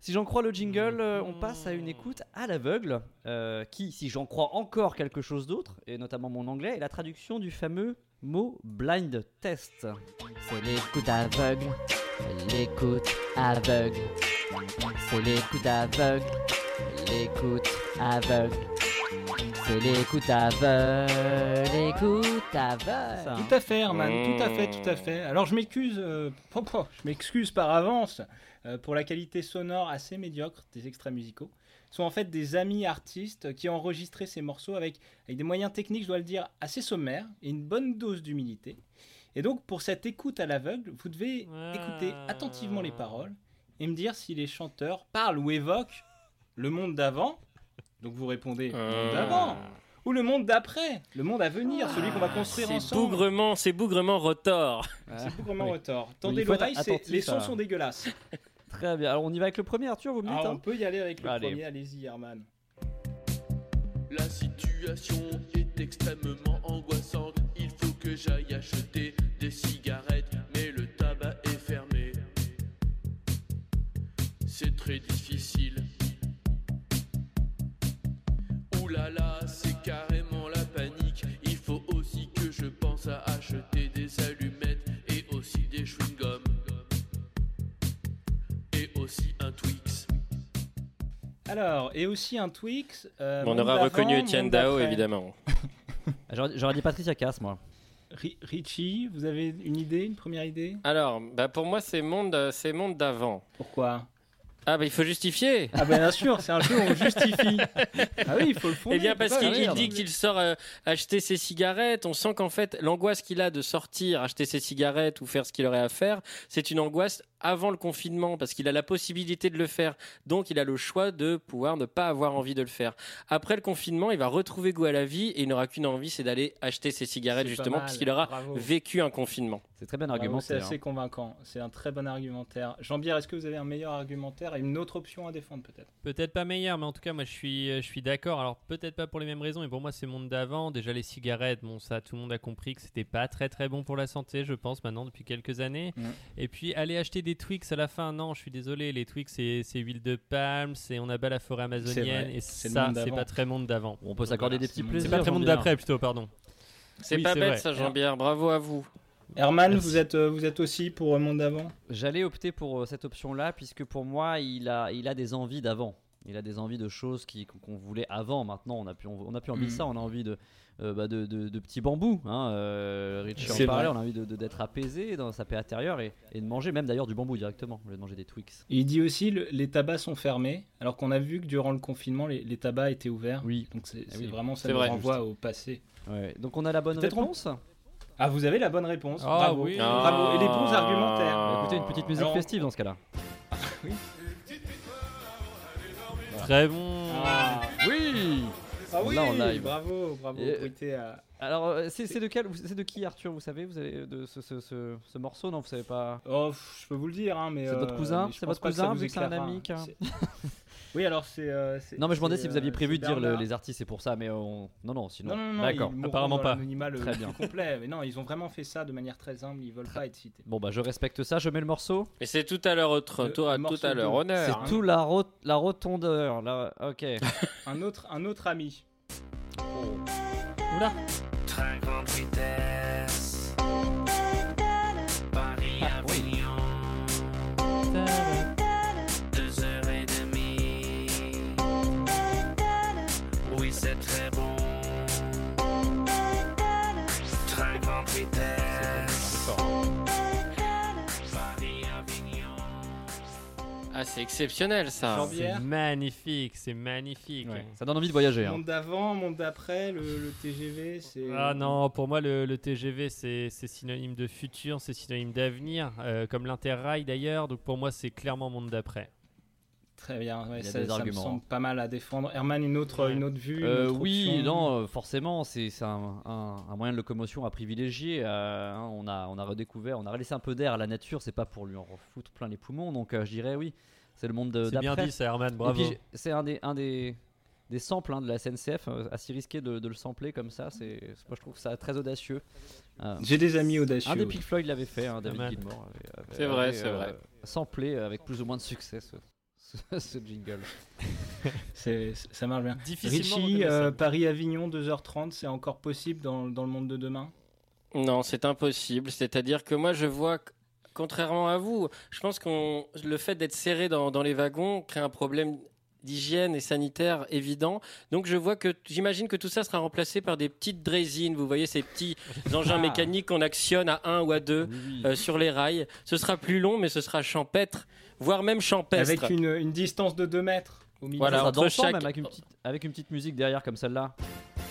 [SPEAKER 2] Si j'en crois le jingle, euh, on passe à une écoute à l'aveugle, euh, qui, si j'en crois encore quelque chose d'autre, et notamment mon anglais, est la traduction du fameux mot blind test.
[SPEAKER 8] C'est l'écoute aveugle, c'est l'écoute aveugle. C'est l'écoute aveugle, l'écoute aveugle. C'est l'écoute aveugle, l'écoute aveugle.
[SPEAKER 2] Ça, hein.
[SPEAKER 1] Tout à fait, Herman, tout à fait, tout à fait. Alors je m'excuse, euh, po- po- je m'excuse par avance euh, pour la qualité sonore assez médiocre des extraits musicaux. Ce sont en fait des amis artistes qui ont enregistré ces morceaux avec, avec des moyens techniques, je dois le dire, assez sommaires et une bonne dose d'humilité. Et donc pour cette écoute à l'aveugle, vous devez écouter attentivement les paroles et me dire si les chanteurs parlent ou évoquent le monde d'avant. Donc vous répondez le
[SPEAKER 4] Euh.
[SPEAKER 1] monde d'avant ou le monde d'après, le monde à venir, Ah celui qu'on va construire
[SPEAKER 4] C'est
[SPEAKER 1] ensemble. Euh,
[SPEAKER 4] bougrement, c'est bougrement retors.
[SPEAKER 1] C'est bougrement
[SPEAKER 2] Oui.
[SPEAKER 1] retors. Tendez
[SPEAKER 2] il faut être
[SPEAKER 1] l'oreille, c'est-
[SPEAKER 2] attentif
[SPEAKER 1] les sons
[SPEAKER 2] à-
[SPEAKER 1] sont dégueulasses.
[SPEAKER 2] Très bien, alors on y va avec le premier Arthur, vous me dites
[SPEAKER 1] Ah,
[SPEAKER 2] hein
[SPEAKER 1] on peut y aller avec le
[SPEAKER 2] Allez.
[SPEAKER 1] premier, allez-y Herman.
[SPEAKER 9] La situation est extrêmement angoissante. Il faut que j'aille acheter des cigarettes, mais le tabac est fermé. C'est très difficile. Ouh là là, c'est carrément la panique. Il faut aussi que je pense à acheter des allumettes et aussi des chewing-gums. Et aussi un Twix.
[SPEAKER 1] Alors, et aussi un Twix. euh,
[SPEAKER 4] On
[SPEAKER 1] monde
[SPEAKER 4] aura
[SPEAKER 1] d'avant,
[SPEAKER 4] reconnu Étienne
[SPEAKER 1] monde
[SPEAKER 4] Dao,
[SPEAKER 1] d'après.
[SPEAKER 4] évidemment.
[SPEAKER 2] Ah, J'aurais j'aurais dit Patricia Cass, moi.
[SPEAKER 1] Ri- Richie, vous avez une idée, une première idée
[SPEAKER 4] Alors, bah pour moi, c'est monde, euh, c'est monde d'avant.
[SPEAKER 1] Pourquoi
[SPEAKER 4] Ah, bah il faut justifier.
[SPEAKER 1] Ah ben bien sûr, c'est un jeu où on justifie. Ah oui, il faut le fonder.
[SPEAKER 4] Eh bien, parce
[SPEAKER 1] putain,
[SPEAKER 4] qu'il il
[SPEAKER 1] merde.
[SPEAKER 4] dit qu'il sort euh, acheter ses cigarettes. On sent qu'en fait, l'angoisse qu'il a de sortir, acheter ses cigarettes ou faire ce qu'il aurait à faire, c'est une angoisse avant le confinement, parce qu'il a la possibilité de le faire. Donc, il a le choix de pouvoir ne pas avoir envie de le faire. Après le confinement, il va retrouver goût à la vie et il n'aura qu'une envie, c'est d'aller acheter ses cigarettes,
[SPEAKER 1] C'est pas
[SPEAKER 4] justement,
[SPEAKER 1] mal,
[SPEAKER 4] parce qu'il aura
[SPEAKER 1] bravo.
[SPEAKER 4] vécu un confinement.
[SPEAKER 2] C'est très bien
[SPEAKER 1] Bravo, Bah, C'est
[SPEAKER 2] argumenté. hein.
[SPEAKER 1] assez convaincant. C'est un très bon argumentaire. Jean-Pierre, est-ce que vous avez un meilleur argumentaire et une autre option à défendre peut-être
[SPEAKER 3] Peut-être pas meilleur, mais en tout cas, moi, je suis, euh, je suis d'accord. Alors, peut-être pas pour les mêmes raisons, mais pour moi, c'est le monde d'avant. Déjà, les cigarettes, bon, ça, tout le monde a compris que c'était pas très très bon pour la santé, je pense, maintenant, depuis quelques années.
[SPEAKER 1] Mm.
[SPEAKER 3] Et puis, aller acheter des Twix à la fin, non, je suis désolé, les Twix, c'est c'est huile de palme, c'est on abat la forêt amazonienne,
[SPEAKER 1] vrai,
[SPEAKER 3] et
[SPEAKER 1] c'est le
[SPEAKER 3] ça,
[SPEAKER 1] monde
[SPEAKER 3] c'est
[SPEAKER 1] d'avant.
[SPEAKER 3] pas très monde d'avant.
[SPEAKER 2] On peut s'accorder
[SPEAKER 1] Voilà,
[SPEAKER 2] des
[SPEAKER 1] c'est-
[SPEAKER 2] petits plaisirs.
[SPEAKER 3] C'est pas très monde
[SPEAKER 2] Jean-Pierre.
[SPEAKER 3] d'après, plutôt, pardon.
[SPEAKER 4] C'est
[SPEAKER 3] Oui,
[SPEAKER 4] pas
[SPEAKER 3] c'est
[SPEAKER 4] bête,
[SPEAKER 3] vrai.
[SPEAKER 4] ça, Jean-Pierre. Bravo à vous.
[SPEAKER 1] Herman,
[SPEAKER 3] Merci.
[SPEAKER 1] vous êtes, euh, vous êtes aussi pour le monde d'avant
[SPEAKER 2] J'allais opter pour euh, cette option-là, puisque pour moi, il a, il a des envies d'avant. Il a des envies de choses qui- qu'on qu'on voulait avant. Maintenant, on n'a plus, on, a plus envie de
[SPEAKER 1] Mhm.
[SPEAKER 2] ça. On a envie de, euh, bah, de, de- de petits bambous. Hein. euh, Richie
[SPEAKER 1] C'est
[SPEAKER 2] en parlait.
[SPEAKER 1] vrai.
[SPEAKER 2] On a envie de- de- d'être apaisé dans sa paix intérieure et, et de manger même d'ailleurs du bambou directement, au lieu de manger des Twix.
[SPEAKER 1] Il dit aussi le- les tabacs sont fermés, alors qu'on a vu que durant le confinement, les, les tabacs étaient ouverts.
[SPEAKER 2] Oui.
[SPEAKER 1] Donc c'est c'est
[SPEAKER 2] oui.
[SPEAKER 1] vraiment ça
[SPEAKER 4] C'est
[SPEAKER 1] nous
[SPEAKER 4] vrai.
[SPEAKER 1] renvoie au passé.
[SPEAKER 2] Ouais. Donc on a la bonne
[SPEAKER 1] Peut-être on-
[SPEAKER 2] réponse.
[SPEAKER 1] Ah, vous avez la bonne réponse.
[SPEAKER 3] Ah
[SPEAKER 1] Bravo.
[SPEAKER 3] oui.
[SPEAKER 1] Bravo. Et les bons
[SPEAKER 4] Ah.
[SPEAKER 1] argumentaires.
[SPEAKER 2] Bah, écoutez, une petite musique
[SPEAKER 1] Alors-
[SPEAKER 2] festive dans ce cas-là.
[SPEAKER 3] Très bon.
[SPEAKER 2] Oui.
[SPEAKER 1] Ah
[SPEAKER 2] Là, en live.
[SPEAKER 1] Bravo, bravo.
[SPEAKER 2] Et-
[SPEAKER 1] Bruité à-
[SPEAKER 2] Alors euh, c'est c'est de quel, vous- c'est de qui Arthur Vous savez, vous avez de ce, ce- ce- ce morceau Non, vous savez pas.
[SPEAKER 1] Oh, pff, je peux vous le dire, hein, mais.
[SPEAKER 2] C'est votre
[SPEAKER 1] euh,
[SPEAKER 2] cousin
[SPEAKER 1] mais je
[SPEAKER 2] C'est
[SPEAKER 1] pense
[SPEAKER 2] votre
[SPEAKER 1] pas que
[SPEAKER 2] cousin,
[SPEAKER 1] ça vous
[SPEAKER 2] vu que c'est un
[SPEAKER 1] éclairera.
[SPEAKER 2] ami qui a-
[SPEAKER 1] C'est- Oui, alors c'est. euh, c'est-
[SPEAKER 2] Non, mais je me demandais
[SPEAKER 1] c'est,
[SPEAKER 2] si vous aviez
[SPEAKER 1] euh,
[SPEAKER 2] prévu
[SPEAKER 1] c'est
[SPEAKER 2] de dire le-
[SPEAKER 1] Bernard.
[SPEAKER 2] les artistes et pour ça, mais on... non, non, sinon.
[SPEAKER 1] Non, non, non,
[SPEAKER 2] D'accord.
[SPEAKER 1] ils mourront
[SPEAKER 3] apparemment
[SPEAKER 1] dans
[SPEAKER 3] pas.
[SPEAKER 1] l'anonymat le
[SPEAKER 2] Très
[SPEAKER 1] plus
[SPEAKER 2] bien.
[SPEAKER 1] complet. Mais non, ils ont vraiment fait ça de manière très humble. Ils veulent pas être cités.
[SPEAKER 2] Bon bah je respecte ça, je mets le morceau.
[SPEAKER 4] Et c'est tout à leur autre,
[SPEAKER 1] Le-
[SPEAKER 4] tout à,
[SPEAKER 1] le
[SPEAKER 4] tout
[SPEAKER 1] morceau
[SPEAKER 4] à leur
[SPEAKER 1] de-
[SPEAKER 2] C'est
[SPEAKER 4] honneur.
[SPEAKER 1] hein.
[SPEAKER 2] tout la, ro- la rotondeur là. Ok.
[SPEAKER 1] Un autre, un autre ami.
[SPEAKER 3] Oula.
[SPEAKER 5] Train grande vitesse. Paris Avignon. Deux heures et demie. Oui, c'est très bon. Train grande vitesse. Paris Avignon.
[SPEAKER 4] Ah, c'est exceptionnel,
[SPEAKER 3] C'est
[SPEAKER 4] ça.
[SPEAKER 1] Jean-Pierre.
[SPEAKER 3] magnifique, c'est magnifique.
[SPEAKER 2] Ouais. Ça donne envie de voyager. hein.
[SPEAKER 1] Monde d'avant, monde d'après, le, le TGV, c'est.
[SPEAKER 3] Ah non, pour moi le, le TGV c'est c'est synonyme de futur, c'est synonyme d'avenir, euh, comme l'Interrail d'ailleurs, donc pour moi c'est clairement monde d'après.
[SPEAKER 1] Très bien, ouais,
[SPEAKER 2] Il y a
[SPEAKER 1] ça,
[SPEAKER 2] des
[SPEAKER 1] ça me
[SPEAKER 2] arguments.
[SPEAKER 1] semble pas mal à défendre. Herman, une autre,
[SPEAKER 3] Ouais.
[SPEAKER 1] une autre vue une
[SPEAKER 2] Euh,
[SPEAKER 1] autre
[SPEAKER 2] oui,
[SPEAKER 1] option
[SPEAKER 2] non, euh, forcément, c'est c'est un, un- un moyen de locomotion à privilégier. euh, hein, on, a, on a redécouvert, on a laissé un peu d'air à la nature, c'est pas pour lui en refoutre plein les poumons, donc euh, je dirais oui, c'est le monde
[SPEAKER 1] Euh,
[SPEAKER 2] de-
[SPEAKER 3] C'est bien
[SPEAKER 2] d'après.
[SPEAKER 3] dit ça Herman,
[SPEAKER 2] Et
[SPEAKER 3] bravo.
[SPEAKER 2] puis, j'ai- C'est un des, un des, des samples hein, de la SNCF, euh, assez risqué de, de le sampler comme ça, c'est c'est- moi je trouve ça très audacieux. Euh,
[SPEAKER 1] J'ai des amis audacieux.
[SPEAKER 2] un des Pink Floyd l'avait fait, hein, David
[SPEAKER 3] mal.
[SPEAKER 2] Gilmour avait- avait-
[SPEAKER 4] C'est vrai,
[SPEAKER 2] avait, euh,
[SPEAKER 4] c'est vrai.
[SPEAKER 2] Samplé avec plus ou moins de succès ce, ce- ce jingle.
[SPEAKER 1] C'est- c'est- ça marche bien.
[SPEAKER 3] Difficilement
[SPEAKER 1] Richie, euh,
[SPEAKER 3] reconnaissable.
[SPEAKER 1] Paris-Avignon, 2h30, c'est encore possible dans, dans le monde de demain
[SPEAKER 4] Non, c'est impossible. C'est-à-dire que moi, je vois, que, contrairement à vous, je pense qu'on le fait d'être serré dans, dans les wagons crée un problème d'hygiène et sanitaire évident. Donc je vois que j'imagine que tout ça sera remplacé par des petites draisines. Vous voyez ces petits engins
[SPEAKER 2] Ah.
[SPEAKER 4] mécaniques qu'on actionne à un ou à deux
[SPEAKER 2] Oui.
[SPEAKER 4] euh, sur les rails. Ce sera plus long, mais ce sera champêtre, voire même champestre.
[SPEAKER 1] Avec une, une distance de 2 mètres au milieu.
[SPEAKER 4] Voilà,
[SPEAKER 2] Ça sera
[SPEAKER 4] entre
[SPEAKER 2] dansant
[SPEAKER 4] chaque-
[SPEAKER 2] même avec une, petite, avec une petite musique derrière comme celle-là.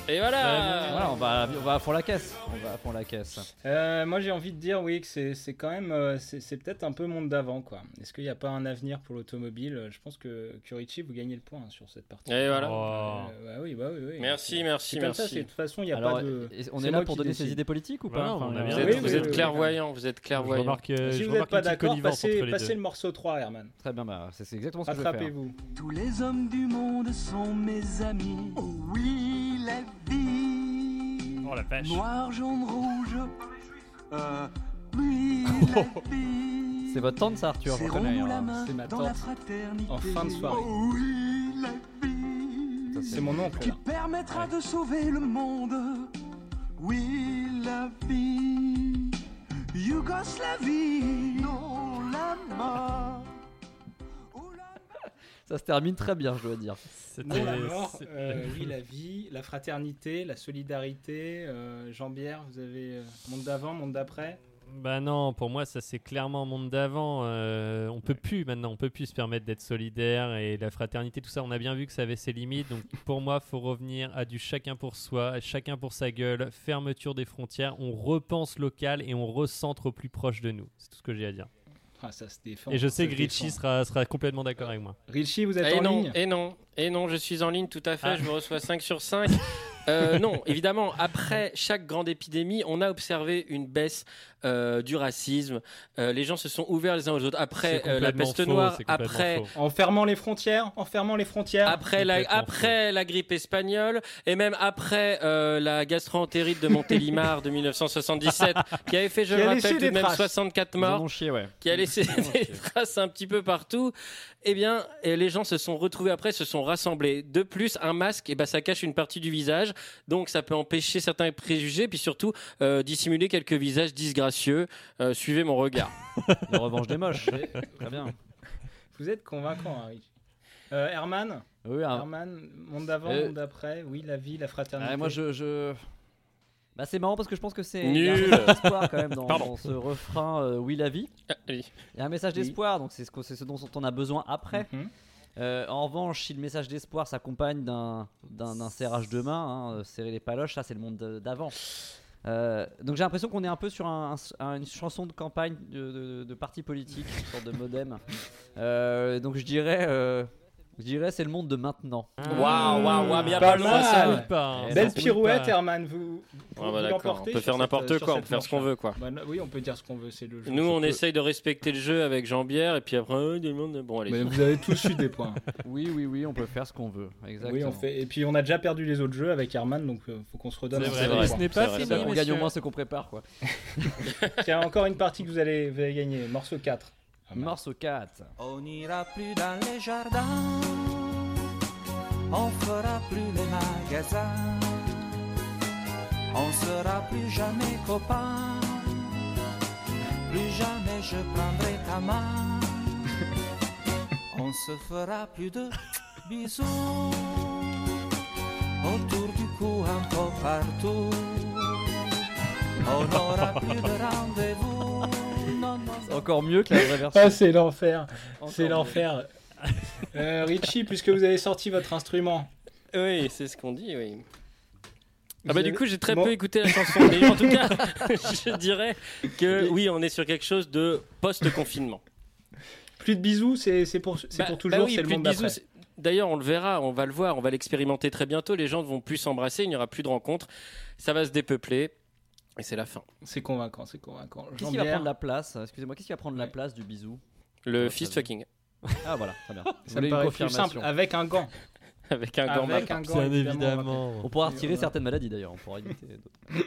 [SPEAKER 4] Et
[SPEAKER 1] Ah.
[SPEAKER 4] voilà.
[SPEAKER 2] Voilà, on va, on va à fond la caisse. On va à fond la caisse.
[SPEAKER 1] Euh, moi, j'ai envie de dire, oui, que c'est c'est quand même. euh, c'est c'est peut-être un peu monde d'avant, quoi. Est-ce qu'il n'y a pas un avenir pour l'automobile Je pense que, que Richie, vous gagnez le point hein, sur cette partie.
[SPEAKER 4] Et voilà.
[SPEAKER 3] Oh.
[SPEAKER 1] Euh, bah oui, bah oui, oui.
[SPEAKER 4] Merci,
[SPEAKER 1] C'est
[SPEAKER 4] merci,
[SPEAKER 1] comme ça,
[SPEAKER 4] merci.
[SPEAKER 1] c'est- de toute façon, il n'y a
[SPEAKER 2] Alors,
[SPEAKER 1] pas de.
[SPEAKER 2] est- on
[SPEAKER 1] c'est
[SPEAKER 2] est là
[SPEAKER 1] moi
[SPEAKER 2] pour
[SPEAKER 1] qui
[SPEAKER 2] donner
[SPEAKER 1] décide.
[SPEAKER 2] ses idées politiques ou pas
[SPEAKER 3] Voilà, on a bien
[SPEAKER 4] Vous
[SPEAKER 1] Oui,
[SPEAKER 4] êtes,
[SPEAKER 1] oui,
[SPEAKER 4] vous
[SPEAKER 1] oui,
[SPEAKER 4] êtes
[SPEAKER 1] oui.
[SPEAKER 4] clairvoyant, vous êtes
[SPEAKER 3] Je
[SPEAKER 4] clairvoyant.
[SPEAKER 3] remarque, euh,
[SPEAKER 1] Si
[SPEAKER 3] je
[SPEAKER 1] vous n'êtes
[SPEAKER 3] remarque
[SPEAKER 1] pas
[SPEAKER 3] une petite
[SPEAKER 1] d'accord,
[SPEAKER 3] connivence
[SPEAKER 1] passez,
[SPEAKER 3] entre les
[SPEAKER 1] passez
[SPEAKER 3] deux.
[SPEAKER 1] le morceau 3, Herman.
[SPEAKER 2] Très bien, bah, c'est c'est exactement ce que je vais faire.
[SPEAKER 1] Attrapez-vous.
[SPEAKER 9] Tous les hommes du monde sont mes amis. Oh oui, la vie.
[SPEAKER 3] Oh la vache.
[SPEAKER 9] Noir, jaune, rouge. Euh, oui, la vie.
[SPEAKER 2] C'est votre tante, ça, Arthur. je reconnais,
[SPEAKER 9] Serrons-nous la
[SPEAKER 2] hein.
[SPEAKER 9] main
[SPEAKER 1] c'est ma
[SPEAKER 9] dans la
[SPEAKER 1] tante.
[SPEAKER 9] fraternité.
[SPEAKER 1] En fin de soirée.
[SPEAKER 9] Oh oui, la vie.
[SPEAKER 2] Ça,
[SPEAKER 1] C'est mon oncle.
[SPEAKER 9] qui permettra de sauver le monde. Oui, la vie, Yougoslavie, non la mort. Oh la
[SPEAKER 2] Ça se termine très bien, je dois dire.
[SPEAKER 1] Non, la
[SPEAKER 3] C'était-
[SPEAKER 1] mort,
[SPEAKER 3] c'est-
[SPEAKER 1] euh, oui, la vie, la fraternité, la solidarité. euh, Jean-Bière, vous avez euh, monde d'avant, monde d'après.
[SPEAKER 3] Bah non, pour moi, ça c'est clairement monde d'avant. Euh, on peut plus maintenant, on peut plus se permettre d'être solidaire et la fraternité, tout ça. On a bien vu que ça avait ses limites. Donc pour moi, faut revenir à du chacun pour soi, à chacun pour sa gueule, fermeture des frontières. On repense local et on recentre au plus proche de nous. C'est tout ce que j'ai à dire.
[SPEAKER 1] Ah, ça se défend.
[SPEAKER 3] Et je sais
[SPEAKER 1] ça se
[SPEAKER 3] que Richie
[SPEAKER 1] défend.
[SPEAKER 3] sera, sera complètement d'accord avec moi.
[SPEAKER 1] Richie, vous
[SPEAKER 2] Eh
[SPEAKER 1] êtes
[SPEAKER 4] Et
[SPEAKER 1] en
[SPEAKER 4] non,
[SPEAKER 1] ligne
[SPEAKER 4] et non, et non, je suis en ligne tout à fait,
[SPEAKER 3] Ah.
[SPEAKER 4] je me reçois 5 sur 5. non, évidemment, après chaque grande épidémie, on a observé une baisse euh, du racisme. Euh, les gens se sont ouverts les uns aux autres. Après
[SPEAKER 3] C'est
[SPEAKER 4] euh, la
[SPEAKER 3] complètement
[SPEAKER 4] peste
[SPEAKER 3] faux,
[SPEAKER 4] noire,
[SPEAKER 3] c'est complètement
[SPEAKER 4] après,
[SPEAKER 3] faux.
[SPEAKER 1] En fermant les frontières En fermant les frontières
[SPEAKER 2] Ah.
[SPEAKER 4] après, la,
[SPEAKER 3] Complètement
[SPEAKER 4] après la grippe espagnole, et même après euh, la gastroentérite de Montélimar de 1977, qui avait fait,
[SPEAKER 1] Qui
[SPEAKER 4] je le
[SPEAKER 1] a
[SPEAKER 4] rappelle,
[SPEAKER 1] laissé
[SPEAKER 4] tout de
[SPEAKER 1] des
[SPEAKER 4] même
[SPEAKER 1] traces.
[SPEAKER 4] 64
[SPEAKER 2] Ils en
[SPEAKER 4] morts.
[SPEAKER 2] ont chié, ouais.
[SPEAKER 4] qui a laissé des traces un petit peu partout, eh bien, et les gens se sont retrouvés après, se sont rassemblés. De plus, un masque, eh ben, ça cache une partie du visage, donc ça peut empêcher certains préjugés, puis surtout euh, dissimuler quelques visages disgracieux. Euh, suivez mon regard.
[SPEAKER 2] La revanche des moches. Très bien.
[SPEAKER 1] Vous êtes convaincant, hein, Richie. Euh, Herman
[SPEAKER 2] Oui, un-
[SPEAKER 1] Herman, monde d'avant,
[SPEAKER 2] Ah. Euh,
[SPEAKER 1] monde d'après, oui, la vie, la fraternité.
[SPEAKER 2] Ah, moi je. je- Bah, c'est marrant parce que je pense que c'est. il y a un
[SPEAKER 4] Nul.
[SPEAKER 2] message d'espoir quand même dans,
[SPEAKER 4] Pardon.
[SPEAKER 2] dans ce refrain euh, Oui la vie.
[SPEAKER 4] Ah, oui.
[SPEAKER 2] Il y a un message
[SPEAKER 1] Oui.
[SPEAKER 2] d'espoir, donc c'est ce, qu'on- c'est ce dont on a besoin après.
[SPEAKER 1] Mhm.
[SPEAKER 2] Euh, en revanche, si le message d'espoir s'accompagne d'un, d'un, d'un serrage de main, hein, euh, serrer les paloches, ça c'est le monde de- d'avant. Euh, donc j'ai l'impression qu'on est un peu sur un- un- une chanson de campagne de, de- de parti politique, une sorte de modem. Euh, donc je dirais, euh, je dirais c'est le monde de maintenant.
[SPEAKER 4] Waouh, waouh, waouh, mais y a
[SPEAKER 1] Pas
[SPEAKER 4] pas loin
[SPEAKER 1] mal.
[SPEAKER 4] ça.
[SPEAKER 3] brûle pas, hein, ça
[SPEAKER 1] Belle
[SPEAKER 3] brûle
[SPEAKER 1] pirouette,
[SPEAKER 3] pas.
[SPEAKER 1] Herman, vous, vous,
[SPEAKER 4] Ah, bah,
[SPEAKER 1] vous
[SPEAKER 4] d'accord.
[SPEAKER 1] l'emportez
[SPEAKER 4] On peut
[SPEAKER 1] sur
[SPEAKER 4] faire
[SPEAKER 1] cette- euh,
[SPEAKER 4] n'importe
[SPEAKER 1] sur
[SPEAKER 4] quoi, on
[SPEAKER 1] cette
[SPEAKER 4] peut faire ce qu'on
[SPEAKER 1] manche-là.
[SPEAKER 4] veut, quoi.
[SPEAKER 1] Bah, non, oui, on peut dire ce qu'on veut, c'est le jeu.
[SPEAKER 4] Nous, on essaye de respecter le jeu avec Jean-Pierre, et puis après, euh, tout le monde- Bon, allez.
[SPEAKER 1] Mais vous avez tous eu des points.
[SPEAKER 2] Oui, oui, oui, on peut faire ce qu'on veut.
[SPEAKER 1] oui, on fait. Et puis on a déjà perdu les autres jeux avec Herman, donc euh, faut qu'on se redonne.
[SPEAKER 3] C'est
[SPEAKER 1] un
[SPEAKER 3] vrai,
[SPEAKER 1] peu
[SPEAKER 4] vrai.
[SPEAKER 1] de
[SPEAKER 3] ce
[SPEAKER 1] points.
[SPEAKER 3] n'est
[SPEAKER 4] C'est
[SPEAKER 3] pas
[SPEAKER 4] vrai,
[SPEAKER 3] fini.
[SPEAKER 4] c'est vrai.
[SPEAKER 2] On gagne au
[SPEAKER 3] messieurs.
[SPEAKER 2] moins ce qu'on prépare, quoi.
[SPEAKER 1] Il y a encore une partie que vous allez, vous allez gagner, morceau 4.
[SPEAKER 2] Morceau 4.
[SPEAKER 8] On n'ira plus dans les jardins, on fera plus les magasins, on sera plus jamais copains, plus jamais je prendrai ta main, on se fera plus de bisous, autour du cou un peu partout, on aura plus de rendez-vous, non, non, non.
[SPEAKER 2] Encore mieux que la vraie version.
[SPEAKER 1] Ah, c'est l'enfer, c'est
[SPEAKER 2] Encore mieux.
[SPEAKER 1] l'enfer. Euh, Richie, puisque vous avez sorti votre instrument,
[SPEAKER 4] Oui, c'est ce qu'on dit, oui. Ah
[SPEAKER 1] Vous
[SPEAKER 4] bah
[SPEAKER 1] avez-
[SPEAKER 4] du coup j'ai très
[SPEAKER 1] Bon.
[SPEAKER 4] peu écouté la chanson mais en tout cas je dirais que oui on est sur quelque chose de post-confinement.
[SPEAKER 1] plus de bisous, c'est c'est pour, c'est
[SPEAKER 4] Bah-
[SPEAKER 1] pour
[SPEAKER 4] bah
[SPEAKER 1] toujours,
[SPEAKER 4] oui,
[SPEAKER 1] c'est le
[SPEAKER 4] plus de
[SPEAKER 1] monde
[SPEAKER 4] bisous,
[SPEAKER 1] d'après.
[SPEAKER 4] c'est- D'ailleurs on le verra, on va le voir, on va l'expérimenter très bientôt, les gens ne vont plus s'embrasser, il n'y aura plus de rencontres, ça va se dépeupler et c'est la fin.
[SPEAKER 1] C'est convaincant, c'est convaincant.
[SPEAKER 2] Qu'est-ce qui va
[SPEAKER 1] Jean-Pierre,
[SPEAKER 2] prendre la place Excusez-moi, qu'est-ce qui va prendre la place du bisou
[SPEAKER 4] Le
[SPEAKER 2] Ouais,
[SPEAKER 4] fist
[SPEAKER 2] ça va.
[SPEAKER 4] fucking
[SPEAKER 2] Ah voilà, très bien. Vous
[SPEAKER 1] ça me
[SPEAKER 2] voulez une
[SPEAKER 1] paraît plus
[SPEAKER 2] confirmation.
[SPEAKER 1] simple, Ah. avec un gant.
[SPEAKER 4] avec un gant
[SPEAKER 1] Avec un gant,
[SPEAKER 3] Bien
[SPEAKER 1] évidemment.
[SPEAKER 3] évidemment.
[SPEAKER 2] On pourra
[SPEAKER 1] Et
[SPEAKER 2] retirer
[SPEAKER 1] voilà.
[SPEAKER 2] certaines maladies d'ailleurs, on pourra éviter d'autres.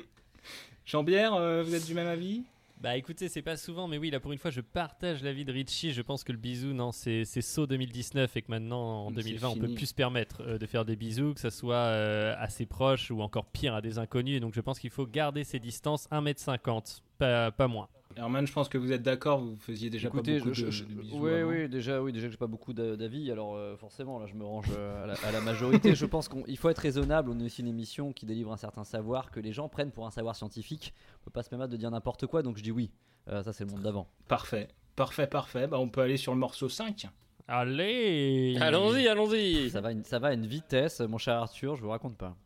[SPEAKER 1] Jean-Pierre, euh, vous êtes du même avis
[SPEAKER 3] Bah écoutez, c'est pas souvent, mais oui, là pour une fois, je partage l'avis de Richie. Je pense que le bisou, non, c'est c'est saut 2019 et que maintenant en
[SPEAKER 1] C'est
[SPEAKER 3] 2020, on peut
[SPEAKER 1] fini.
[SPEAKER 3] plus se permettre euh, de faire des bisous, que ça soit euh, à ses proches ou encore pire à des inconnus. Et donc je pense qu'il faut garder ses distances 1m50, pas, pas moins.
[SPEAKER 1] Herman, je pense que vous êtes d'accord, vous faisiez déjà
[SPEAKER 2] Écoutez,
[SPEAKER 1] pas beaucoup
[SPEAKER 2] je-
[SPEAKER 1] de,
[SPEAKER 2] je-
[SPEAKER 1] de bisous.
[SPEAKER 2] oui,
[SPEAKER 1] avant.
[SPEAKER 2] oui, déjà, oui, déjà que j'ai pas beaucoup d'a- d'avis, alors euh, forcément, là, je me range euh, à la, à la majorité. je pense qu'il faut être raisonnable. On est aussi une émission qui délivre un certain savoir que les gens prennent pour un savoir scientifique. On peut pas se permettre de dire n'importe quoi, donc je dis oui. Euh, ça, c'est le monde d'avant.
[SPEAKER 1] Parfait, parfait, parfait. Bah, on peut aller sur le morceau 5.
[SPEAKER 3] Allez
[SPEAKER 4] Allons-y, allons-y
[SPEAKER 2] Ça va, à une- ça va à une vitesse, mon cher Arthur, je vous raconte pas.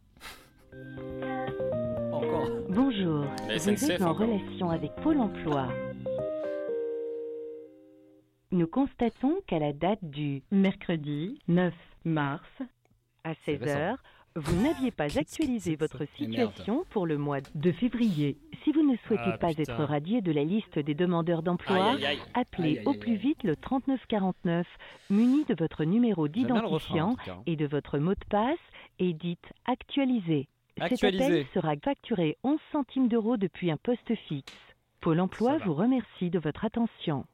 [SPEAKER 2] Encore.
[SPEAKER 10] Bonjour,
[SPEAKER 4] La
[SPEAKER 10] vous
[SPEAKER 4] SNCF
[SPEAKER 10] êtes
[SPEAKER 1] hein.
[SPEAKER 10] en
[SPEAKER 4] encore.
[SPEAKER 10] relation avec Pôle emploi. Nous constatons qu'à la date du mercredi 9 mars à
[SPEAKER 2] C'est
[SPEAKER 10] 16
[SPEAKER 2] récent.
[SPEAKER 10] heures, vous n'aviez pas actualisé votre
[SPEAKER 1] Eh merde.
[SPEAKER 10] situation pour le mois de février. Si vous ne souhaitez
[SPEAKER 3] Ah,
[SPEAKER 10] pas
[SPEAKER 3] putain.
[SPEAKER 10] être radié de la liste des demandeurs d'emploi,
[SPEAKER 4] Aïe aïe aïe
[SPEAKER 10] appelez
[SPEAKER 1] Aïe, aïe,
[SPEAKER 10] au
[SPEAKER 1] aïe,
[SPEAKER 10] plus
[SPEAKER 1] aïe.
[SPEAKER 10] vite le 3949 muni de votre numéro
[SPEAKER 2] J'aime bien le refrain, en
[SPEAKER 10] d'identifiant
[SPEAKER 2] tout cas, hein.
[SPEAKER 10] et de votre mot de passe et dites actualiser. Cet
[SPEAKER 2] Actualiser.
[SPEAKER 10] appel sera facturé 11 centimes d'euros depuis un poste fixe. Pôle emploi
[SPEAKER 2] Ça va.
[SPEAKER 10] vous remercie de votre attention.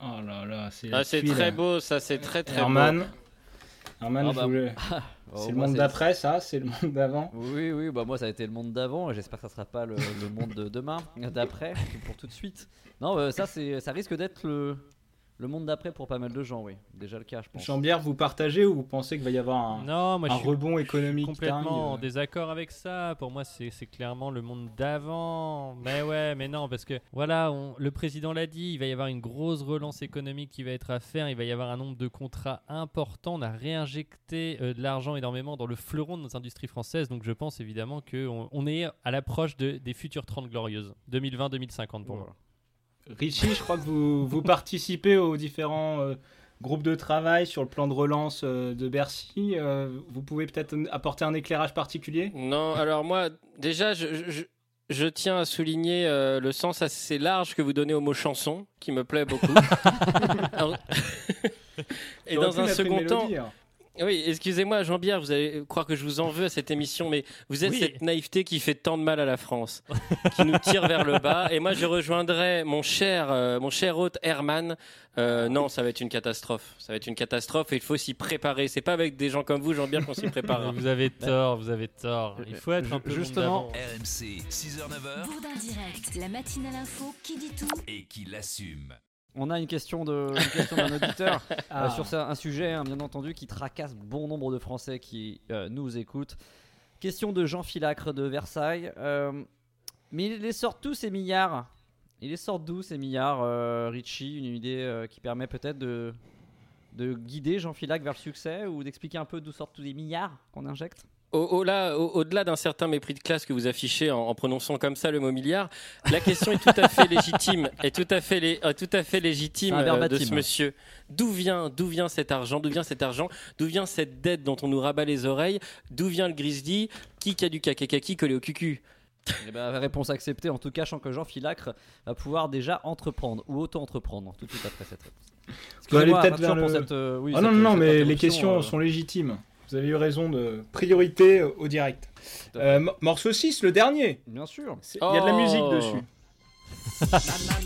[SPEAKER 1] Oh là là, c'est la
[SPEAKER 4] Ah, c'est
[SPEAKER 1] tuile.
[SPEAKER 4] très beau ça, c'est très très beau.
[SPEAKER 1] Herman, Herman,
[SPEAKER 2] Ah
[SPEAKER 1] je
[SPEAKER 2] bah,
[SPEAKER 1] voulais-
[SPEAKER 2] Oh,
[SPEAKER 1] c'est le
[SPEAKER 2] moi,
[SPEAKER 1] monde d'après, ça, c'est le monde d'avant.
[SPEAKER 2] Oui, oui, bah moi ça a été le monde d'avant et j'espère que ça sera pas le, le monde de demain, d'après, pour tout de suite. Non, euh, ça c'est, ça risque d'être le, Le monde d'après pour pas mal de gens, oui. Déjà le cas, je pense.
[SPEAKER 1] Chambière, vous partagez ou vous pensez qu'il va y avoir un,
[SPEAKER 3] Non, moi
[SPEAKER 1] un
[SPEAKER 3] je suis
[SPEAKER 1] rebond économique
[SPEAKER 3] complètement en
[SPEAKER 1] dingue, euh,
[SPEAKER 3] désaccord avec ça. Pour moi, c'est c'est clairement le monde d'avant. Mais ouais, mais non, parce que voilà, on- le président l'a dit, il va y avoir une grosse relance économique qui va être à faire. Il va y avoir un nombre de contrats importants. On a réinjecté euh, de l'argent énormément dans le fleuron de nos industries françaises. Donc je pense évidemment qu'on on est à l'approche de- des futures 30 glorieuses. 2020-2050 pour moi.
[SPEAKER 1] Richie, je crois que vous, vous participez aux différents euh, groupes de travail sur le plan de relance euh, de Bercy. Euh, vous pouvez peut-être n- apporter un éclairage particulier
[SPEAKER 4] Non, alors moi, déjà, je, je- je- je tiens à souligner euh, le sens assez large que vous donnez au mot chanson, qui me plaît beaucoup. Alors- Et
[SPEAKER 1] J'aurais
[SPEAKER 4] dans
[SPEAKER 1] pu
[SPEAKER 4] un
[SPEAKER 1] l'appeler
[SPEAKER 4] second temps,
[SPEAKER 1] Mélodie, hein.
[SPEAKER 4] oui, excusez-moi, Jean-Pierre, vous allez croire que je vous en veux à cette émission, mais vous êtes
[SPEAKER 3] Oui.
[SPEAKER 4] cette naïveté qui fait tant de mal à la France, qui nous tire vers le bas. Et moi, je rejoindrai mon cher, euh, mon cher hôte Herman. Euh, non, ça va être une catastrophe. Ça va être une catastrophe et il faut s'y préparer. C'est pas avec des gens comme vous, Jean-Pierre, qu'on s'y prépare.
[SPEAKER 3] Vous avez tort, vous avez tort. Il faut être un peu monde
[SPEAKER 2] justement,
[SPEAKER 3] d'avant.
[SPEAKER 11] RMC, 6h-9h,
[SPEAKER 6] Bourdin Direct, la matinale info qui dit tout.
[SPEAKER 11] et qui l'assume.
[SPEAKER 2] On a une question de- une question d'un auditeur euh,
[SPEAKER 1] Ah.
[SPEAKER 2] sur ça- un sujet, hein, bien entendu, qui tracasse bon nombre de Français qui euh, nous écoutent. Question de Jean Filacre de Versailles. Euh, mais il les sort tous ces milliards Il les sort d'où ces milliards, euh, Richie Une idée euh, qui permet peut-être de, de guider Jean Filacre vers le succès ou d'expliquer un peu d'où sortent tous les milliards qu'on injecte
[SPEAKER 4] Au- au- là, au- Au-delà d'un certain mépris de classe que vous affichez en, en prononçant comme ça le mot milliard, la question est tout à fait légitime, est tout à fait, lé- euh, tout à fait légitime
[SPEAKER 2] C'est un
[SPEAKER 4] euh, de
[SPEAKER 2] verbatim.
[SPEAKER 4] ce monsieur. D'où vient, d'où vient cet argent D'où vient cet argent D'où vient cette dette dont on nous rabat les oreilles D'où vient le grisdi Qui a du kakakaki collé au cucu
[SPEAKER 2] Eh ben, Réponse acceptée, en tout cas, sachant que Jean Filacre va pouvoir déjà entreprendre ou auto-entreprendre tout de suite après cette réponse.
[SPEAKER 1] aller
[SPEAKER 2] Excusez-moi,
[SPEAKER 1] peut-être
[SPEAKER 2] Arthur,
[SPEAKER 1] vers
[SPEAKER 2] pour
[SPEAKER 1] le-
[SPEAKER 2] cette, euh, oui,
[SPEAKER 1] Ah
[SPEAKER 2] cette-
[SPEAKER 1] non, non, non,
[SPEAKER 2] cette
[SPEAKER 1] mais les
[SPEAKER 2] interruption,
[SPEAKER 1] questions
[SPEAKER 2] euh,
[SPEAKER 1] sont légitimes. Vous avez eu raison de priorité euh, au direct.
[SPEAKER 2] Tout à
[SPEAKER 1] Euh, mo- morceau 6, le dernier.
[SPEAKER 2] Bien sûr.
[SPEAKER 1] C'est- Il y a de la
[SPEAKER 4] Oh.
[SPEAKER 1] musique dessus.
[SPEAKER 12] Ma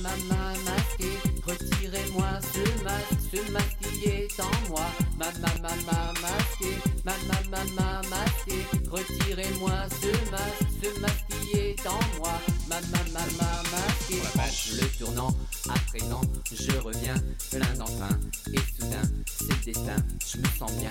[SPEAKER 12] main masquée, retirez-moi ce masque, ce masque qui est en moi. Ma ma ma ma masquée, ma ma ma ma masquée, retirez-moi ce masque, ce masque qui est en moi. Ma ma ma ma masquée. bah, Le tournant, à présent, je reviens, plein d'enfin. Et soudain, c'est le destin, je me sens bien.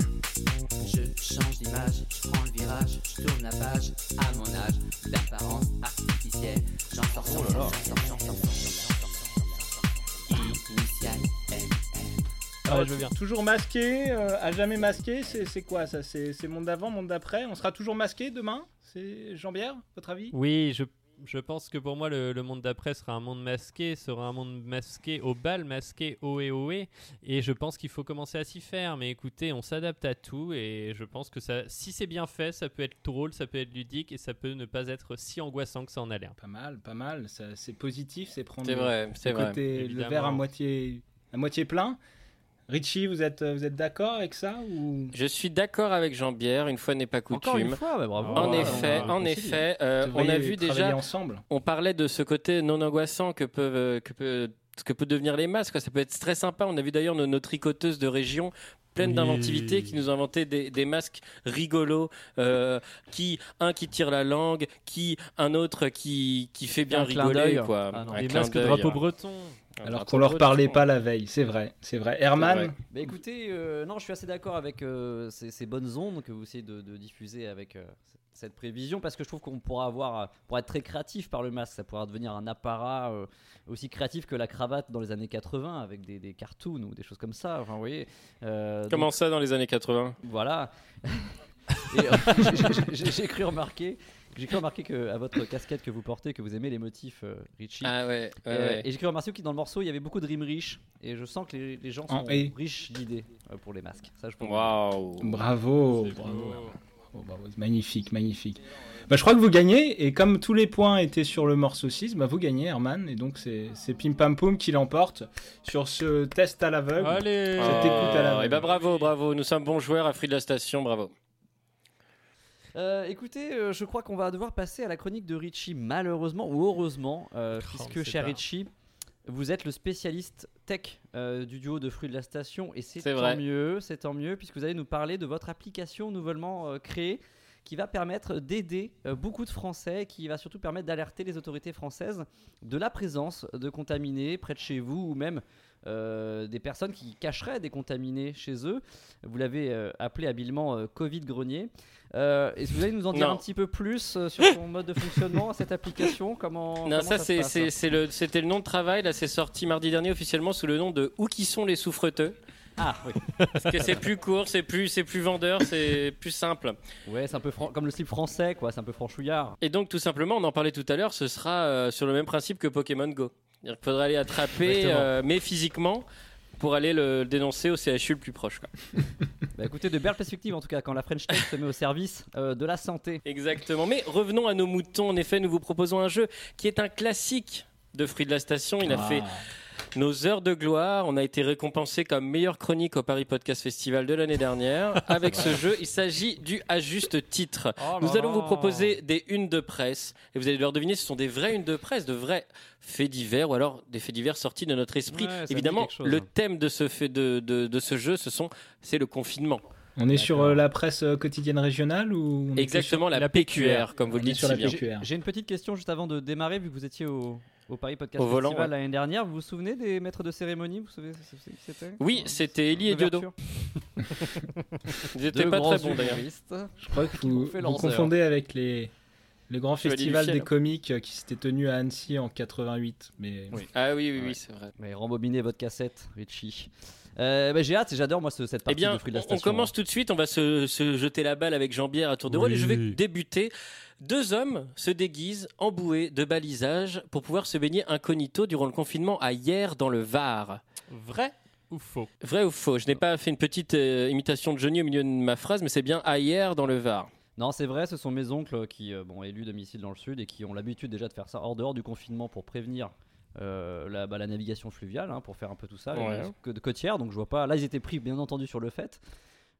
[SPEAKER 12] Je change d'image, je prends le virage, je tourne la page à mon âge, d'apparence artificielle. J'en sors, j'en sors, j'en sors, j'en sors, j'en sors. Initial MM.
[SPEAKER 3] Ah,
[SPEAKER 1] Alors,
[SPEAKER 3] je veux bien.
[SPEAKER 1] Toujours masqué, euh, à jamais masqué, c'est c'est quoi ça C'est c'est monde d'avant, monde d'après On sera toujours masqué demain C'est Jean-Bierre, votre avis
[SPEAKER 3] Oui, je, je pense que pour moi, le, le monde d'après sera un monde masqué, sera un monde masqué au bal, masqué ohé ohé. Et je pense qu'il faut commencer à s'y faire. Mais écoutez, on s'adapte à tout. Et je pense que ça, si c'est bien fait, ça peut être drôle, ça peut être ludique et ça peut ne pas être si angoissant que ça en a l'air.
[SPEAKER 1] Pas mal, pas mal. ça- C'est positif, c'est prendre
[SPEAKER 4] C'est vrai, c'est
[SPEAKER 1] le,
[SPEAKER 4] vrai.
[SPEAKER 1] côté- le
[SPEAKER 3] Évidemment.
[SPEAKER 1] verre à moitié, à moitié plein. Richie, vous êtes, vous êtes d'accord avec ça ou...
[SPEAKER 4] Je suis d'accord avec Jean-Pierre, une fois Ah, n'est pas coutume.
[SPEAKER 2] Encore une fois, bah, bravo.
[SPEAKER 4] en
[SPEAKER 2] Ouais,
[SPEAKER 4] effet,
[SPEAKER 2] on a-
[SPEAKER 4] en
[SPEAKER 2] on s'est dit.
[SPEAKER 4] effet, euh, on a
[SPEAKER 1] Devriez
[SPEAKER 4] vu
[SPEAKER 1] travailler
[SPEAKER 4] déjà
[SPEAKER 1] ensemble.
[SPEAKER 4] On parlait de ce côté non angoissant que peuvent euh, que peut ce que peut devenir les masques. quoi. Ça peut être très sympa. On a vu d'ailleurs nos, nos tricoteuses de région pleines
[SPEAKER 3] Oui.
[SPEAKER 4] d'inventivité qui nous inventaient des, des masques rigolos, euh, qui un qui tire la langue, qui un autre qui qui fait bien
[SPEAKER 2] Un clin
[SPEAKER 4] rigoler
[SPEAKER 2] d'œil.
[SPEAKER 4] quoi.
[SPEAKER 2] Ah non,
[SPEAKER 4] Un
[SPEAKER 3] Les
[SPEAKER 4] clin
[SPEAKER 3] masques
[SPEAKER 4] d'œil. hein.
[SPEAKER 3] drapeau breton.
[SPEAKER 4] Un
[SPEAKER 1] Alors
[SPEAKER 4] drapeau
[SPEAKER 1] qu'on leur
[SPEAKER 4] breton.
[SPEAKER 1] parlait pas la veille, c'est vrai, c'est vrai.
[SPEAKER 4] C'est
[SPEAKER 1] Herman,
[SPEAKER 4] vrai.
[SPEAKER 2] Bah, écoutez, euh, non, je suis assez d'accord avec euh, ces, ces bonnes ondes que vous essayez de, de diffuser avec euh, c- cette prévision, parce que je trouve qu'on pourra avoir, euh, pour être très créatif par le masque, ça pourra devenir un apparat euh, aussi créatif que la cravate dans les années 80 avec des, des cartoons ou des choses comme ça. Enfin, vous voyez. euh,
[SPEAKER 4] Comment ça dans les années 80
[SPEAKER 2] Voilà. Et, euh, j'ai- j'ai- j'ai j'ai cru remarquer, j'ai cru remarquer que à votre casquette que vous portez, que vous aimez les motifs euh, Richie.
[SPEAKER 4] Ah ouais. ouais,
[SPEAKER 2] Euh,
[SPEAKER 4] ouais.
[SPEAKER 2] Et j'ai cru remarquer que dans le morceau, il y avait beaucoup de rimes riches. Et je sens que les, les gens
[SPEAKER 1] En
[SPEAKER 2] sont
[SPEAKER 1] et.
[SPEAKER 2] riches d'idées euh, pour les masques. Ça, je pense.
[SPEAKER 4] Waouh.
[SPEAKER 1] bravo, bravo, bravo, bravo, magnifique, magnifique. Bah, je crois que vous gagnez, et comme tous les points étaient sur le morceau 6, bah, vous gagnez Herman, et donc c'est c'est Pim Pam Poum qui l'emporte sur ce test à l'aveugle.
[SPEAKER 4] Ah,
[SPEAKER 3] Allez
[SPEAKER 1] Cette écoute à la-
[SPEAKER 4] et ben bravo, bravo. Nous sommes bons joueurs à Free de la station. Bravo.
[SPEAKER 2] Euh, écoutez, euh, je crois qu'on va devoir passer à la chronique de Richie, malheureusement ou heureusement, euh,
[SPEAKER 3] Oh, on
[SPEAKER 2] puisque,
[SPEAKER 3] sait
[SPEAKER 2] cher
[SPEAKER 3] pas.
[SPEAKER 2] Richie, vous êtes le spécialiste tech euh, du duo de Fruits de la Station. Et c'est
[SPEAKER 4] C'est
[SPEAKER 2] tant
[SPEAKER 4] vrai.
[SPEAKER 2] mieux, c'est tant mieux, puisque vous allez nous parler de votre application nouvellement euh, créée qui va permettre d'aider euh, beaucoup de Français, et qui va surtout permettre d'alerter les autorités françaises de la présence de contaminés près de chez vous ou même euh, des personnes qui cacheraient des contaminés chez eux. Vous l'avez euh, appelé habilement euh, Covid grenier. Euh, Est-ce que vous allez nous en dire
[SPEAKER 4] Non.
[SPEAKER 2] un petit peu plus euh, sur son mode de fonctionnement, cette application Comment,
[SPEAKER 4] Non,
[SPEAKER 2] comment
[SPEAKER 4] ça,
[SPEAKER 2] se
[SPEAKER 4] c'est-
[SPEAKER 2] passe hein.
[SPEAKER 4] c'est- c'est le- c'était le nom de travail. Là, c'est sorti mardi dernier officiellement sous le nom de Où qui sont les souffreteux
[SPEAKER 2] Ah oui.
[SPEAKER 4] Parce que c'est plus court, c'est plus, c'est plus vendeur, c'est plus simple.
[SPEAKER 2] Ouais, c'est un peu fran- comme le slip français, quoi. C'est un peu franchouillard.
[SPEAKER 4] Et donc, tout simplement, on en parlait tout à l'heure, ce sera euh, sur le même principe que Pokémon Go. Il faudra aller attraper,
[SPEAKER 2] Exactement.
[SPEAKER 4] euh, mais physiquement, pour aller le dénoncer au CHU le plus proche. quoi.
[SPEAKER 2] Bah écoutez, de belles perspectives en tout cas, quand la French Tech se met au service euh, de la santé.
[SPEAKER 4] Exactement. Mais revenons à nos moutons. En effet, nous vous proposons un jeu qui est un classique de Fruits de la Station. Il a
[SPEAKER 2] Ah.
[SPEAKER 4] fait nos heures de gloire. On a été récompensé comme meilleure chronique au Paris Podcast Festival de l'année dernière. Avec ce jeu, il s'agit du à juste titre.
[SPEAKER 1] Oh
[SPEAKER 4] Nous allons vous proposer des unes de presse. Et vous allez leur deviner, ce sont des vraies unes de presse, de vrais faits divers ou alors des faits divers sortis de notre esprit.
[SPEAKER 1] Ouais, ça me dit
[SPEAKER 4] Évidemment,
[SPEAKER 1] quelque chose. hein.
[SPEAKER 4] le thème de ce, fait, de, de- de ce jeu, ce sont, c'est le confinement.
[SPEAKER 1] On est sur euh, la presse euh, quotidienne régionale ou on était
[SPEAKER 4] Exactement,
[SPEAKER 1] sur-
[SPEAKER 4] la PQR, comme vous
[SPEAKER 1] On
[SPEAKER 4] le
[SPEAKER 1] est
[SPEAKER 4] dites
[SPEAKER 1] sur
[SPEAKER 4] si
[SPEAKER 1] la
[SPEAKER 4] bien.
[SPEAKER 1] PQR.
[SPEAKER 2] J'ai une petite question juste avant de démarrer, vu que vous étiez au, au Paris Podcast
[SPEAKER 4] Au volant,
[SPEAKER 2] Festival
[SPEAKER 4] ouais.
[SPEAKER 2] l'année dernière. Vous vous souvenez des maîtres de cérémonie Vous savez ce que c'était
[SPEAKER 4] Oui, c'était Elie et Diodo.
[SPEAKER 2] D'ouverture.
[SPEAKER 4] Ils étaient
[SPEAKER 2] Deux
[SPEAKER 4] pas très
[SPEAKER 2] grands
[SPEAKER 4] bons d'ailleurs.
[SPEAKER 2] humoristes.
[SPEAKER 1] Je crois que
[SPEAKER 2] Qui
[SPEAKER 1] vous,
[SPEAKER 2] ont fait
[SPEAKER 1] vous
[SPEAKER 2] lanceur.
[SPEAKER 1] confondez avec les, les grands
[SPEAKER 4] Chevalier du
[SPEAKER 1] festivals
[SPEAKER 4] ciel.
[SPEAKER 1] des comiques euh, qui s'étaient tenus à Annecy en 88. Mais
[SPEAKER 4] Ah oui, oui, oui, c'est vrai.
[SPEAKER 2] Mais rembobinez votre cassette, Richie. Euh, bah, j'ai hâte, j'adore moi ce- cette
[SPEAKER 4] Eh
[SPEAKER 2] partie
[SPEAKER 4] bien,
[SPEAKER 2] de Fruits de la
[SPEAKER 4] on
[SPEAKER 2] Station. hein.
[SPEAKER 4] commence tout de suite. On va se, se jeter la balle avec Jean-Pierre à tour de rôle. Et je vais débuter. Deux hommes se déguisent en bouée de balisage pour pouvoir se baigner incognito durant le confinement à hier dans le Var.
[SPEAKER 3] Vrai ou faux
[SPEAKER 4] Vrai ou faux Je n'ai pas fait une petite euh, imitation de Johnny au milieu de ma phrase, mais c'est bien à hier dans le Var.
[SPEAKER 2] hein. Non, c'est vrai, ce sont mes oncles qui euh, bon, élus domicile dans le sud et qui ont l'habitude déjà de faire ça hors dehors du confinement pour prévenir euh, la, bah, la navigation fluviale, hein, pour faire un peu tout ça,
[SPEAKER 4] Ouais.
[SPEAKER 2] les côtes- côtières. Donc je vois pas. Là, ils étaient pris, bien entendu, sur le fait.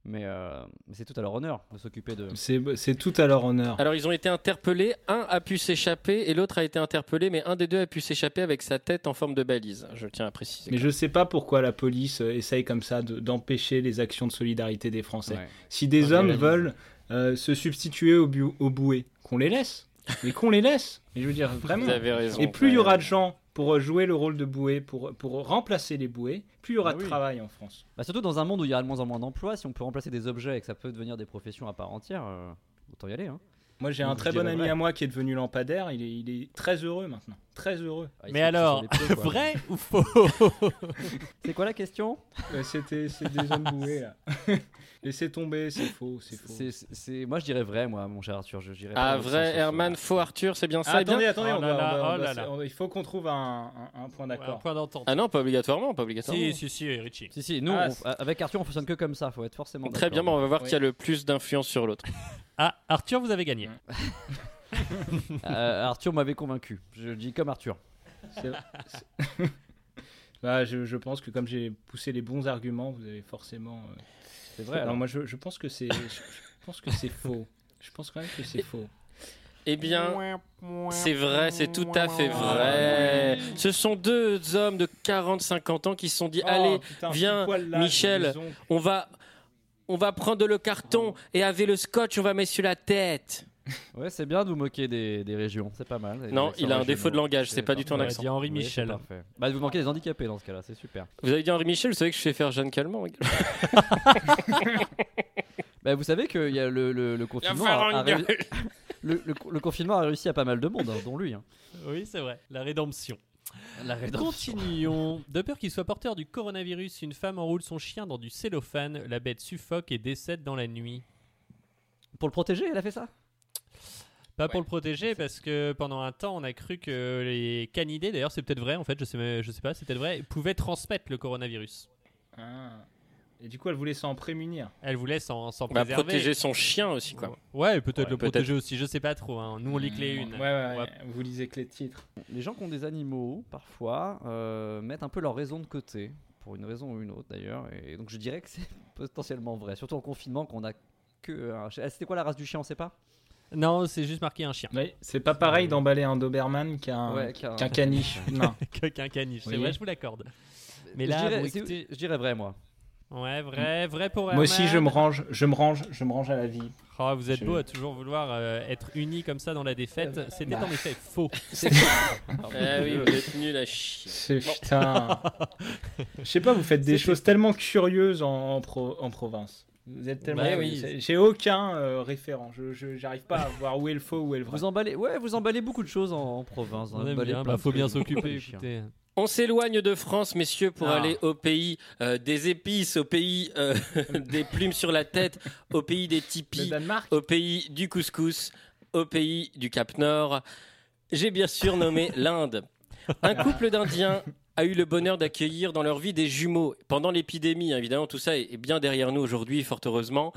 [SPEAKER 2] Mais euh, mais c'est tout à leur honneur de s'occuper de.
[SPEAKER 1] c'est c'est tout à leur honneur.
[SPEAKER 4] Alors ils ont été interpellés, un a pu s'échapper et l'autre a été interpellé, mais un des deux a pu s'échapper avec sa tête en forme de balise. Je tiens à préciser.
[SPEAKER 1] Mais je sais pas pourquoi la police euh, essaye comme ça de- d'empêcher les actions de solidarité des Français.
[SPEAKER 2] Ouais.
[SPEAKER 1] Si des hommes
[SPEAKER 4] réalise.
[SPEAKER 1] veulent euh, se substituer aux, bu- aux bouées, qu'on les laisse. Mais qu'on les laisse. Mais je veux dire, vraiment.
[SPEAKER 4] Vous avez raison.
[SPEAKER 1] Et plus il y aura de gens pour euh, jouer le rôle de bouée, pour, pour remplacer les bouées, plus il y aura
[SPEAKER 2] Bah
[SPEAKER 1] de
[SPEAKER 2] oui.
[SPEAKER 1] travail en France.
[SPEAKER 2] Bah, surtout dans un monde où il y a de moins en moins d'emplois, si on peut remplacer des objets et que ça peut devenir des professions à part entière, euh, autant y aller. Hein.
[SPEAKER 1] Moi, j'ai
[SPEAKER 2] Donc,
[SPEAKER 1] un
[SPEAKER 2] je
[SPEAKER 1] très
[SPEAKER 2] dirais
[SPEAKER 1] bon ami
[SPEAKER 2] vrai.
[SPEAKER 1] à moi qui est devenu lampadaire. Il est, il est très heureux maintenant. Très heureux.
[SPEAKER 2] Ah, ils
[SPEAKER 3] Mais
[SPEAKER 2] sont- ils sont
[SPEAKER 3] alors,
[SPEAKER 2] les pneus, quoi.
[SPEAKER 3] vrai ou faux
[SPEAKER 2] C'est quoi la question
[SPEAKER 1] Euh, C'était c'est des hommes boués, là. Laissez tomber, c'est faux, c'est faux.
[SPEAKER 2] C'est- c'est- c'est- Moi, je dirais vrai, moi, mon cher Arthur. Je, j'irais
[SPEAKER 4] Ah
[SPEAKER 2] pas sur-
[SPEAKER 4] vrai,
[SPEAKER 2] sur ce-
[SPEAKER 4] Herman, faux Arthur, c'est bien
[SPEAKER 1] Ah,
[SPEAKER 4] ça. Eh bien-
[SPEAKER 1] attendez, attendez,
[SPEAKER 3] Oh
[SPEAKER 1] on
[SPEAKER 3] là
[SPEAKER 1] va- on
[SPEAKER 3] là,
[SPEAKER 1] va- on va-
[SPEAKER 3] oh là là.
[SPEAKER 1] on- il faut qu'on trouve un, un- un point
[SPEAKER 3] Un
[SPEAKER 1] d'accord.
[SPEAKER 3] point d'entente.
[SPEAKER 4] Ah non, pas obligatoirement, pas obligatoirement.
[SPEAKER 3] Si, si, si, Richie.
[SPEAKER 2] Si, si, nous,
[SPEAKER 1] Ah,
[SPEAKER 2] on-
[SPEAKER 1] c'est-
[SPEAKER 2] avec Arthur, on fonctionne que comme ça, faut être forcément.
[SPEAKER 4] Très bien, mais
[SPEAKER 2] d'accord.
[SPEAKER 4] on va voir
[SPEAKER 1] Oui.
[SPEAKER 4] qui a le plus d'influence sur l'autre.
[SPEAKER 3] Ah, Arthur, vous avez gagné.
[SPEAKER 2] Euh, Arthur m'avait convaincu. Je le dis comme Arthur.
[SPEAKER 1] C'est- c'est- Bah, je, je pense que comme j'ai poussé les bons arguments, vous avez forcément. euh,
[SPEAKER 2] C'est vrai.
[SPEAKER 1] Alors
[SPEAKER 2] Alors,
[SPEAKER 1] moi, je, je pense que c'est, je, je pense que c'est faux. Je pense quand même que c'est faux.
[SPEAKER 4] Eh bien, c'est vrai, c'est tout à fait vrai. Ce sont deux hommes de 40-50 ans qui se sont dit
[SPEAKER 1] Oh,
[SPEAKER 4] Allez, viens, Michel. on va, on va prendre le carton et avec le scotch, on va mettre sur la tête.
[SPEAKER 2] ouais, c'est bien de vous moquer des, des régions, c'est pas mal.
[SPEAKER 4] Non, il a un défaut de langage, c'est pas du tout un
[SPEAKER 3] On aurait
[SPEAKER 4] accent.
[SPEAKER 3] dit Henri
[SPEAKER 2] Henri
[SPEAKER 3] Michel.
[SPEAKER 2] Bah, de vous manquer des handicapés dans ce cas-là, c'est super.
[SPEAKER 4] Vous avez dit Henri Michel, vous savez que je sais faire Jeanne Calment. les gars.
[SPEAKER 2] Bah, vous savez que il y a le, le, le confinement.
[SPEAKER 4] faire
[SPEAKER 2] a-
[SPEAKER 4] une
[SPEAKER 2] a réu- le, le, le confinement a réussi à pas mal de monde, hein, dont lui. hein.
[SPEAKER 3] Oui, c'est vrai. La rédemption.
[SPEAKER 2] La rédemption.
[SPEAKER 3] Continuons. De peur qu'il soit porteur du coronavirus, une femme enroule son chien dans du cellophane. La bête suffoque et décède dans la nuit.
[SPEAKER 2] Pour le protéger, elle a fait ça
[SPEAKER 3] Pas pour le protéger, parce que pendant un temps, on a cru que les canidés, d'ailleurs, c'est peut-être vrai, en fait, je sais, mais- je sais pas, c'est peut-être vrai, pouvaient transmettre le coronavirus.
[SPEAKER 1] Ah. Et du coup, elle voulait s'en prémunir.
[SPEAKER 3] Elle voulait s'en s'en
[SPEAKER 4] On va
[SPEAKER 3] préserver.
[SPEAKER 4] Bah, protéger son chien aussi, quoi.
[SPEAKER 3] Ouais, peut-être
[SPEAKER 4] Ouais,
[SPEAKER 3] le
[SPEAKER 4] peut-être.
[SPEAKER 3] protéger aussi, je sais pas trop. hein. Nous, on lit que les une.
[SPEAKER 1] Mmh, Ouais, ouais,
[SPEAKER 3] Ouais.
[SPEAKER 1] ouais. Vous lisez que les titres.
[SPEAKER 2] Les gens qui ont des animaux, parfois, euh, mettent un peu leur raison de côté, pour une raison ou une autre d'ailleurs. Et donc je dirais que c'est potentiellement vrai, surtout en confinement qu'on a que. un chien. Ah, C'était quoi la race du chien On sait pas
[SPEAKER 3] Non, c'est juste marqué un chien.
[SPEAKER 1] Ouais, c'est pas pareil d'emballer un Doberman qu'un
[SPEAKER 2] Ouais, qu'un-
[SPEAKER 1] qu'un caniche. non.
[SPEAKER 3] Que- Qu'un caniche, c'est
[SPEAKER 1] Oui.
[SPEAKER 3] vrai, je vous l'accorde. Mais
[SPEAKER 2] Je
[SPEAKER 3] là,
[SPEAKER 2] dirais-
[SPEAKER 3] bon,
[SPEAKER 2] c'est-
[SPEAKER 3] écoutez-
[SPEAKER 2] je dirais vrai, moi.
[SPEAKER 3] Ouais, vrai, vrai pour
[SPEAKER 1] Moi aussi,
[SPEAKER 3] Herman.
[SPEAKER 1] je me range, je me range, je me range à la vie.
[SPEAKER 3] Oh, vous êtes
[SPEAKER 1] Je-
[SPEAKER 3] beau à toujours vouloir euh, être unis comme ça dans la défaite. C'était
[SPEAKER 1] bah.
[SPEAKER 3] en effet faux. Eh
[SPEAKER 4] Ah oui, vous êtes nuls à chier.
[SPEAKER 1] C'est
[SPEAKER 4] Bon.
[SPEAKER 1] putain. Je sais pas, vous faites des choses tellement curieuses en, en pro- en province. Vous êtes tellement.
[SPEAKER 2] Bah oui.
[SPEAKER 1] c'est- J'ai aucun euh, référent. Je je- j'arrive pas à voir où est le faux, où est le vrai.
[SPEAKER 2] Vous emballez, ouais, vous emballez beaucoup de choses en, en province. hein.
[SPEAKER 3] On aime
[SPEAKER 2] emballez
[SPEAKER 3] bien,
[SPEAKER 2] plein
[SPEAKER 3] bah,
[SPEAKER 2] de
[SPEAKER 3] faut bien
[SPEAKER 2] trucs.
[SPEAKER 3] s'occuper,
[SPEAKER 2] Les chiens.
[SPEAKER 3] écoutez.
[SPEAKER 4] On s'éloigne de France, messieurs, pour
[SPEAKER 2] Ah.
[SPEAKER 4] aller au pays euh, des épices, au pays euh, des plumes sur la tête, au pays des tipis, au pays du couscous, au pays du Cap Nord. J'ai bien sûr nommé l'Inde. Un couple d'Indiens a eu le bonheur d'accueillir dans leur vie des jumeaux. Pendant l'épidémie, hein, évidemment, tout ça est est bien derrière nous aujourd'hui, fort heureusement.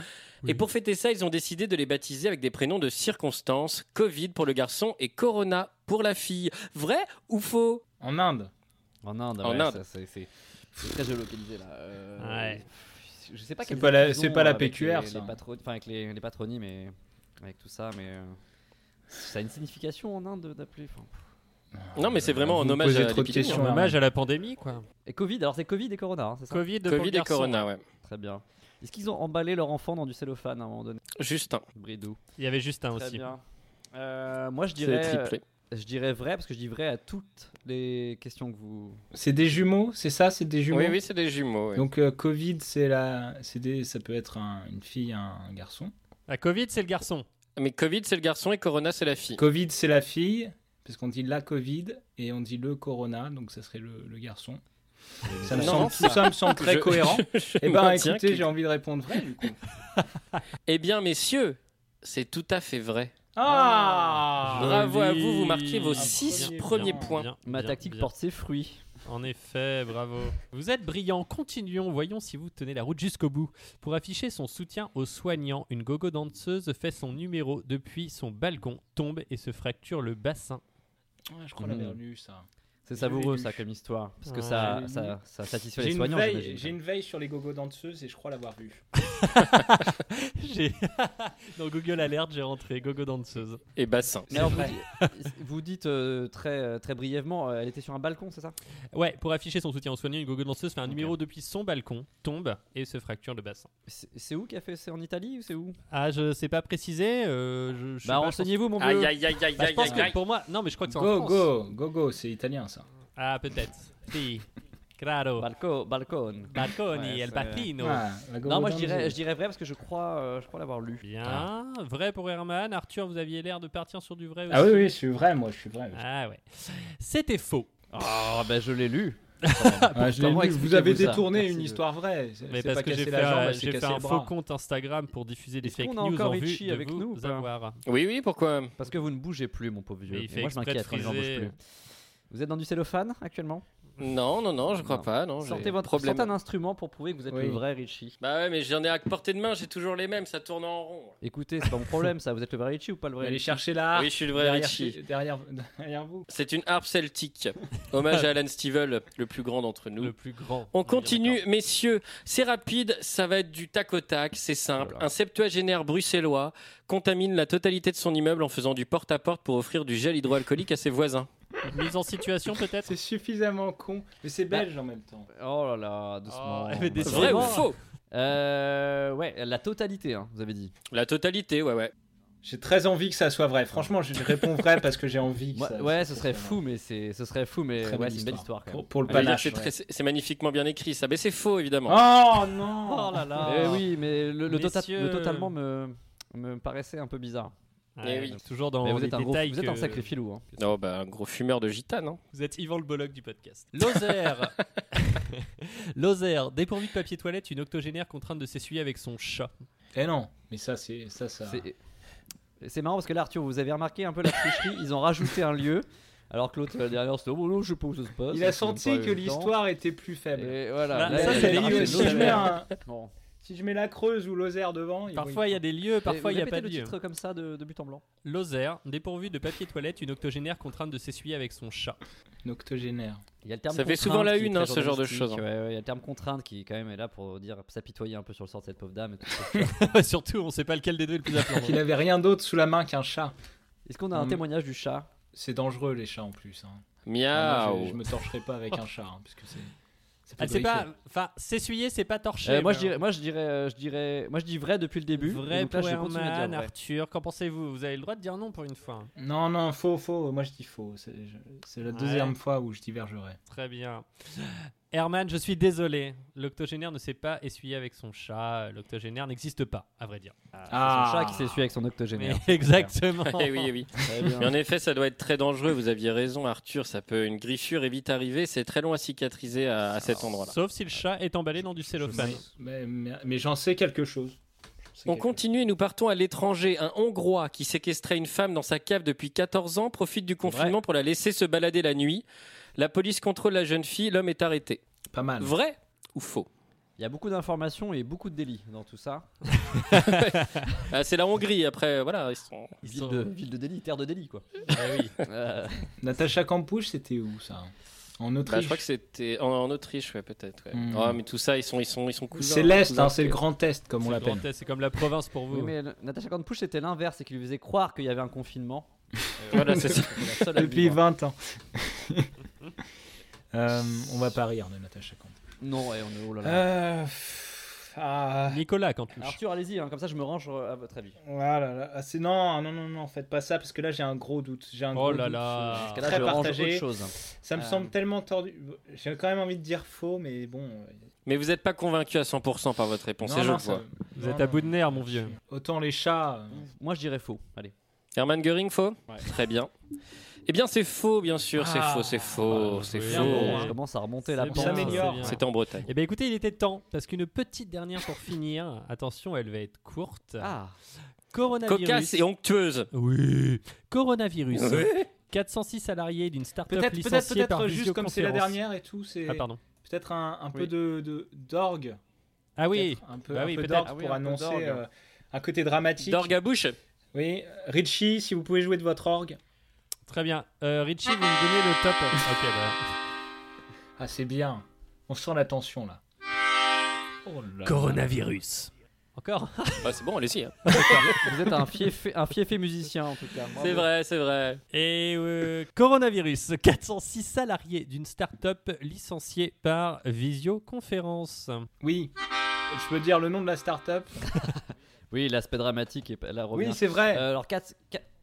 [SPEAKER 4] Et pour fêter ça, ils ont décidé de les baptiser avec des prénoms de circonstance, Covid pour le garçon et Corona pour la fille. Vrai ou faux
[SPEAKER 1] En Inde.
[SPEAKER 2] En Inde,
[SPEAKER 4] En
[SPEAKER 2] ouais,
[SPEAKER 4] Inde.
[SPEAKER 2] ça, c'est- c'est c'est très géolocalisé là. Euh,
[SPEAKER 3] Ouais.
[SPEAKER 2] Je sais pas
[SPEAKER 1] C'est
[SPEAKER 2] quelles
[SPEAKER 1] pas la-
[SPEAKER 2] liaisons
[SPEAKER 1] c'est pas la
[SPEAKER 2] avec les-
[SPEAKER 1] PQR,
[SPEAKER 2] les
[SPEAKER 1] ça.
[SPEAKER 2] patro- Enfin, avec les, les patronymes et avec tout ça, mais euh, ça a une signification en Inde d'appeler. enfin, pff.
[SPEAKER 4] Non, mais c'est vraiment
[SPEAKER 1] Vous
[SPEAKER 4] en
[SPEAKER 1] me
[SPEAKER 4] hommage
[SPEAKER 1] posez
[SPEAKER 4] à
[SPEAKER 1] trop de
[SPEAKER 4] l'épidémie,
[SPEAKER 1] questions,
[SPEAKER 4] en
[SPEAKER 1] là.
[SPEAKER 3] Hommage à la pandémie, quoi.
[SPEAKER 2] Et Covid, alors c'est Covid et Corona, hein, c'est ça
[SPEAKER 3] Covid, pour le
[SPEAKER 4] Covid et
[SPEAKER 3] garçon.
[SPEAKER 4] Corona, ouais.
[SPEAKER 2] Très bien. Est-ce qu'ils ont emballé leur enfant dans du cellophane à un moment donné
[SPEAKER 4] Juste un.
[SPEAKER 2] Bridou.
[SPEAKER 3] Il y avait juste un
[SPEAKER 2] Très
[SPEAKER 3] aussi.
[SPEAKER 2] bien. Euh, moi, je dirais,
[SPEAKER 4] triplé.
[SPEAKER 2] je dirais vrai parce que je dis vrai à toutes les questions que vous.
[SPEAKER 1] C'est des jumeaux, c'est ça, c'est des jumeaux.
[SPEAKER 4] Oui, oui, c'est des jumeaux. ouais.
[SPEAKER 1] Donc euh, Covid, c'est la, c'est des, ça peut être un- une fille, un, un garçon.
[SPEAKER 3] La Covid, c'est le garçon.
[SPEAKER 4] Mais Covid, c'est le garçon et Corona, c'est la fille.
[SPEAKER 1] Covid, c'est la fille, parce qu'on dit la Covid et on dit le Corona, donc ça serait le, le garçon.
[SPEAKER 2] Euh,
[SPEAKER 1] Ça me,
[SPEAKER 4] Non,
[SPEAKER 1] semble,
[SPEAKER 4] ça-
[SPEAKER 1] ça me semble très
[SPEAKER 4] Je-
[SPEAKER 1] cohérent.
[SPEAKER 4] je- je
[SPEAKER 1] Eh ben,
[SPEAKER 4] maintiens
[SPEAKER 1] écoutez,
[SPEAKER 4] que-
[SPEAKER 1] j'ai envie de répondre vrai, du coup.
[SPEAKER 4] Eh bien, messieurs, c'est tout à fait vrai.
[SPEAKER 1] Ah
[SPEAKER 4] Bravo à
[SPEAKER 3] Joli.
[SPEAKER 4] vous, vous marquez vos
[SPEAKER 1] Un
[SPEAKER 4] six
[SPEAKER 1] premier
[SPEAKER 4] premiers
[SPEAKER 1] point.
[SPEAKER 4] points.
[SPEAKER 3] Ah, Bien,
[SPEAKER 2] Ma
[SPEAKER 3] bien,
[SPEAKER 2] tactique
[SPEAKER 3] bien.
[SPEAKER 2] porte ses fruits.
[SPEAKER 3] En effet, bravo. Vous êtes brillant, continuons, voyons si vous tenez la route jusqu'au bout. Pour afficher son soutien aux soignants, une gogo danseuse fait son numéro depuis son balcon, tombe et se fracture le bassin.
[SPEAKER 1] Ouais, je crois l'avoir
[SPEAKER 2] Mhm.
[SPEAKER 1] lu, ça.
[SPEAKER 2] C'est
[SPEAKER 1] Je
[SPEAKER 2] savoureux
[SPEAKER 1] l'ai lu.
[SPEAKER 2] ça comme histoire, parce que
[SPEAKER 3] Ouais.
[SPEAKER 1] Je
[SPEAKER 2] ça,
[SPEAKER 1] l'ai
[SPEAKER 2] ça, ça satisfait
[SPEAKER 1] J'ai
[SPEAKER 2] les
[SPEAKER 1] une,
[SPEAKER 2] soignants.
[SPEAKER 1] veille,
[SPEAKER 2] j'imagine.
[SPEAKER 1] j'ai une veille sur les gogo danseuses et je crois l'avoir vu.
[SPEAKER 3] J'ai- Dans Google Alert, j'ai rentré gogo danseuse.
[SPEAKER 4] Et bah, bassin.
[SPEAKER 2] Mais alors, vous, dites- vous dites euh, très, euh, très brièvement, euh, elle était sur un balcon, c'est ça
[SPEAKER 3] Ouais, pour afficher son soutien aux soignants, une gogo danseuse fait un
[SPEAKER 2] Ok.
[SPEAKER 3] numéro depuis son balcon, tombe et se fracture le bassin.
[SPEAKER 2] C'est c'est où qu'elle fait C'est en Italie ou c'est où
[SPEAKER 3] Ah, je sais pas préciser. euh, je, je sais
[SPEAKER 2] Bah
[SPEAKER 3] pas,
[SPEAKER 2] renseignez-vous, mon
[SPEAKER 4] Aïe,
[SPEAKER 2] bleu.
[SPEAKER 4] aïe, aïe, aïe,
[SPEAKER 3] je pense- bah, je
[SPEAKER 4] aïe,
[SPEAKER 3] pense
[SPEAKER 4] aïe,
[SPEAKER 3] que
[SPEAKER 4] aïe.
[SPEAKER 3] pour moi, non, mais je crois que c'est en
[SPEAKER 1] Go,
[SPEAKER 3] France.
[SPEAKER 1] go, go, go, c'est italien, ça.
[SPEAKER 3] Ah, peut-être. Si. Claro.
[SPEAKER 2] Balco, balcon.
[SPEAKER 3] Balconi,
[SPEAKER 2] Ouais,
[SPEAKER 3] el
[SPEAKER 2] c'est-
[SPEAKER 3] bacchino.
[SPEAKER 1] Ah, la gogo
[SPEAKER 2] Non, moi je
[SPEAKER 1] danseuse.
[SPEAKER 2] dirais, je dirais vrai parce que je crois, euh, je crois l'avoir lu. Ah.
[SPEAKER 3] Bien. Vrai pour Herman. Arthur, vous aviez l'air de partir sur du vrai aussi.
[SPEAKER 1] Ah oui, oui, je suis vrai, moi, je suis vrai.
[SPEAKER 3] Ah ouais. C'était faux.
[SPEAKER 2] Ah, ben je l'ai lu.
[SPEAKER 1] Ah, je l'ai
[SPEAKER 2] Comment
[SPEAKER 1] lu, vous avez
[SPEAKER 2] expliquez-vous ça
[SPEAKER 1] détourné
[SPEAKER 2] Merci
[SPEAKER 1] une
[SPEAKER 2] de-
[SPEAKER 1] histoire vraie. C'est-
[SPEAKER 3] Mais
[SPEAKER 1] c'est
[SPEAKER 3] parce
[SPEAKER 1] pas
[SPEAKER 3] que j'ai
[SPEAKER 1] casser
[SPEAKER 3] fait,
[SPEAKER 1] la jambe,
[SPEAKER 3] euh,
[SPEAKER 1] c'est
[SPEAKER 3] j'ai fait
[SPEAKER 1] casser
[SPEAKER 3] un
[SPEAKER 1] le
[SPEAKER 3] faux
[SPEAKER 1] bras.
[SPEAKER 3] compte Instagram pour diffuser des
[SPEAKER 2] Est-ce
[SPEAKER 3] fake
[SPEAKER 2] qu'on a
[SPEAKER 3] news
[SPEAKER 2] encore
[SPEAKER 3] en vue
[SPEAKER 2] Richie
[SPEAKER 3] de
[SPEAKER 2] avec
[SPEAKER 3] vous
[SPEAKER 2] nous ou pas
[SPEAKER 3] avoir.
[SPEAKER 4] Oui, oui, pourquoi
[SPEAKER 2] Parce que vous ne bougez plus, mon pauvre vieux.
[SPEAKER 3] Mais il
[SPEAKER 2] Et
[SPEAKER 3] fait
[SPEAKER 2] moi je
[SPEAKER 3] exprès de
[SPEAKER 2] m'inquiète quand j'en bouge
[SPEAKER 3] friser.
[SPEAKER 2] plus. Vous êtes dans du cellophane actuellement
[SPEAKER 4] Non, non, non, je crois
[SPEAKER 2] Non.
[SPEAKER 4] pas. Non, j'ai
[SPEAKER 2] Sortez votre
[SPEAKER 4] problème.
[SPEAKER 2] sortez Oh, un instrument pour prouver que vous êtes
[SPEAKER 1] Oui.
[SPEAKER 2] le vrai Richie.
[SPEAKER 4] Bah ouais, mais j'en ai à portée de main, j'ai toujours les mêmes, ça tourne en rond.
[SPEAKER 2] Écoutez, c'est pas mon problème ça. Vous êtes le vrai Richie ou pas le vrai
[SPEAKER 1] Allez
[SPEAKER 2] Richie
[SPEAKER 1] chercher la
[SPEAKER 4] Oui, Ah, je suis le vrai
[SPEAKER 1] derrière,
[SPEAKER 4] Richie.
[SPEAKER 1] Derrière, derrière vous.
[SPEAKER 4] C'est une harpe celtique. Hommage à Alan Stivell, le plus grand d'entre nous.
[SPEAKER 3] Le plus grand.
[SPEAKER 4] On
[SPEAKER 3] est bien
[SPEAKER 4] continue,
[SPEAKER 3] d'accord.
[SPEAKER 4] messieurs. C'est rapide, ça va être du tac au tac, c'est simple. Un septuagénaire bruxellois contamine la totalité de son immeuble en faisant du porte-à-porte pour offrir du gel hydroalcoolique à ses voisins.
[SPEAKER 3] Mise en situation peut-être
[SPEAKER 1] C'est suffisamment con, mais c'est belge en même temps.
[SPEAKER 2] Oh là là, doucement.
[SPEAKER 3] Oh, elle est déçue.
[SPEAKER 4] Vrai ou
[SPEAKER 3] Sûrement.
[SPEAKER 4] faux
[SPEAKER 2] Euh, ouais, la totalité, hein, vous avez dit.
[SPEAKER 4] La totalité, ouais, ouais.
[SPEAKER 1] J'ai très envie que ça soit vrai. Franchement, je réponds vrai parce que j'ai envie. Que
[SPEAKER 2] Moi-
[SPEAKER 1] ça,
[SPEAKER 2] ouais,
[SPEAKER 1] ça-
[SPEAKER 2] ce
[SPEAKER 1] ça
[SPEAKER 2] serait
[SPEAKER 1] soit
[SPEAKER 2] fou, mais c'est, ce serait fou, mais
[SPEAKER 1] Très
[SPEAKER 2] ouais,
[SPEAKER 1] bonne
[SPEAKER 2] c'est une belle histoire quand
[SPEAKER 1] Pour,
[SPEAKER 2] même. Ah,
[SPEAKER 1] pour le
[SPEAKER 4] Je veux dire,
[SPEAKER 1] panache.
[SPEAKER 4] C'est
[SPEAKER 1] ouais.
[SPEAKER 4] très- c'est magnifiquement bien écrit, ça. Mais c'est faux, évidemment.
[SPEAKER 1] Oh non
[SPEAKER 3] Oh là là.
[SPEAKER 2] Eh oui, mais le, le, tota-
[SPEAKER 3] Messieurs.
[SPEAKER 2] le totalement me, me paraissait un peu bizarre.
[SPEAKER 3] Ouais,
[SPEAKER 4] Eh oui.
[SPEAKER 3] donc Toujours dans
[SPEAKER 2] mais vous
[SPEAKER 3] les
[SPEAKER 2] êtes, un gros-
[SPEAKER 3] détails.
[SPEAKER 2] vous êtes
[SPEAKER 3] que-
[SPEAKER 2] un sacré filou. hein.
[SPEAKER 4] Non, bah, un gros fumeur de gitane. hein.
[SPEAKER 3] Vous êtes Yvan le Bollock du podcast. Lozère Lozère, dépourvu de papier toilette, une octogénaire contrainte de s'essuyer avec son chat.
[SPEAKER 1] Eh non, mais ça, c'est ça, ça.
[SPEAKER 2] C'est, c'est marrant parce que là, Arthur, vous avez remarqué un peu la tricherie. ils ont rajouté un lieu, alors que l'autre, euh, derrière, c'était oh non, je sais pas où ça se passe.
[SPEAKER 1] Il a
[SPEAKER 2] Ils ont pas
[SPEAKER 1] senti
[SPEAKER 2] eu
[SPEAKER 1] que
[SPEAKER 2] le temps.
[SPEAKER 1] l'histoire était plus faible.
[SPEAKER 2] Et voilà.
[SPEAKER 3] Là,
[SPEAKER 1] Là,
[SPEAKER 3] ça,
[SPEAKER 2] il
[SPEAKER 1] c'est
[SPEAKER 2] a
[SPEAKER 1] les
[SPEAKER 2] rajouté
[SPEAKER 1] lieux.
[SPEAKER 2] une
[SPEAKER 1] Si
[SPEAKER 2] autre
[SPEAKER 1] je mets
[SPEAKER 2] affaire.
[SPEAKER 1] un-
[SPEAKER 2] Bon.
[SPEAKER 1] si je mets la Creuse ou l'Auxerre devant,
[SPEAKER 2] Eh
[SPEAKER 1] il-
[SPEAKER 3] Parfois il y a des lieux, parfois il n'y a
[SPEAKER 2] Répétez
[SPEAKER 3] pas de
[SPEAKER 2] le
[SPEAKER 3] lieu.
[SPEAKER 2] titre comme ça de, de but en blanc.
[SPEAKER 3] Lozère, dépourvu de papier toilette, une octogénaire contrainte de s'essuyer avec son chat.
[SPEAKER 1] Une octogénaire.
[SPEAKER 2] Il y a le terme
[SPEAKER 4] Ça fait
[SPEAKER 2] contrainte
[SPEAKER 4] souvent la
[SPEAKER 2] qui est
[SPEAKER 4] une,
[SPEAKER 2] très
[SPEAKER 4] hein, ce genre de
[SPEAKER 2] journalistique.
[SPEAKER 4] choses, hein.
[SPEAKER 2] Ouais, ouais, il y a le terme contrainte qui, quand même, est là pour dire s'apitoyer un peu sur le sort de cette pauvre dame. et tout ça.
[SPEAKER 3] Surtout, on sait pas lequel des deux est le plus à
[SPEAKER 1] Qu'il
[SPEAKER 3] plaindre.
[SPEAKER 1] avait rien d'autre sous la main qu'un chat.
[SPEAKER 2] Est-ce qu'on a un
[SPEAKER 1] Mm.
[SPEAKER 2] témoignage du chat
[SPEAKER 1] C'est dangereux les chats en plus. hein. Ah, moi,
[SPEAKER 4] Miaou.
[SPEAKER 1] je, je me torcherai pas avec un chat, hein, parce que c'est
[SPEAKER 3] Ah, c'est pas, enfin, s'essuyer, c'est pas torcher.
[SPEAKER 2] Euh, moi,
[SPEAKER 3] mais-
[SPEAKER 2] je dirais, moi, je dirais, euh, je dirais, moi, je dis vrai depuis le début.
[SPEAKER 3] Vrai
[SPEAKER 2] Et donc là,
[SPEAKER 3] pour
[SPEAKER 2] je continue à dire
[SPEAKER 3] Herman,
[SPEAKER 2] vrai.
[SPEAKER 3] Arthur. Qu'en pensez-vous Vous avez le droit de dire non pour une fois.
[SPEAKER 1] Non, non, faux, faux. Moi, je dis faux. C'est je- c'est la
[SPEAKER 3] Ouais.
[SPEAKER 1] deuxième fois où je divergerai.
[SPEAKER 3] Très bien. Herman, je suis désolé. L'octogénaire ne s'est pas essuyé avec son chat. L'octogénaire n'existe pas, à vrai dire.
[SPEAKER 2] Ah. son chat qui s'est essuyé avec son octogénaire.
[SPEAKER 3] Mais Exactement.
[SPEAKER 4] Eh oui, eh oui. Et en effet, ça doit être très dangereux. Vous aviez raison, Arthur. Ça peut une griffure est vite arrivée. C'est très long à cicatriser à, à
[SPEAKER 3] Ah,
[SPEAKER 4] cet endroit-là.
[SPEAKER 3] Sauf si le chat est emballé dans du cellophane.
[SPEAKER 1] Mais, mais- mais j'en sais quelque chose.
[SPEAKER 4] On continue et nous partons à l'étranger. Un Hongrois qui séquestrait une femme dans sa cave depuis 14 ans profite du confinement pour la laisser se balader la nuit. La police contrôle la jeune fille. L'homme est arrêté.
[SPEAKER 1] Pas mal.
[SPEAKER 4] Vrai ou faux
[SPEAKER 2] Il y a beaucoup d'informations et beaucoup de délits dans tout ça.
[SPEAKER 4] Ah, C'est la Hongrie. Après, voilà, ils sont.
[SPEAKER 2] Ville, de, ville de délit, terre de délit, quoi.
[SPEAKER 3] oui.
[SPEAKER 1] Natacha Campouche, c'était où ça En Autriche.
[SPEAKER 4] Bah, je crois que c'était en, en Autriche, ouais, peut-être. ouais.
[SPEAKER 1] Mm.
[SPEAKER 4] Ah, mais tout ça, ils sont, ils sont, ils sont cousins.
[SPEAKER 1] C'est l'Est,
[SPEAKER 4] cousins.
[SPEAKER 1] hein, c'est le Grand Est, comme on
[SPEAKER 3] C'est le
[SPEAKER 1] l'appelle.
[SPEAKER 3] Grand Est, C'est comme la province pour vous.
[SPEAKER 2] Oui, mais le- Natacha Cantepouche, c'était l'inverse, c'est qu'il lui faisait croire qu'il y avait un confinement. Et
[SPEAKER 1] Voilà, c'est ça.
[SPEAKER 2] la seule à le
[SPEAKER 1] Depuis
[SPEAKER 2] vivre.
[SPEAKER 1] 20 ans. Euh, on va pas rire de Natacha Campouche.
[SPEAKER 2] Non, ouais, on est. Oh là là.
[SPEAKER 1] Euh, pff, ah.
[SPEAKER 3] Nicolas Cantouche.
[SPEAKER 2] Arthur, allez-y, hein, comme ça je me range euh, à votre avis.
[SPEAKER 1] Voilà, là, ah, c'est non, non, non, non, faites pas ça parce que là j'ai un gros doute. J'ai un
[SPEAKER 3] Oh
[SPEAKER 1] gros
[SPEAKER 3] là
[SPEAKER 1] doute,
[SPEAKER 3] là.
[SPEAKER 1] je suis
[SPEAKER 3] Parce que là,
[SPEAKER 1] très
[SPEAKER 3] je range
[SPEAKER 1] partagé.
[SPEAKER 3] autre chose.
[SPEAKER 1] Ça me
[SPEAKER 3] Euh.
[SPEAKER 1] semble tellement tordu. J'ai quand même envie de dire faux, mais bon. euh,
[SPEAKER 4] Mais vous n'êtes pas convaincu à 100% par votre réponse,
[SPEAKER 1] Non,
[SPEAKER 4] et je
[SPEAKER 1] non,
[SPEAKER 4] le
[SPEAKER 1] ça-
[SPEAKER 4] vois.
[SPEAKER 3] Vous
[SPEAKER 1] non,
[SPEAKER 3] êtes à
[SPEAKER 1] non.
[SPEAKER 3] bout de nerfs, mon vieux.
[SPEAKER 1] Autant les chats. euh,
[SPEAKER 2] Moi je dirais faux. Allez.
[SPEAKER 4] Herman Göring, faux Très bien. Eh bien, c'est faux, bien sûr, c'est
[SPEAKER 2] Ah.
[SPEAKER 4] faux, c'est faux,
[SPEAKER 2] Ah,
[SPEAKER 4] c'est
[SPEAKER 2] bien
[SPEAKER 4] faux.
[SPEAKER 2] bon, hein. Je commence à remonter la
[SPEAKER 3] C'est
[SPEAKER 2] pente.
[SPEAKER 3] bien,
[SPEAKER 2] s'améliore.
[SPEAKER 3] c'est bien.
[SPEAKER 4] C'était en Bretagne.
[SPEAKER 3] Eh bien écoutez, il était temps, parce qu'une petite dernière pour finir. Attention, elle va être courte.
[SPEAKER 2] Ah.
[SPEAKER 3] Coronavirus.
[SPEAKER 4] Cocasse et onctueuse.
[SPEAKER 3] Oui. Coronavirus.
[SPEAKER 4] Oui.
[SPEAKER 3] 406 salariés d'une start-up
[SPEAKER 1] Peut-être, peut-être,
[SPEAKER 3] licenciée par
[SPEAKER 1] peut-être juste comme c'est la
[SPEAKER 3] visioconférence.
[SPEAKER 1] dernière et tout, c'est
[SPEAKER 3] Ah pardon.
[SPEAKER 1] peut-être un, un peu
[SPEAKER 3] Oui.
[SPEAKER 1] de, de- d'orgue.
[SPEAKER 3] Ah oui.
[SPEAKER 1] Peut-être un peu,
[SPEAKER 3] Bah
[SPEAKER 1] un
[SPEAKER 3] oui,
[SPEAKER 1] peu
[SPEAKER 3] peut-être.
[SPEAKER 1] d'orgue
[SPEAKER 3] Ah oui,
[SPEAKER 1] pour
[SPEAKER 3] un peu
[SPEAKER 1] annoncer
[SPEAKER 3] d'orgue.
[SPEAKER 1] euh, un côté dramatique.
[SPEAKER 4] D'orgue à bouche
[SPEAKER 1] Oui, Richie, si vous pouvez jouer de votre orgue.
[SPEAKER 3] Très bien. Euh, Richie, vous me donnez le top. ok, bah.
[SPEAKER 1] Ah, c'est bien. On sent la tension là. Oh là là.
[SPEAKER 3] Coronavirus. Encore
[SPEAKER 4] Bah, c'est bon, allez-y. hein.
[SPEAKER 2] Vous êtes un fiefé, un fiefé musicien en tout cas.
[SPEAKER 4] C'est vrai, c'est vrai.
[SPEAKER 3] Et euh, coronavirus, 406 salariés d'une start-up licenciée par visioconférence.
[SPEAKER 1] Oui. Je peux dire le nom de la start-up
[SPEAKER 2] Oui, l'aspect dramatique est là revient.
[SPEAKER 1] Oui, c'est vrai.
[SPEAKER 2] Euh, alors 4,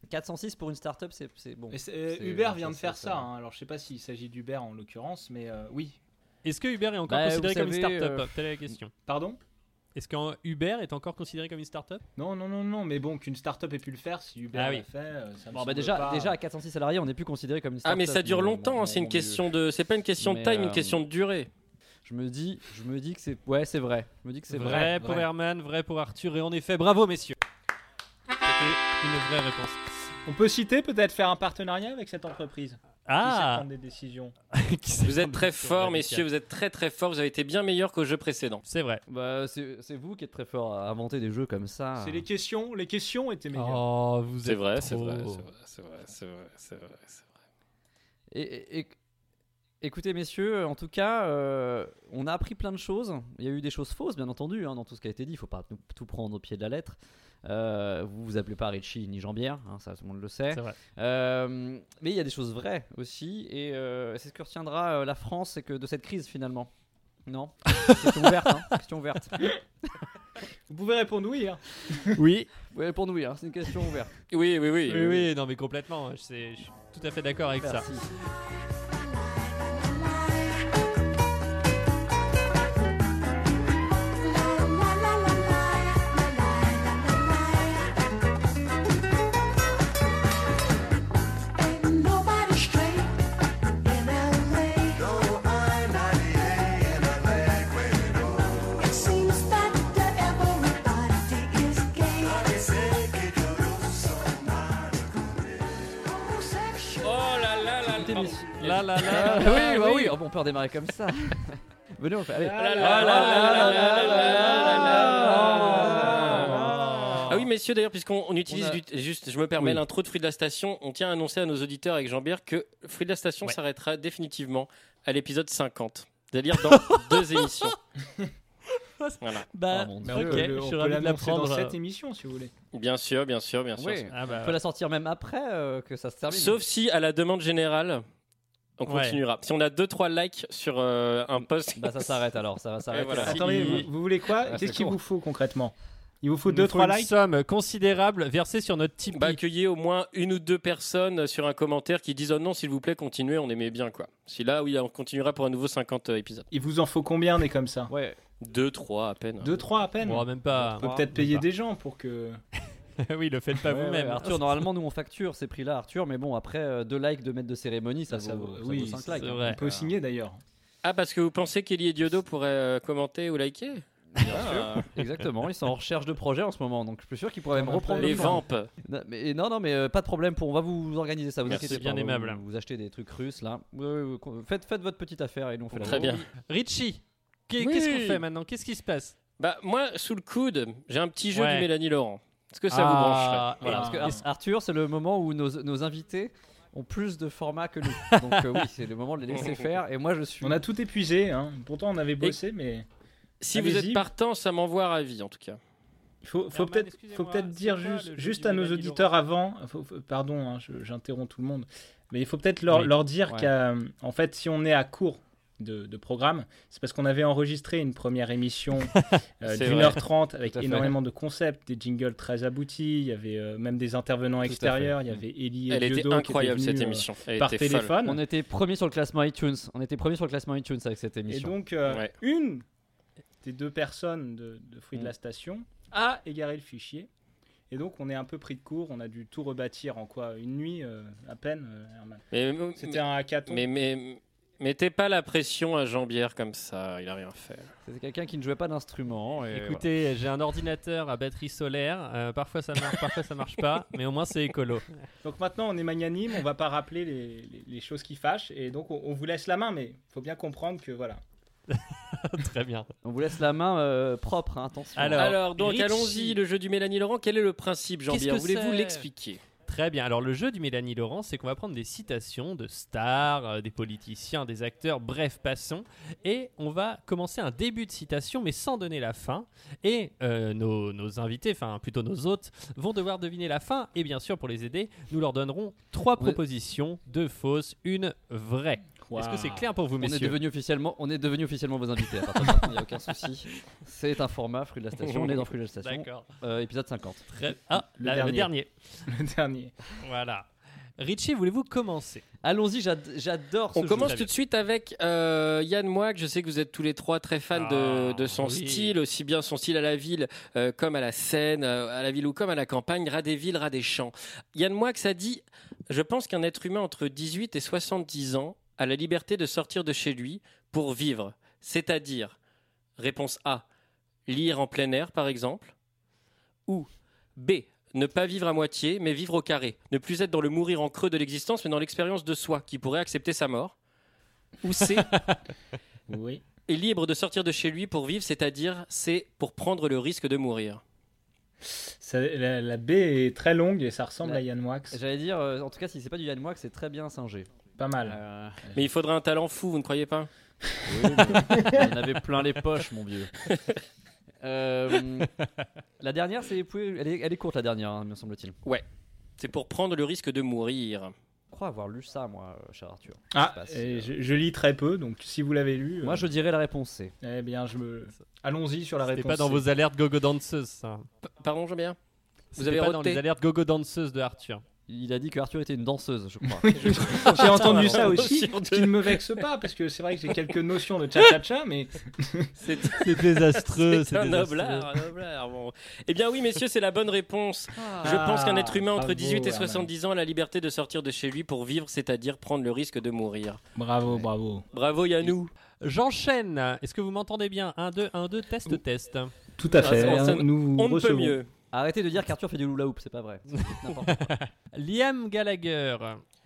[SPEAKER 2] 406 pour une start-up, c'est c'est bon.
[SPEAKER 1] Et c'est- euh,
[SPEAKER 2] C'est-
[SPEAKER 1] Uber vient
[SPEAKER 2] ça,
[SPEAKER 1] de
[SPEAKER 2] ça,
[SPEAKER 1] faire
[SPEAKER 2] ça.
[SPEAKER 1] ça. hein. Alors, je sais pas s'il s'agit d'Uber en l'occurrence, mais euh, oui.
[SPEAKER 3] Est-ce que Uber est encore
[SPEAKER 2] Bah,
[SPEAKER 3] considéré
[SPEAKER 2] vous
[SPEAKER 3] comme une
[SPEAKER 2] savez,
[SPEAKER 3] start-up
[SPEAKER 2] euh,
[SPEAKER 3] Telle est la question.
[SPEAKER 1] Pardon
[SPEAKER 3] Est-ce qu'Uber est encore considéré comme une start-up
[SPEAKER 1] Non, non, non, non. Mais bon, qu'une start-up ait pu le faire, si Uber
[SPEAKER 3] Ah oui.
[SPEAKER 1] l'a fait, euh, ça me
[SPEAKER 2] Bon, bah
[SPEAKER 1] semble
[SPEAKER 2] déjà,
[SPEAKER 1] pas-
[SPEAKER 2] déjà à 406 salariés, on n'est plus considéré comme une
[SPEAKER 4] Ah,
[SPEAKER 2] start-up.
[SPEAKER 4] mais ça dure longtemps,
[SPEAKER 2] bon,
[SPEAKER 4] c'est une
[SPEAKER 2] bon,
[SPEAKER 4] question de. C'est pas une question de
[SPEAKER 2] Mais,
[SPEAKER 4] taille,
[SPEAKER 2] euh,
[SPEAKER 4] une question de durée.
[SPEAKER 2] Je me dis, je me dis que c'est ouais, c'est vrai. Je me dis que c'est vrai.
[SPEAKER 3] vrai, pour
[SPEAKER 1] vrai.
[SPEAKER 3] Herman, vrai pour Arthur. Et en effet, bravo, messieurs. C'était une vraie réponse.
[SPEAKER 1] On peut citer peut-être faire un partenariat avec cette entreprise qui sait
[SPEAKER 3] Ah
[SPEAKER 1] prendre des décisions.
[SPEAKER 3] Qui sait
[SPEAKER 4] Vous êtes
[SPEAKER 3] prendre
[SPEAKER 4] très
[SPEAKER 3] des décisions
[SPEAKER 4] forts,
[SPEAKER 3] radicales.
[SPEAKER 4] messieurs, vous êtes très très forts. Vous avez été bien meilleurs qu'au jeu précédent.
[SPEAKER 3] C'est vrai.
[SPEAKER 2] Bah, c'est c'est vous qui êtes très fort à inventer des jeux comme
[SPEAKER 3] Ah.
[SPEAKER 2] ça.
[SPEAKER 1] C'est les questions. Les questions étaient meilleures.
[SPEAKER 3] Oh, vous
[SPEAKER 4] C'est
[SPEAKER 3] êtes
[SPEAKER 4] vrai,
[SPEAKER 3] trop-
[SPEAKER 4] c'est vrai, c'est vrai, c'est vrai, c'est vrai, c'est vrai, c'est vrai.
[SPEAKER 2] Et, et- et- écoutez, messieurs, en tout cas, euh, on a appris plein de choses. Il y a eu des choses fausses, bien entendu, hein, dans tout ce qui a été dit. Il faut pas tout- tout prendre au pied de la lettre. Euh, vous vous appelez pas Richie ni Jambière, hein, ça tout le monde le sait.
[SPEAKER 3] C'est vrai.
[SPEAKER 2] Euh, mais il y a des choses vraies aussi, et euh, c'est ce que retiendra euh, la France, c'est que de cette crise finalement. Non. Question ouverte. hein, question ouverte.
[SPEAKER 3] Oh.
[SPEAKER 1] Vous pouvez répondre oui. hein.
[SPEAKER 3] Oui.
[SPEAKER 2] Ouais, pour nous, oui, hein, c'est une question ouverte.
[SPEAKER 4] Oui, oui, oui.
[SPEAKER 3] Oui, oui, non, mais complètement. Je, sais- je suis tout à fait d'accord avec ça.
[SPEAKER 2] Merci.
[SPEAKER 4] Oh là là là
[SPEAKER 2] Écoutez,
[SPEAKER 4] là.
[SPEAKER 2] messieurs-
[SPEAKER 3] Là, là, là.
[SPEAKER 2] Ah,
[SPEAKER 3] là,
[SPEAKER 2] oui, bah
[SPEAKER 3] là,
[SPEAKER 2] oui, oh, bon, on peut redémarrer comme ça. Venez, on le fait. Allez.
[SPEAKER 1] Ah là
[SPEAKER 4] là là là là
[SPEAKER 1] là
[SPEAKER 4] Ah oui, messieurs, d'ailleurs, puisqu'on on utilise
[SPEAKER 2] On a-
[SPEAKER 4] du. Juste, je me permets
[SPEAKER 2] Oui.
[SPEAKER 4] l'intro de Fruits de la Station. On tient à annoncer à nos auditeurs avec Jean-Pierre que Fruits de la Station
[SPEAKER 3] Ouais.
[SPEAKER 4] s'arrêtera définitivement à l'épisode 50. C'est-à-dire dans deux émissions. Voilà.
[SPEAKER 3] Bah,
[SPEAKER 2] Oh, mon Dieu.
[SPEAKER 3] ok,
[SPEAKER 1] On peut le-
[SPEAKER 3] je
[SPEAKER 1] on
[SPEAKER 3] suis
[SPEAKER 1] peut
[SPEAKER 3] ravi de
[SPEAKER 1] l'annoncer dans
[SPEAKER 3] l'apprendre.
[SPEAKER 1] cette émission, si vous voulez.
[SPEAKER 4] Bien sûr, bien sûr, bien sûr.
[SPEAKER 2] Oui.
[SPEAKER 3] Ah
[SPEAKER 2] On
[SPEAKER 3] bah,
[SPEAKER 2] peut la sortir même après euh, que ça se termine.
[SPEAKER 4] Sauf si, à la demande générale, On
[SPEAKER 3] Ouais.
[SPEAKER 4] continuera. Si on a 2-3 likes sur euh, un post.
[SPEAKER 2] Bah ça s'arrête alors, ça va s'arrêter. bah,
[SPEAKER 1] Attendez, vous, vous voulez quoi
[SPEAKER 4] Ah,
[SPEAKER 1] Qu'est-ce
[SPEAKER 4] c'est
[SPEAKER 1] qu'il
[SPEAKER 4] court.
[SPEAKER 1] vous faut concrètement Il vous faut
[SPEAKER 3] Nous
[SPEAKER 1] 2-3
[SPEAKER 3] une
[SPEAKER 1] likes
[SPEAKER 3] somme considérable versée sur notre Tipeee.
[SPEAKER 4] Bah, accueillez au moins une ou deux personnes sur un commentaire qui disent oh non s'il vous plaît continuez on aimait bien quoi. Si là oui on continuera pour un nouveau 50 euh, épisodes.
[SPEAKER 1] Il vous en faut combien, mais comme ça
[SPEAKER 2] Ouais.
[SPEAKER 4] 2 3 à peine.
[SPEAKER 1] 2-3 à peine
[SPEAKER 3] Bon, bah, même pas.
[SPEAKER 1] On peut peut-être payer des gens pour que.
[SPEAKER 3] oui, le faites pas
[SPEAKER 1] Ouais,
[SPEAKER 3] vous-même.
[SPEAKER 1] ouais,
[SPEAKER 2] Arthur, normalement, nous on facture ces prix-là, Arthur, mais bon, après, euh, deux likes, deux mètres de cérémonie, ça,
[SPEAKER 1] Ça
[SPEAKER 2] vaut,
[SPEAKER 1] vaut-
[SPEAKER 2] ça
[SPEAKER 1] oui,
[SPEAKER 2] vaut cinq
[SPEAKER 1] c'est
[SPEAKER 2] likes. hein.
[SPEAKER 1] On peut signer d'ailleurs.
[SPEAKER 4] Ah parce que vous pensez qu'Eli et Diodo pourraient euh, commenter ou liker Ah.
[SPEAKER 2] Exactement, ils sont en recherche de projet en ce moment, donc je suis sûr qu'ils pourraient même
[SPEAKER 4] Comme
[SPEAKER 2] reprendre
[SPEAKER 4] les
[SPEAKER 2] le plan.
[SPEAKER 4] vampes.
[SPEAKER 2] Euh, Non mais, non, non, mais euh, pas de problème, pour, on va vous, vous organiser ça. Vous
[SPEAKER 3] Merci,
[SPEAKER 2] inquiétez
[SPEAKER 3] bien
[SPEAKER 2] pas,
[SPEAKER 3] aimable.
[SPEAKER 2] Vous, vous achetez des trucs russes là. Ouais, ouais, ouais, con- faites, faites votre petite affaire et nous on fait la
[SPEAKER 4] Très bien.
[SPEAKER 3] Richie, qu'est-
[SPEAKER 4] Oui.
[SPEAKER 3] qu'est-ce qu'on fait maintenant Qu'est-ce qui se passe
[SPEAKER 4] Bah moi sous le coude j'ai un petit jeu
[SPEAKER 3] Ouais.
[SPEAKER 4] du Mélanie Laurent. Est-ce que ça vous
[SPEAKER 3] Ah,
[SPEAKER 4] brancherait
[SPEAKER 2] Voilà, parce que Ar- Arthur, c'est le moment où nos, nos invités ont plus de formats que nous. Donc euh, oui, c'est le moment de les laisser faire. Et moi, je suis.
[SPEAKER 1] On a tout épuisé, hein. pourtant on avait bossé, mais.
[SPEAKER 4] Si vous
[SPEAKER 1] Allez-y.
[SPEAKER 4] êtes partant ça m'envoie ravi en tout cas.
[SPEAKER 1] Il faut, faut
[SPEAKER 3] Herman,
[SPEAKER 1] peut-être
[SPEAKER 3] excusez-moi,
[SPEAKER 1] faut peut-être
[SPEAKER 3] c'est
[SPEAKER 1] dire
[SPEAKER 3] quoi
[SPEAKER 1] juste,
[SPEAKER 3] le jeu
[SPEAKER 1] juste
[SPEAKER 3] du
[SPEAKER 1] à nos
[SPEAKER 3] Mélanie
[SPEAKER 1] auditeurs avant, faut- faut- pardon, hein, je- j'interromps tout le monde, mais il faut peut-être leur,
[SPEAKER 3] Oui.
[SPEAKER 1] leur dire
[SPEAKER 3] Ouais.
[SPEAKER 1] qu'en fait, si on est à court de, de programme, c'est parce qu'on avait enregistré une première émission euh,
[SPEAKER 4] C'est
[SPEAKER 1] d'une
[SPEAKER 4] vrai.
[SPEAKER 1] heure trente avec
[SPEAKER 2] Tout à fait.
[SPEAKER 1] énormément de concepts, des jingles très aboutis, il y avait euh, même des intervenants
[SPEAKER 2] à fait.
[SPEAKER 1] extérieurs, il y avait Ellie et
[SPEAKER 4] Elle était
[SPEAKER 1] Diodo qui étaient
[SPEAKER 4] incroyable
[SPEAKER 1] venus,
[SPEAKER 4] cette
[SPEAKER 1] euh,
[SPEAKER 4] émission. Elle
[SPEAKER 1] par
[SPEAKER 4] était folle.
[SPEAKER 1] téléphone.
[SPEAKER 2] On était premier sur le classement iTunes. On était premier sur le classement iTunes avec cette
[SPEAKER 1] Et
[SPEAKER 2] émission.
[SPEAKER 1] donc, euh,
[SPEAKER 4] Ouais.
[SPEAKER 1] une des deux personnes de, de Fruits
[SPEAKER 2] Mm.
[SPEAKER 1] de la Station
[SPEAKER 4] Ah
[SPEAKER 1] a égaré le fichier. Et donc, on est un peu pris de court. On a dû tout rebâtir en quoi Une nuit, euh, à peine euh, Herman.
[SPEAKER 4] Mais-
[SPEAKER 1] C'était un hackathon.
[SPEAKER 4] Mais, mais mettez pas la pression à Jean-Bière comme ça, il a rien fait.
[SPEAKER 2] C'était quelqu'un qui ne jouait pas d'instrument. et voilà.
[SPEAKER 3] Écoutez, j'ai un ordinateur à batterie solaire. euh, parfois ça marche, parfois ça marche pas, mais au moins c'est écolo.
[SPEAKER 1] Donc maintenant, on est magnanime. On va pas rappeler les, les- les choses qui fâchent. Et donc, on, on vous laisse la main. Mais faut bien comprendre que voilà.
[SPEAKER 3] Très bien.
[SPEAKER 2] on vous laisse la main euh, propre, hein, attention.
[SPEAKER 3] Alors,
[SPEAKER 4] Alors, donc
[SPEAKER 3] Richie.
[SPEAKER 4] allons-y, le jeu du Mélanie Laurent, quel est le principe Jean-Bière
[SPEAKER 3] Qu'est-ce que
[SPEAKER 4] Voulez-vous
[SPEAKER 3] c'est
[SPEAKER 4] l'expliquer
[SPEAKER 3] Très bien. Alors le jeu du Mélanie Laurent, c'est qu'on va prendre des citations de stars, euh, des politiciens, des acteurs, bref, passons. Et on va commencer un début de citation, mais sans donner la fin. Et euh, nos, nos invités, enfin plutôt nos hôtes, vont devoir deviner la fin. Et bien sûr, pour les aider, nous leur donnerons trois
[SPEAKER 2] On est-
[SPEAKER 3] propositions, deux fausses, une vraie. Est-ce que c'est clair pour vous,
[SPEAKER 2] on est
[SPEAKER 3] messieurs
[SPEAKER 2] devenu officiellement, on est devenu officiellement vos invités. à partir de maintenant, Il n'y a aucun souci. C'est un format fruit de la station. On est dans fruit de la station.
[SPEAKER 3] D'accord.
[SPEAKER 2] euh, épisode 50.
[SPEAKER 3] Très- Ah,
[SPEAKER 1] Le
[SPEAKER 3] la-
[SPEAKER 1] dernier.
[SPEAKER 3] le dernier.
[SPEAKER 1] Le dernier.
[SPEAKER 3] Voilà. Richie, voulez-vous commencer
[SPEAKER 2] Allons-y. j'ad- J'adore. ce
[SPEAKER 4] On
[SPEAKER 2] jeu.
[SPEAKER 4] commence
[SPEAKER 3] très
[SPEAKER 4] tout de suite avec euh, Yann Moix, je sais que vous êtes tous les trois très fans de,
[SPEAKER 3] Ah,
[SPEAKER 4] de son
[SPEAKER 3] oui.
[SPEAKER 4] style, aussi bien son style à la ville euh, comme à la Seine, euh, à la ville ou comme à la campagne, ras des villes, ras des champs. Yann Moix a dit, je pense qu'un être humain entre 18 et 70 ans a la liberté de sortir de chez lui pour vivre, c'est-à-dire, réponse A, lire en plein air par exemple, ou B, ne pas vivre à moitié, mais vivre au carré. Ne plus être dans le mourir en creux de l'existence, mais dans l'expérience de soi, qui pourrait accepter sa mort. Ou C,
[SPEAKER 1] Oui.
[SPEAKER 4] est libre de sortir de chez lui pour vivre, c'est-à-dire c'est pour prendre le risque de mourir.
[SPEAKER 1] Ça- la, la baie est très longue et ça ressemble
[SPEAKER 2] La-
[SPEAKER 1] à Yann Wax.
[SPEAKER 2] J'allais dire, euh, en tout cas, si c'est pas du Yann Moix, c'est très bien singé.
[SPEAKER 1] Pas mal.
[SPEAKER 2] Euh,
[SPEAKER 4] Mais il faudrait un talent fou, vous ne croyez pas
[SPEAKER 2] oui, mais on en avait plein les poches, mon vieux. Euh, la dernière, c'est vous pouvez- elle est, elle est courte la dernière, hein, me semble-t-il.
[SPEAKER 4] C'est pour prendre le risque de mourir.
[SPEAKER 2] Je crois avoir lu ça, moi, euh, cher Arthur. Je sais
[SPEAKER 1] Ah,
[SPEAKER 2] pas si,
[SPEAKER 1] et
[SPEAKER 2] euh,
[SPEAKER 1] je, je lis très peu, donc si vous l'avez lu,
[SPEAKER 2] Moi,
[SPEAKER 1] euh,
[SPEAKER 2] je dirais la réponse C.
[SPEAKER 1] eh bien, je me... allons-y sur la
[SPEAKER 3] C'était
[SPEAKER 1] réponse.
[SPEAKER 3] pas dans
[SPEAKER 1] C.
[SPEAKER 3] vos alertes gogo danseuses, ça.
[SPEAKER 4] P- Pardon, Jean-Pierre
[SPEAKER 3] C'était
[SPEAKER 4] avez
[SPEAKER 3] pas dans
[SPEAKER 4] roté
[SPEAKER 3] les alertes gogo danseuses de Arthur.
[SPEAKER 2] Il a dit que Arthur était une danseuse, je crois.
[SPEAKER 1] J'ai entendu ça aussi,
[SPEAKER 4] Sur
[SPEAKER 1] ce qui
[SPEAKER 4] deux.
[SPEAKER 1] ne me vexe pas, parce que c'est vrai que j'ai quelques notions de cha-cha-cha, mais
[SPEAKER 4] C'est
[SPEAKER 3] C'est
[SPEAKER 1] Euh,
[SPEAKER 3] désastreux.
[SPEAKER 4] c'est un noblard, un noblard, bon. Eh bien oui, messieurs, c'est la bonne réponse. Je pense qu'un être humain entre
[SPEAKER 1] bravo,
[SPEAKER 4] 18 et
[SPEAKER 1] Ah. Herman.
[SPEAKER 4] 70 ans a la liberté de sortir de chez lui pour vivre, c'est-à-dire prendre le risque de mourir.
[SPEAKER 1] bravo, bravo.
[SPEAKER 4] Bravo Yannou.
[SPEAKER 3] J'enchaîne. Est-ce que vous m'entendez bien 1, 2, 1, 2, test, test.
[SPEAKER 1] Tout à fait,
[SPEAKER 4] Ah, ça-
[SPEAKER 1] hein, nous vous
[SPEAKER 4] On ne peut
[SPEAKER 1] recevons.
[SPEAKER 4] mieux.
[SPEAKER 2] Arrêtez de dire qu'Arthur fait du hula hoop, c'est pas vrai. C'est n'importe quoi.
[SPEAKER 3] Liam Gallagher,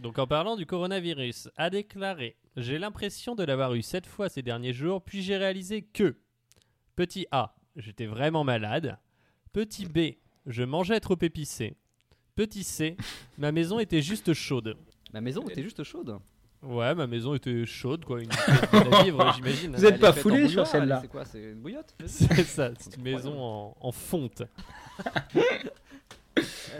[SPEAKER 3] donc en parlant du coronavirus, a déclaré J'ai l'impression de l'avoir eu sept fois ces derniers jours, puis j'ai réalisé que. Petit A, j'étais vraiment malade. Petit B, je mangeais trop épicé. Petit C, ma maison était juste chaude.
[SPEAKER 2] Ma maison était juste chaude.
[SPEAKER 3] Ouais, ma maison était chaude, quoi. Une à vivre, j'imagine.
[SPEAKER 1] Vous êtes
[SPEAKER 2] Elle est
[SPEAKER 1] pas
[SPEAKER 2] faite
[SPEAKER 1] foulé
[SPEAKER 2] en
[SPEAKER 1] sur
[SPEAKER 2] bouilloire,
[SPEAKER 1] celle-là.
[SPEAKER 2] C'est quoi C'est une bouillotte
[SPEAKER 3] C'est ça, c'est une maison en, en fonte.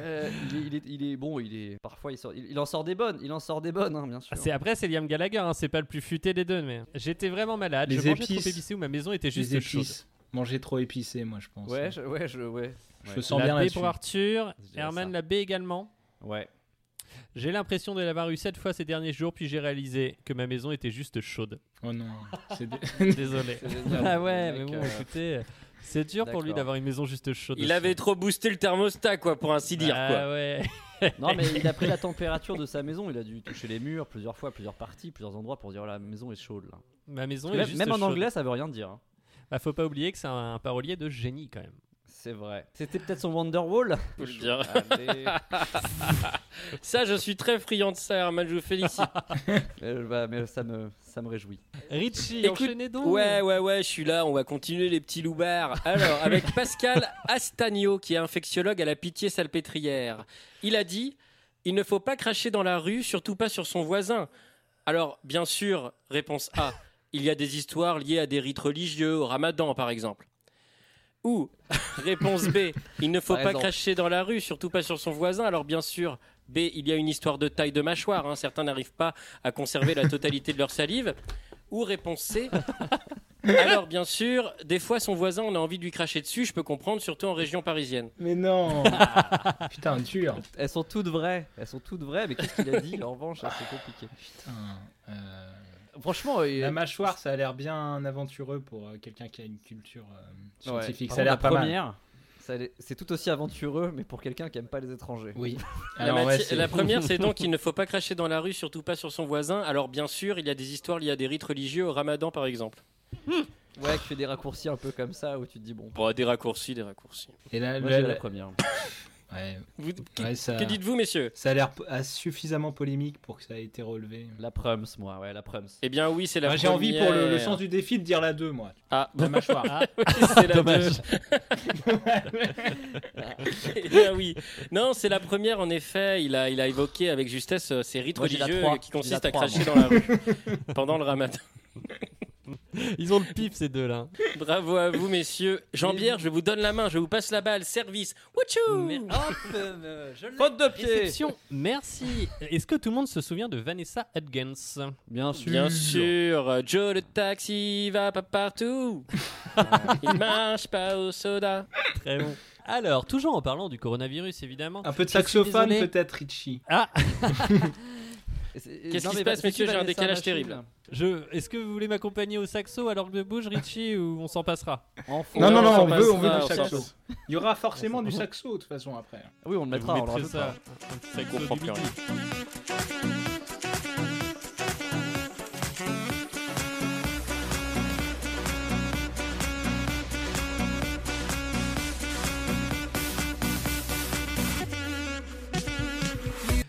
[SPEAKER 2] Euh, il, est, il est- il est- bon, il est parfois il, sort- il- il en sort des bonnes, il en sort des bonnes, hein, bien sûr.
[SPEAKER 3] Ah, c'est après, c'est Liam Gallagher, hein, c'est pas le plus futé des deux, mais j'étais vraiment malade.
[SPEAKER 1] Les
[SPEAKER 3] je mangeais
[SPEAKER 1] épices.
[SPEAKER 3] trop épicé ou ma maison était juste
[SPEAKER 1] les
[SPEAKER 3] chaude.
[SPEAKER 1] épices. Manger trop épicé, moi, je pense.
[SPEAKER 2] Ouais, je, ouais, je, ouais.
[SPEAKER 1] Je
[SPEAKER 2] Ouais.
[SPEAKER 1] le sens
[SPEAKER 3] la
[SPEAKER 1] bien
[SPEAKER 3] B
[SPEAKER 1] là-dessus.
[SPEAKER 3] pour Arthur,
[SPEAKER 2] Je dirais
[SPEAKER 3] Herman
[SPEAKER 2] ça.
[SPEAKER 3] la B également.
[SPEAKER 2] Ouais.
[SPEAKER 3] J'ai l'impression de l'avoir eu sept fois ces derniers jours, puis j'ai réalisé que ma maison était juste chaude.
[SPEAKER 1] Oh non, c'est dé-
[SPEAKER 3] Désolé.
[SPEAKER 2] C'est génial.
[SPEAKER 3] ah ouais,
[SPEAKER 2] Le
[SPEAKER 3] mais
[SPEAKER 2] mec,
[SPEAKER 3] bon,
[SPEAKER 2] euh,
[SPEAKER 3] écoutez, c'est dur pour lui
[SPEAKER 2] d'accord.
[SPEAKER 3] d'avoir une maison juste chaude.
[SPEAKER 4] Il avait trop boosté le thermostat, quoi, pour ainsi dire.
[SPEAKER 1] Bah
[SPEAKER 3] Ah
[SPEAKER 4] quoi.
[SPEAKER 3] ouais.
[SPEAKER 2] Non, mais il a pris la température de sa maison. Il a dû toucher les murs plusieurs fois, plusieurs parties, plusieurs endroits pour dire oh, la maison est chaude. Là.
[SPEAKER 3] Ma maison
[SPEAKER 2] Parce que
[SPEAKER 3] est
[SPEAKER 2] même-
[SPEAKER 3] juste
[SPEAKER 2] même en
[SPEAKER 3] chaude.
[SPEAKER 2] anglais, ça veut rien dire. hein.
[SPEAKER 3] Bah, faut pas oublier que c'est un parolier de génie quand même.
[SPEAKER 2] C'est vrai. C'était peut-être son Wonderwall.
[SPEAKER 4] Faut le dire.
[SPEAKER 2] Allez.
[SPEAKER 4] Ça, je suis très friand de ça, Herman, je vous félicite.
[SPEAKER 2] Euh, bah, mais ça me, ça me réjouit.
[SPEAKER 3] Richie,
[SPEAKER 4] Écoute,
[SPEAKER 3] enchaînez donc.
[SPEAKER 4] Ouais, ouais, ouais, je suis là, on va continuer les petits loupards. Alors, avec Pascal Astagno, qui est infectiologue à la pitié salpêtrière, il a dit Il ne faut pas cracher dans la rue, surtout pas sur son voisin. Alors, bien sûr, réponse A il y a des histoires liées à des rites religieux, au ramadan par exemple. Ou, réponse B il ne faut
[SPEAKER 2] Par
[SPEAKER 4] pas
[SPEAKER 2] exemple.
[SPEAKER 4] cracher dans la rue, surtout pas sur son voisin. Alors, bien sûr, B il y a une histoire de taille de mâchoire, hein, certains n'arrivent pas à conserver la totalité de leur salive. Ou réponse C alors bien sûr, des fois son voisin, on a envie de lui cracher dessus, je peux comprendre, surtout en région parisienne.
[SPEAKER 1] Mais non Putain, dur
[SPEAKER 2] Elles sont toutes vraies. Elles sont toutes vraies, mais qu'est-ce qu'il a dit En revanche, c'est compliqué.
[SPEAKER 1] Putain, euh,
[SPEAKER 2] Franchement, il-
[SPEAKER 1] La mâchoire, ça a l'air bien aventureux pour euh, quelqu'un qui a une culture euh,
[SPEAKER 2] Ouais.
[SPEAKER 1] scientifique.
[SPEAKER 2] Par
[SPEAKER 1] Ça a
[SPEAKER 2] contre, la
[SPEAKER 1] l'air pas mal.
[SPEAKER 2] première, ça l'est- C'est tout aussi aventureux, mais pour quelqu'un qui aime pas les étrangers.
[SPEAKER 1] Oui.
[SPEAKER 4] La,
[SPEAKER 1] Alors, ouais,
[SPEAKER 4] mati-
[SPEAKER 1] c'est-
[SPEAKER 4] la première, c'est donc il ne faut pas cracher dans la rue, surtout pas sur son voisin. Alors bien sûr, il y a des histoires liées à des rites religieux, au ramadan par exemple.
[SPEAKER 2] Ouais, qui fait des raccourcis un peu comme ça, où tu te dis bon.
[SPEAKER 4] Bon, des raccourcis, des raccourcis.
[SPEAKER 1] Et la,
[SPEAKER 2] Moi,
[SPEAKER 1] la-
[SPEAKER 2] j'ai
[SPEAKER 1] la-
[SPEAKER 2] la première.
[SPEAKER 1] ouais,
[SPEAKER 4] Vous- que
[SPEAKER 1] ouais, ça,
[SPEAKER 4] que dites-vous, messieurs
[SPEAKER 1] ça a l'air p- ah, suffisamment polémique pour que ça ait été relevé.
[SPEAKER 2] La prums, moi, ouais, la prums.
[SPEAKER 4] Eh bien oui, c'est la
[SPEAKER 1] Ouais, J'ai envie pour le, le
[SPEAKER 4] première.
[SPEAKER 1] sens du défi de dire la 2, moi.
[SPEAKER 4] Ah,
[SPEAKER 1] La mâchoire.
[SPEAKER 3] Ah,
[SPEAKER 4] c'est la
[SPEAKER 2] Dommage.
[SPEAKER 4] deux. Eh bien oui. Non, c'est la première en effet. Il a, il a évoqué avec justesse euh, ces rites
[SPEAKER 2] Moi, j'ai la
[SPEAKER 4] religieux
[SPEAKER 2] trois.
[SPEAKER 4] qui
[SPEAKER 2] J'ai la
[SPEAKER 4] consistent à
[SPEAKER 2] trois,
[SPEAKER 4] cracher dans la rue pendant le ramadan.
[SPEAKER 3] Ils ont le pif ces deux-là.
[SPEAKER 4] Bravo à vous, messieurs. Jean-Pierre, je vous donne la main, je vous passe la balle. Service. Wouchou
[SPEAKER 2] Faute de
[SPEAKER 3] Réception, merci. Est-ce que tout le monde se souvient de Vanessa Hudgens
[SPEAKER 2] Bien sûr.
[SPEAKER 4] Bien sûr, Joe le taxi va pas partout. Il marche pas au soda.
[SPEAKER 3] Très bon. Alors, toujours en parlant du coronavirus, évidemment.
[SPEAKER 1] Un peu de
[SPEAKER 3] Je suis
[SPEAKER 1] saxophone,
[SPEAKER 3] désolé.
[SPEAKER 1] peut-être, Richie.
[SPEAKER 2] Qu'est-ce
[SPEAKER 4] qui se passe, messieurs J'ai un décalage terrible.
[SPEAKER 3] Je... Est-ce que vous voulez m'accompagner au saxo alors que je bouge, Richie, ou on s'en passera
[SPEAKER 2] Enfant.
[SPEAKER 1] Non, non, non,
[SPEAKER 4] on
[SPEAKER 1] on
[SPEAKER 4] s'en
[SPEAKER 1] veut, on
[SPEAKER 4] passera,
[SPEAKER 1] veut du
[SPEAKER 4] on s'en
[SPEAKER 1] saxo. Il y aura forcément du saxo, de toute façon, après. hein.
[SPEAKER 2] Oui, on le mettra,
[SPEAKER 3] Vous
[SPEAKER 2] on le
[SPEAKER 3] mettrez
[SPEAKER 2] rajoutera.
[SPEAKER 3] ça. Un petit saxo
[SPEAKER 4] comprend
[SPEAKER 3] du
[SPEAKER 4] plus
[SPEAKER 3] midi.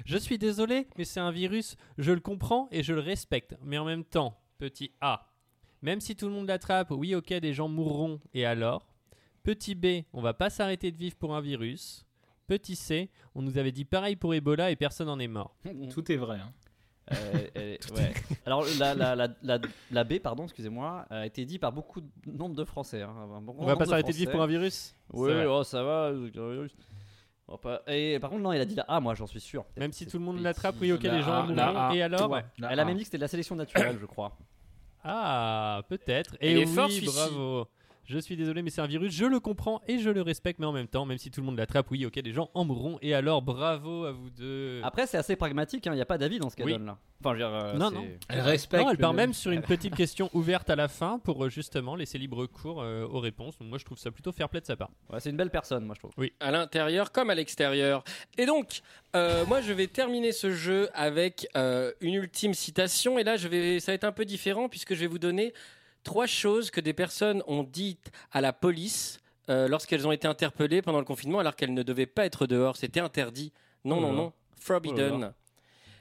[SPEAKER 3] Je suis désolé, mais c'est un virus, je le comprends et je le respecte. Mais en même temps, petit A, même si tout le monde l'attrape, oui, ok, des gens mourront, et alors Petit B, on va pas s'arrêter de vivre pour un virus. Petit C, on nous avait dit pareil pour Ebola et personne n'en est mort.
[SPEAKER 1] Tout est vrai. hein.
[SPEAKER 2] Euh, elle- ouais. Alors la, la, la, la, la B, pardon, excusez-moi, a été dit par beaucoup de nombre de Français. hein, un bon
[SPEAKER 3] On va
[SPEAKER 2] nombre
[SPEAKER 3] pas s'arrêter de
[SPEAKER 2] Français.
[SPEAKER 3] vivre pour un virus
[SPEAKER 2] Oui,
[SPEAKER 3] C'est vrai.
[SPEAKER 2] oh, ça va. euh, euh, on va pas- Et par contre, non, il a dit la A, moi, j'en suis sûr.
[SPEAKER 3] Même si
[SPEAKER 2] C'est
[SPEAKER 3] tout le monde
[SPEAKER 2] petit.
[SPEAKER 3] l'attrape, oui, ok, les gens
[SPEAKER 1] A, la
[SPEAKER 3] mourront,
[SPEAKER 1] A.
[SPEAKER 3] et alors
[SPEAKER 2] Ah, Ouais.
[SPEAKER 1] La
[SPEAKER 2] Elle a
[SPEAKER 1] A.
[SPEAKER 2] même dit que c'était de la sélection naturelle, je crois.
[SPEAKER 3] Ah, peut-être. Et
[SPEAKER 4] Il est
[SPEAKER 3] oui,
[SPEAKER 4] fort, celui-ci.
[SPEAKER 3] bravo. Je suis désolé, mais c'est un virus. Je le comprends et je le respecte, mais en même temps, même si tout le monde l'attrape, oui, ok, des gens en mourront. Et alors, bravo à vous deux.
[SPEAKER 2] Après, c'est assez pragmatique, hein, il n'y a pas d'avis dans ce qu'elle
[SPEAKER 3] Euh. Oui.
[SPEAKER 2] donne là. Enfin, je veux dire, euh,
[SPEAKER 3] Non,
[SPEAKER 2] c'est-
[SPEAKER 3] non.
[SPEAKER 1] Elle respecte.
[SPEAKER 3] Non, elle
[SPEAKER 1] le-
[SPEAKER 3] part même sur une petite question ouverte à la fin pour euh, justement laisser libre cours euh, aux réponses. Donc, moi, je trouve ça plutôt fair play de sa part.
[SPEAKER 2] Ouais, c'est une belle personne, moi, je trouve.
[SPEAKER 4] À l'intérieur comme à l'extérieur. Et donc, euh, moi, je vais terminer ce jeu avec euh, une ultime citation. Et là, je vais, ça va être un peu différent puisque je vais vous donner trois choses que des personnes ont dites à la police euh, lorsqu'elles ont été interpellées pendant le confinement alors qu'elles ne devaient pas être dehors. C'était interdit. Non,
[SPEAKER 2] Oh là
[SPEAKER 4] non,
[SPEAKER 2] là.
[SPEAKER 4] non. Forbidden.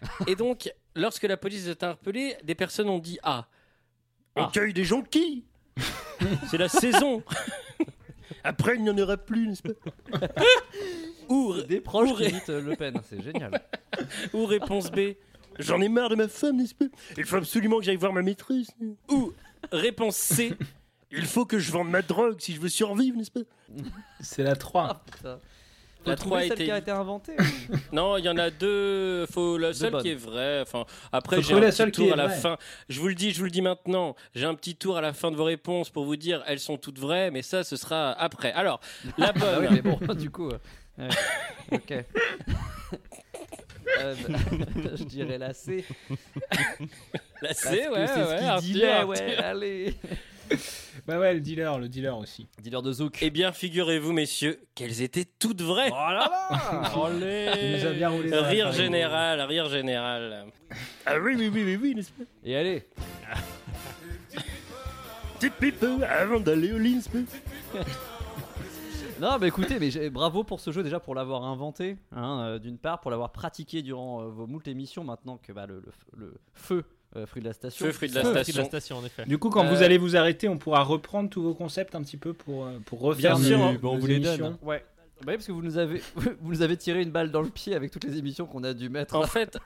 [SPEAKER 2] Oh
[SPEAKER 4] Et donc, lorsque la police est interpellée, des personnes ont dit Ah, on cueille des jonquilles C'est la saison Après, il n'y en aura plus, n'est-ce pas ou,
[SPEAKER 2] Des proches
[SPEAKER 4] Pour-
[SPEAKER 2] qui imitent, euh, Le Pen, c'est génial.
[SPEAKER 4] ou réponse B J'en ai marre de ma femme, n'est-ce pas Il faut absolument que j'aille voir ma maîtresse. Ou réponse C Il faut que je vende ma drogue si je veux survivre, n'est-ce pas
[SPEAKER 1] C'est la 3.
[SPEAKER 2] Ah, putain. Faut trouver celle qui a été inventée.
[SPEAKER 4] non, il y en a deux. Faut la seule
[SPEAKER 2] bonnes.
[SPEAKER 4] qui est vraie. Enfin, après
[SPEAKER 13] Faut
[SPEAKER 4] j'ai
[SPEAKER 13] trouver
[SPEAKER 4] un
[SPEAKER 13] la
[SPEAKER 4] petit
[SPEAKER 13] seule qui
[SPEAKER 4] tour
[SPEAKER 13] est
[SPEAKER 4] à la
[SPEAKER 13] vraie.
[SPEAKER 4] fin. Je vous le dis, je vous le dis maintenant. J'ai un petit tour à la fin de vos réponses pour vous dire elles sont toutes vraies, mais ça ce sera après. Alors la bonne.
[SPEAKER 2] Bah oui, mais bon, du coup. euh, ouais. Ok. Euh, bah, je dirais la C.
[SPEAKER 4] La
[SPEAKER 2] Parce
[SPEAKER 4] C,
[SPEAKER 2] que
[SPEAKER 4] Bah, ouais,
[SPEAKER 2] c'est
[SPEAKER 4] ouais,
[SPEAKER 2] ce qu'il
[SPEAKER 4] Arthur,
[SPEAKER 2] dit là,
[SPEAKER 4] Arthur.
[SPEAKER 2] ouais, allez.
[SPEAKER 1] Bah ouais, le dealer, le dealer aussi.
[SPEAKER 2] Dealer de Zouk.
[SPEAKER 4] Eh bien, figurez-vous, messieurs, qu'elles étaient toutes vraies.
[SPEAKER 2] Oh là
[SPEAKER 1] là
[SPEAKER 4] Olé
[SPEAKER 1] Il nous a bien roulé dans la
[SPEAKER 4] Rire
[SPEAKER 1] farine.
[SPEAKER 4] général, rire général. Ah oui, oui, oui, oui, oui, n'est-ce pas
[SPEAKER 2] Et allez
[SPEAKER 4] Petite pipe avant d'aller au Linspe.
[SPEAKER 2] Non, mais écoutez, mais j'ai- bravo pour ce jeu déjà pour l'avoir inventé, hein, euh, d'une part, pour l'avoir pratiqué durant euh, vos moult émissions, maintenant que bah, le, le f- le feu euh, fruit de la station.
[SPEAKER 4] Feu, fruit de la
[SPEAKER 2] Feu,
[SPEAKER 4] station.
[SPEAKER 3] en effet.
[SPEAKER 1] Du coup, quand vous
[SPEAKER 2] Euh,
[SPEAKER 1] allez vous arrêter, on pourra reprendre tous vos concepts un petit peu pour, euh, pour refaire
[SPEAKER 4] Bien sûr,
[SPEAKER 1] nos-
[SPEAKER 4] hein. Bon, on
[SPEAKER 1] nos
[SPEAKER 4] vous les
[SPEAKER 1] émissions.
[SPEAKER 4] donne.
[SPEAKER 2] Ouais. Bah oui, parce que vous nous avez, vous nous avez tiré une balle dans le pied avec toutes les émissions qu'on a dû mettre.
[SPEAKER 4] En fait,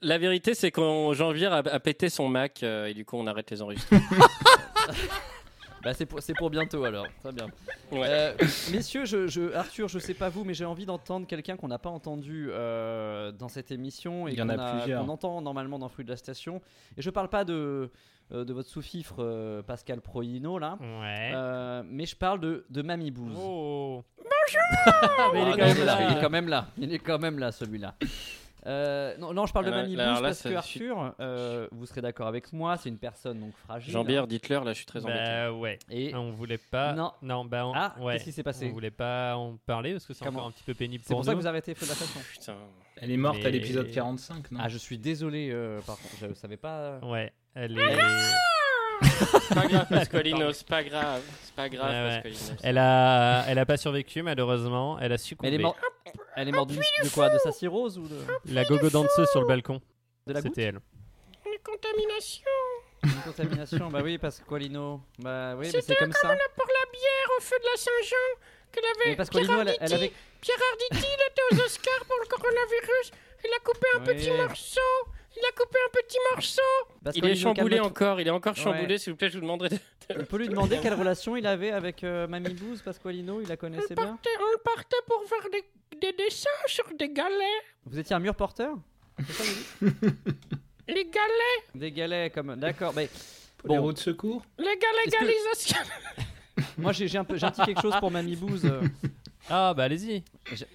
[SPEAKER 4] la vérité, c'est quand Jean-Vierre a, a pété son Mac euh, et du coup, on arrête les enregistrements.
[SPEAKER 2] Bah, c'est pour, c'est pour bientôt alors. Très bien. Euh, messieurs, je, je- Arthur, je sais pas vous, mais j'ai envie d'entendre quelqu'un qu'on n'a pas entendu euh, dans cette émission et
[SPEAKER 1] Il y en
[SPEAKER 2] qu'on
[SPEAKER 1] a plusieurs.
[SPEAKER 2] qu'on entend normalement dans Fruit de la Station. Et je parle pas de, euh, de votre sous-fifre euh, Pascal Proino là, Euh, mais je parle de, de Mamie Bouze.
[SPEAKER 3] Bonjour Oh, Mais il
[SPEAKER 2] Ah,
[SPEAKER 3] est quand
[SPEAKER 2] non,
[SPEAKER 3] même
[SPEAKER 2] mais là,
[SPEAKER 3] là.
[SPEAKER 2] il est quand même là. Il est quand même là, celui-là. Euh, non, non, je parle
[SPEAKER 4] Alors,
[SPEAKER 2] de Mamie
[SPEAKER 4] alors
[SPEAKER 2] Bouze
[SPEAKER 4] là,
[SPEAKER 2] parce
[SPEAKER 4] ça-
[SPEAKER 2] que Arthur, euh, vous serez d'accord avec moi, c'est une personne donc fragile.
[SPEAKER 4] Jean-Pierre, dites-leur, là, je suis très embêté.
[SPEAKER 3] Bah ouais.
[SPEAKER 2] Et-
[SPEAKER 3] on voulait pas.
[SPEAKER 2] Non.
[SPEAKER 3] bah on...
[SPEAKER 2] Ah,
[SPEAKER 3] ouais.
[SPEAKER 2] qu'est-ce qui s'est passé
[SPEAKER 3] On voulait pas en parler parce que c'est
[SPEAKER 2] Comment
[SPEAKER 3] encore un petit peu pénible
[SPEAKER 2] C'est pour
[SPEAKER 3] pour
[SPEAKER 2] ça que
[SPEAKER 3] nous.
[SPEAKER 2] vous arrêtez Feu de la Station.
[SPEAKER 4] Putain.
[SPEAKER 1] Elle est morte à
[SPEAKER 3] Mais-
[SPEAKER 1] l'épisode 45, non
[SPEAKER 2] Ah, je suis désolé, euh, par contre, je savais pas.
[SPEAKER 3] Ouais, elle
[SPEAKER 2] Ah
[SPEAKER 3] est.
[SPEAKER 4] Pas grave, Pasqualino, c'est pas grave. C'est pas grave,
[SPEAKER 3] Ouais, ouais.
[SPEAKER 4] Pasqualino.
[SPEAKER 3] Elle a, elle a pas survécu malheureusement. Elle a succombé.
[SPEAKER 2] Elle est morte. Elle est morte d'une- de quoi De sa cirrhose ou de
[SPEAKER 3] La gogo danseuse sur le balcon.
[SPEAKER 2] De la
[SPEAKER 3] C'était elle.
[SPEAKER 5] Une contamination.
[SPEAKER 2] Une contamination Bah oui, Pasqualino. Bah oui, mais c'est comme ça.
[SPEAKER 5] pour la bière au feu de la Saint-Jean qu'elle avait.
[SPEAKER 2] Mais Pasqualino,
[SPEAKER 5] Pierre
[SPEAKER 2] elle-
[SPEAKER 5] Arditi.
[SPEAKER 2] elle avait-
[SPEAKER 5] Pierre Arditi, il était aux Oscars pour le coronavirus. Il a coupé un
[SPEAKER 2] Ouais.
[SPEAKER 5] petit morceau. Il a coupé un petit morceau.
[SPEAKER 4] Il est
[SPEAKER 2] Pasqualino,
[SPEAKER 4] chamboulé
[SPEAKER 2] calme-toi.
[SPEAKER 4] encore, il est encore
[SPEAKER 2] Ouais.
[SPEAKER 4] chamboulé, s'il vous plaît, je vous demanderai de...
[SPEAKER 2] On peut lui demander quelle relation il avait avec euh, Mamie Bouze, Pasqualino, il la connaissait bien.
[SPEAKER 5] Partait- On partait pour faire des, des dessins sur des galets.
[SPEAKER 2] Vous étiez un mur porteur
[SPEAKER 5] Les galets,
[SPEAKER 2] Des galets comme. D'accord, mais.
[SPEAKER 1] Pour les roues de secours
[SPEAKER 5] les galets
[SPEAKER 2] Est-ce que-
[SPEAKER 5] légalisation.
[SPEAKER 2] Moi j'ai j'ai un, peu- j'ai un petit quelque chose pour Mamie Bouze. euh,
[SPEAKER 3] Ah bah allez-y.
[SPEAKER 2] J'ai-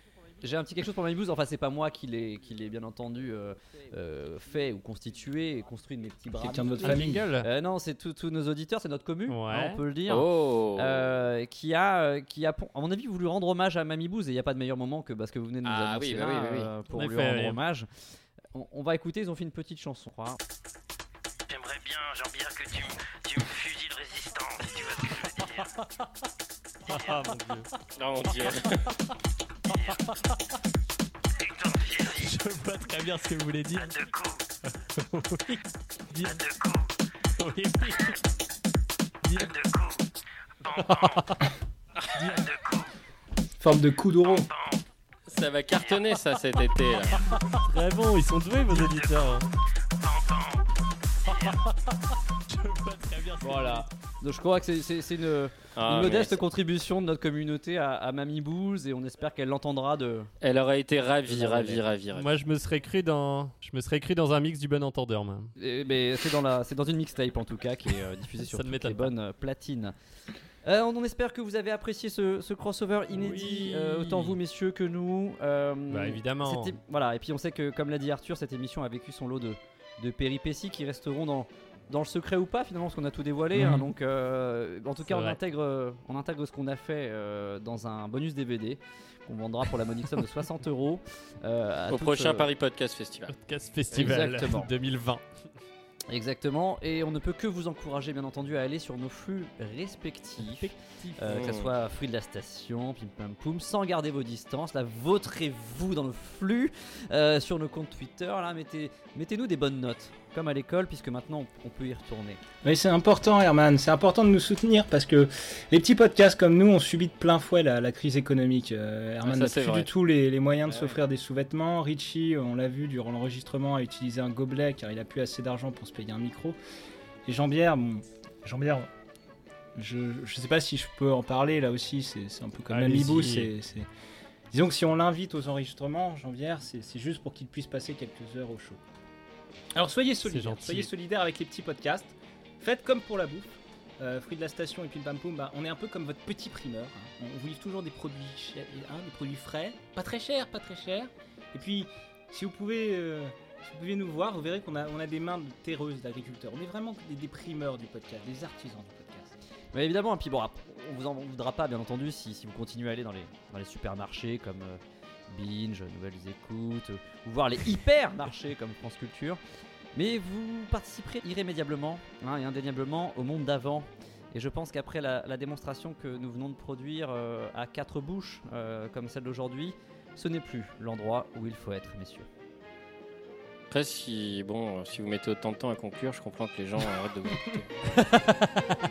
[SPEAKER 2] J'ai un petit quelque chose pour Mamie Blues. Enfin, c'est pas moi qui l'ai, qui l'ai bien entendu euh, euh, fait ou constitué et construit de mes petits bras.
[SPEAKER 1] Quelqu'un de votre
[SPEAKER 2] Ah,
[SPEAKER 1] famille.
[SPEAKER 3] Gueule.
[SPEAKER 2] Euh, non, c'est tous tous nos auditeurs, c'est notre commu, hein, on peut le dire.
[SPEAKER 4] Oh
[SPEAKER 2] Euh, qui a, euh, qui a, à mon avis, voulu rendre hommage à Mamie Blues. Et il n'y a pas de meilleur moment que parce que vous venez de nous
[SPEAKER 4] Ah
[SPEAKER 2] annoncer
[SPEAKER 4] oui, bah
[SPEAKER 2] là,
[SPEAKER 4] oui, bah oui.
[SPEAKER 2] euh, pour
[SPEAKER 3] En
[SPEAKER 2] lui
[SPEAKER 3] effet,
[SPEAKER 2] rendre
[SPEAKER 3] oui.
[SPEAKER 2] hommage. On, on va écouter. Ils ont fait une petite chanson. hein. je crois.
[SPEAKER 5] J'aimerais bien, Jean-Pierre, que tu, me- tu me fusilles de résistance, si tu vois ce que je veux dire.
[SPEAKER 3] Ah mon dieu.
[SPEAKER 4] Oh mon dieu.
[SPEAKER 5] Hector Fieri,
[SPEAKER 3] Je vois très bien ce que vous voulez dire.
[SPEAKER 5] à deux coups,
[SPEAKER 3] Oui,
[SPEAKER 5] à deux coups,
[SPEAKER 3] oui, oui.
[SPEAKER 5] à deux coups. Bon, bon, à deux coups,
[SPEAKER 1] Forme de coup d'euro.
[SPEAKER 5] bon.
[SPEAKER 4] Ça va cartonner, ça, cet été, là.
[SPEAKER 3] Très bon, ils sont doués vos auditeurs. Je vois très bien ce que vous
[SPEAKER 2] Voilà. Donc je crois que c'est, c'est- c'est une,
[SPEAKER 4] Ah,
[SPEAKER 2] une
[SPEAKER 4] mais
[SPEAKER 2] modeste
[SPEAKER 4] c'est-
[SPEAKER 2] contribution de notre communauté à, à Mamie Blues et on espère qu'elle l'entendra de.
[SPEAKER 4] Elle aurait été ravie,
[SPEAKER 2] Elle aurait
[SPEAKER 4] ravie,
[SPEAKER 2] été.
[SPEAKER 4] ravie.
[SPEAKER 3] voulez dire.
[SPEAKER 4] ravie.
[SPEAKER 3] Moi je me serais cru dans, je me serais cru dans un mix du bon entendeur moi.
[SPEAKER 2] Eh ben, c'est dans la, c'est dans une mixtape en tout cas qui est euh, diffusée sur
[SPEAKER 3] Ça ne
[SPEAKER 2] toutes
[SPEAKER 3] m'étonne
[SPEAKER 2] les
[SPEAKER 3] pas.
[SPEAKER 2] bonnes euh, platines. Euh, on en espère que vous avez apprécié ce, ce crossover inédit,
[SPEAKER 3] Oui.
[SPEAKER 2] euh, autant vous messieurs que nous. Euh,
[SPEAKER 3] Bah évidemment.
[SPEAKER 2] cette é- Voilà, et puis on sait que, comme l'a dit Arthur, cette émission a vécu son lot de, de péripéties qui resteront dans, dans le secret ou pas finalement, parce qu'on a tout dévoilé. hein,
[SPEAKER 1] Mhm.
[SPEAKER 2] donc, euh, en tout
[SPEAKER 3] C'est
[SPEAKER 2] cas, on
[SPEAKER 3] vrai.
[SPEAKER 2] intègre, euh, on intègre ce qu'on a fait euh, dans un bonus DVD qu'on vendra pour la monique somme de 60 euros euh, à
[SPEAKER 4] Au
[SPEAKER 2] toute,
[SPEAKER 4] prochain
[SPEAKER 2] euh,
[SPEAKER 4] Paris Podcast Festival.
[SPEAKER 3] Podcast Festival
[SPEAKER 2] Exactement.
[SPEAKER 3] 2020.
[SPEAKER 2] Exactement, et on ne peut que vous encourager bien entendu à aller sur nos flux respectifs, euh, que ce
[SPEAKER 4] Mm.
[SPEAKER 2] soit Fruit de la Station, Pim Pam Poum, sans garder vos distances, là vautrez-vous dans le flux, euh, sur nos comptes Twitter, là mettez, mettez-nous des bonnes notes, comme à l'école, puisque maintenant on, on peut y retourner.
[SPEAKER 1] Mais c'est important, Herman, c'est important de nous soutenir parce que les petits podcasts comme nous ont subi de plein fouet la, la crise économique. Euh,
[SPEAKER 4] Ah, ça,
[SPEAKER 1] Herman n'a
[SPEAKER 4] c'est
[SPEAKER 1] plus
[SPEAKER 4] vrai.
[SPEAKER 1] du tout les, les moyens de
[SPEAKER 2] Ah
[SPEAKER 1] s'offrir des sous-vêtements. Richie, on l'a vu durant l'enregistrement, a utilisé un gobelet car il a plus assez d'argent pour se payer un micro. Et Jean-Pierre, bon, Jean-Pierre, je, je sais pas si je peux en parler là aussi, c'est c'est un peu comme
[SPEAKER 3] Allez-y.
[SPEAKER 1] Mamibou, c'est. c'est- Disons que si on l'invite aux enregistrements, Janvière, c'est c'est juste pour qu'il puisse passer quelques heures au show. Alors soyez solidaires,
[SPEAKER 3] gentil.
[SPEAKER 1] soyez solidaires avec les petits podcasts. Faites comme pour la bouffe. Euh, Fruits de la station et Pim Pam Poum, bah, on est un peu comme votre petit primeur. hein. On vous livre toujours des produits, chers- hein, des produits frais, pas très chers, pas très chers. Et puis, si vous pouvez, euh, si vous pouvez nous voir, vous verrez qu'on a, on a des mains de terreuses d'agriculteurs. On est vraiment des, des primeurs du podcast, des artisans du podcast.
[SPEAKER 2] Mais évidemment, et puis bon, on vous en voudra pas, bien entendu, si, si vous continuez à aller dans les, dans les supermarchés comme euh, Binge, Nouvelles Écoutes, euh, ou voir les hypermarchés comme France Culture. Mais vous participerez irrémédiablement hein, et indéniablement au monde d'avant. Et je pense qu'après la, la démonstration que nous venons de produire euh, à quatre bouches, euh, comme celle d'aujourd'hui, ce n'est plus l'endroit où il faut être, messieurs.
[SPEAKER 4] Après, si, bon, si vous mettez autant de temps à conclure, je comprends que les gens arrêtent de vous écouter.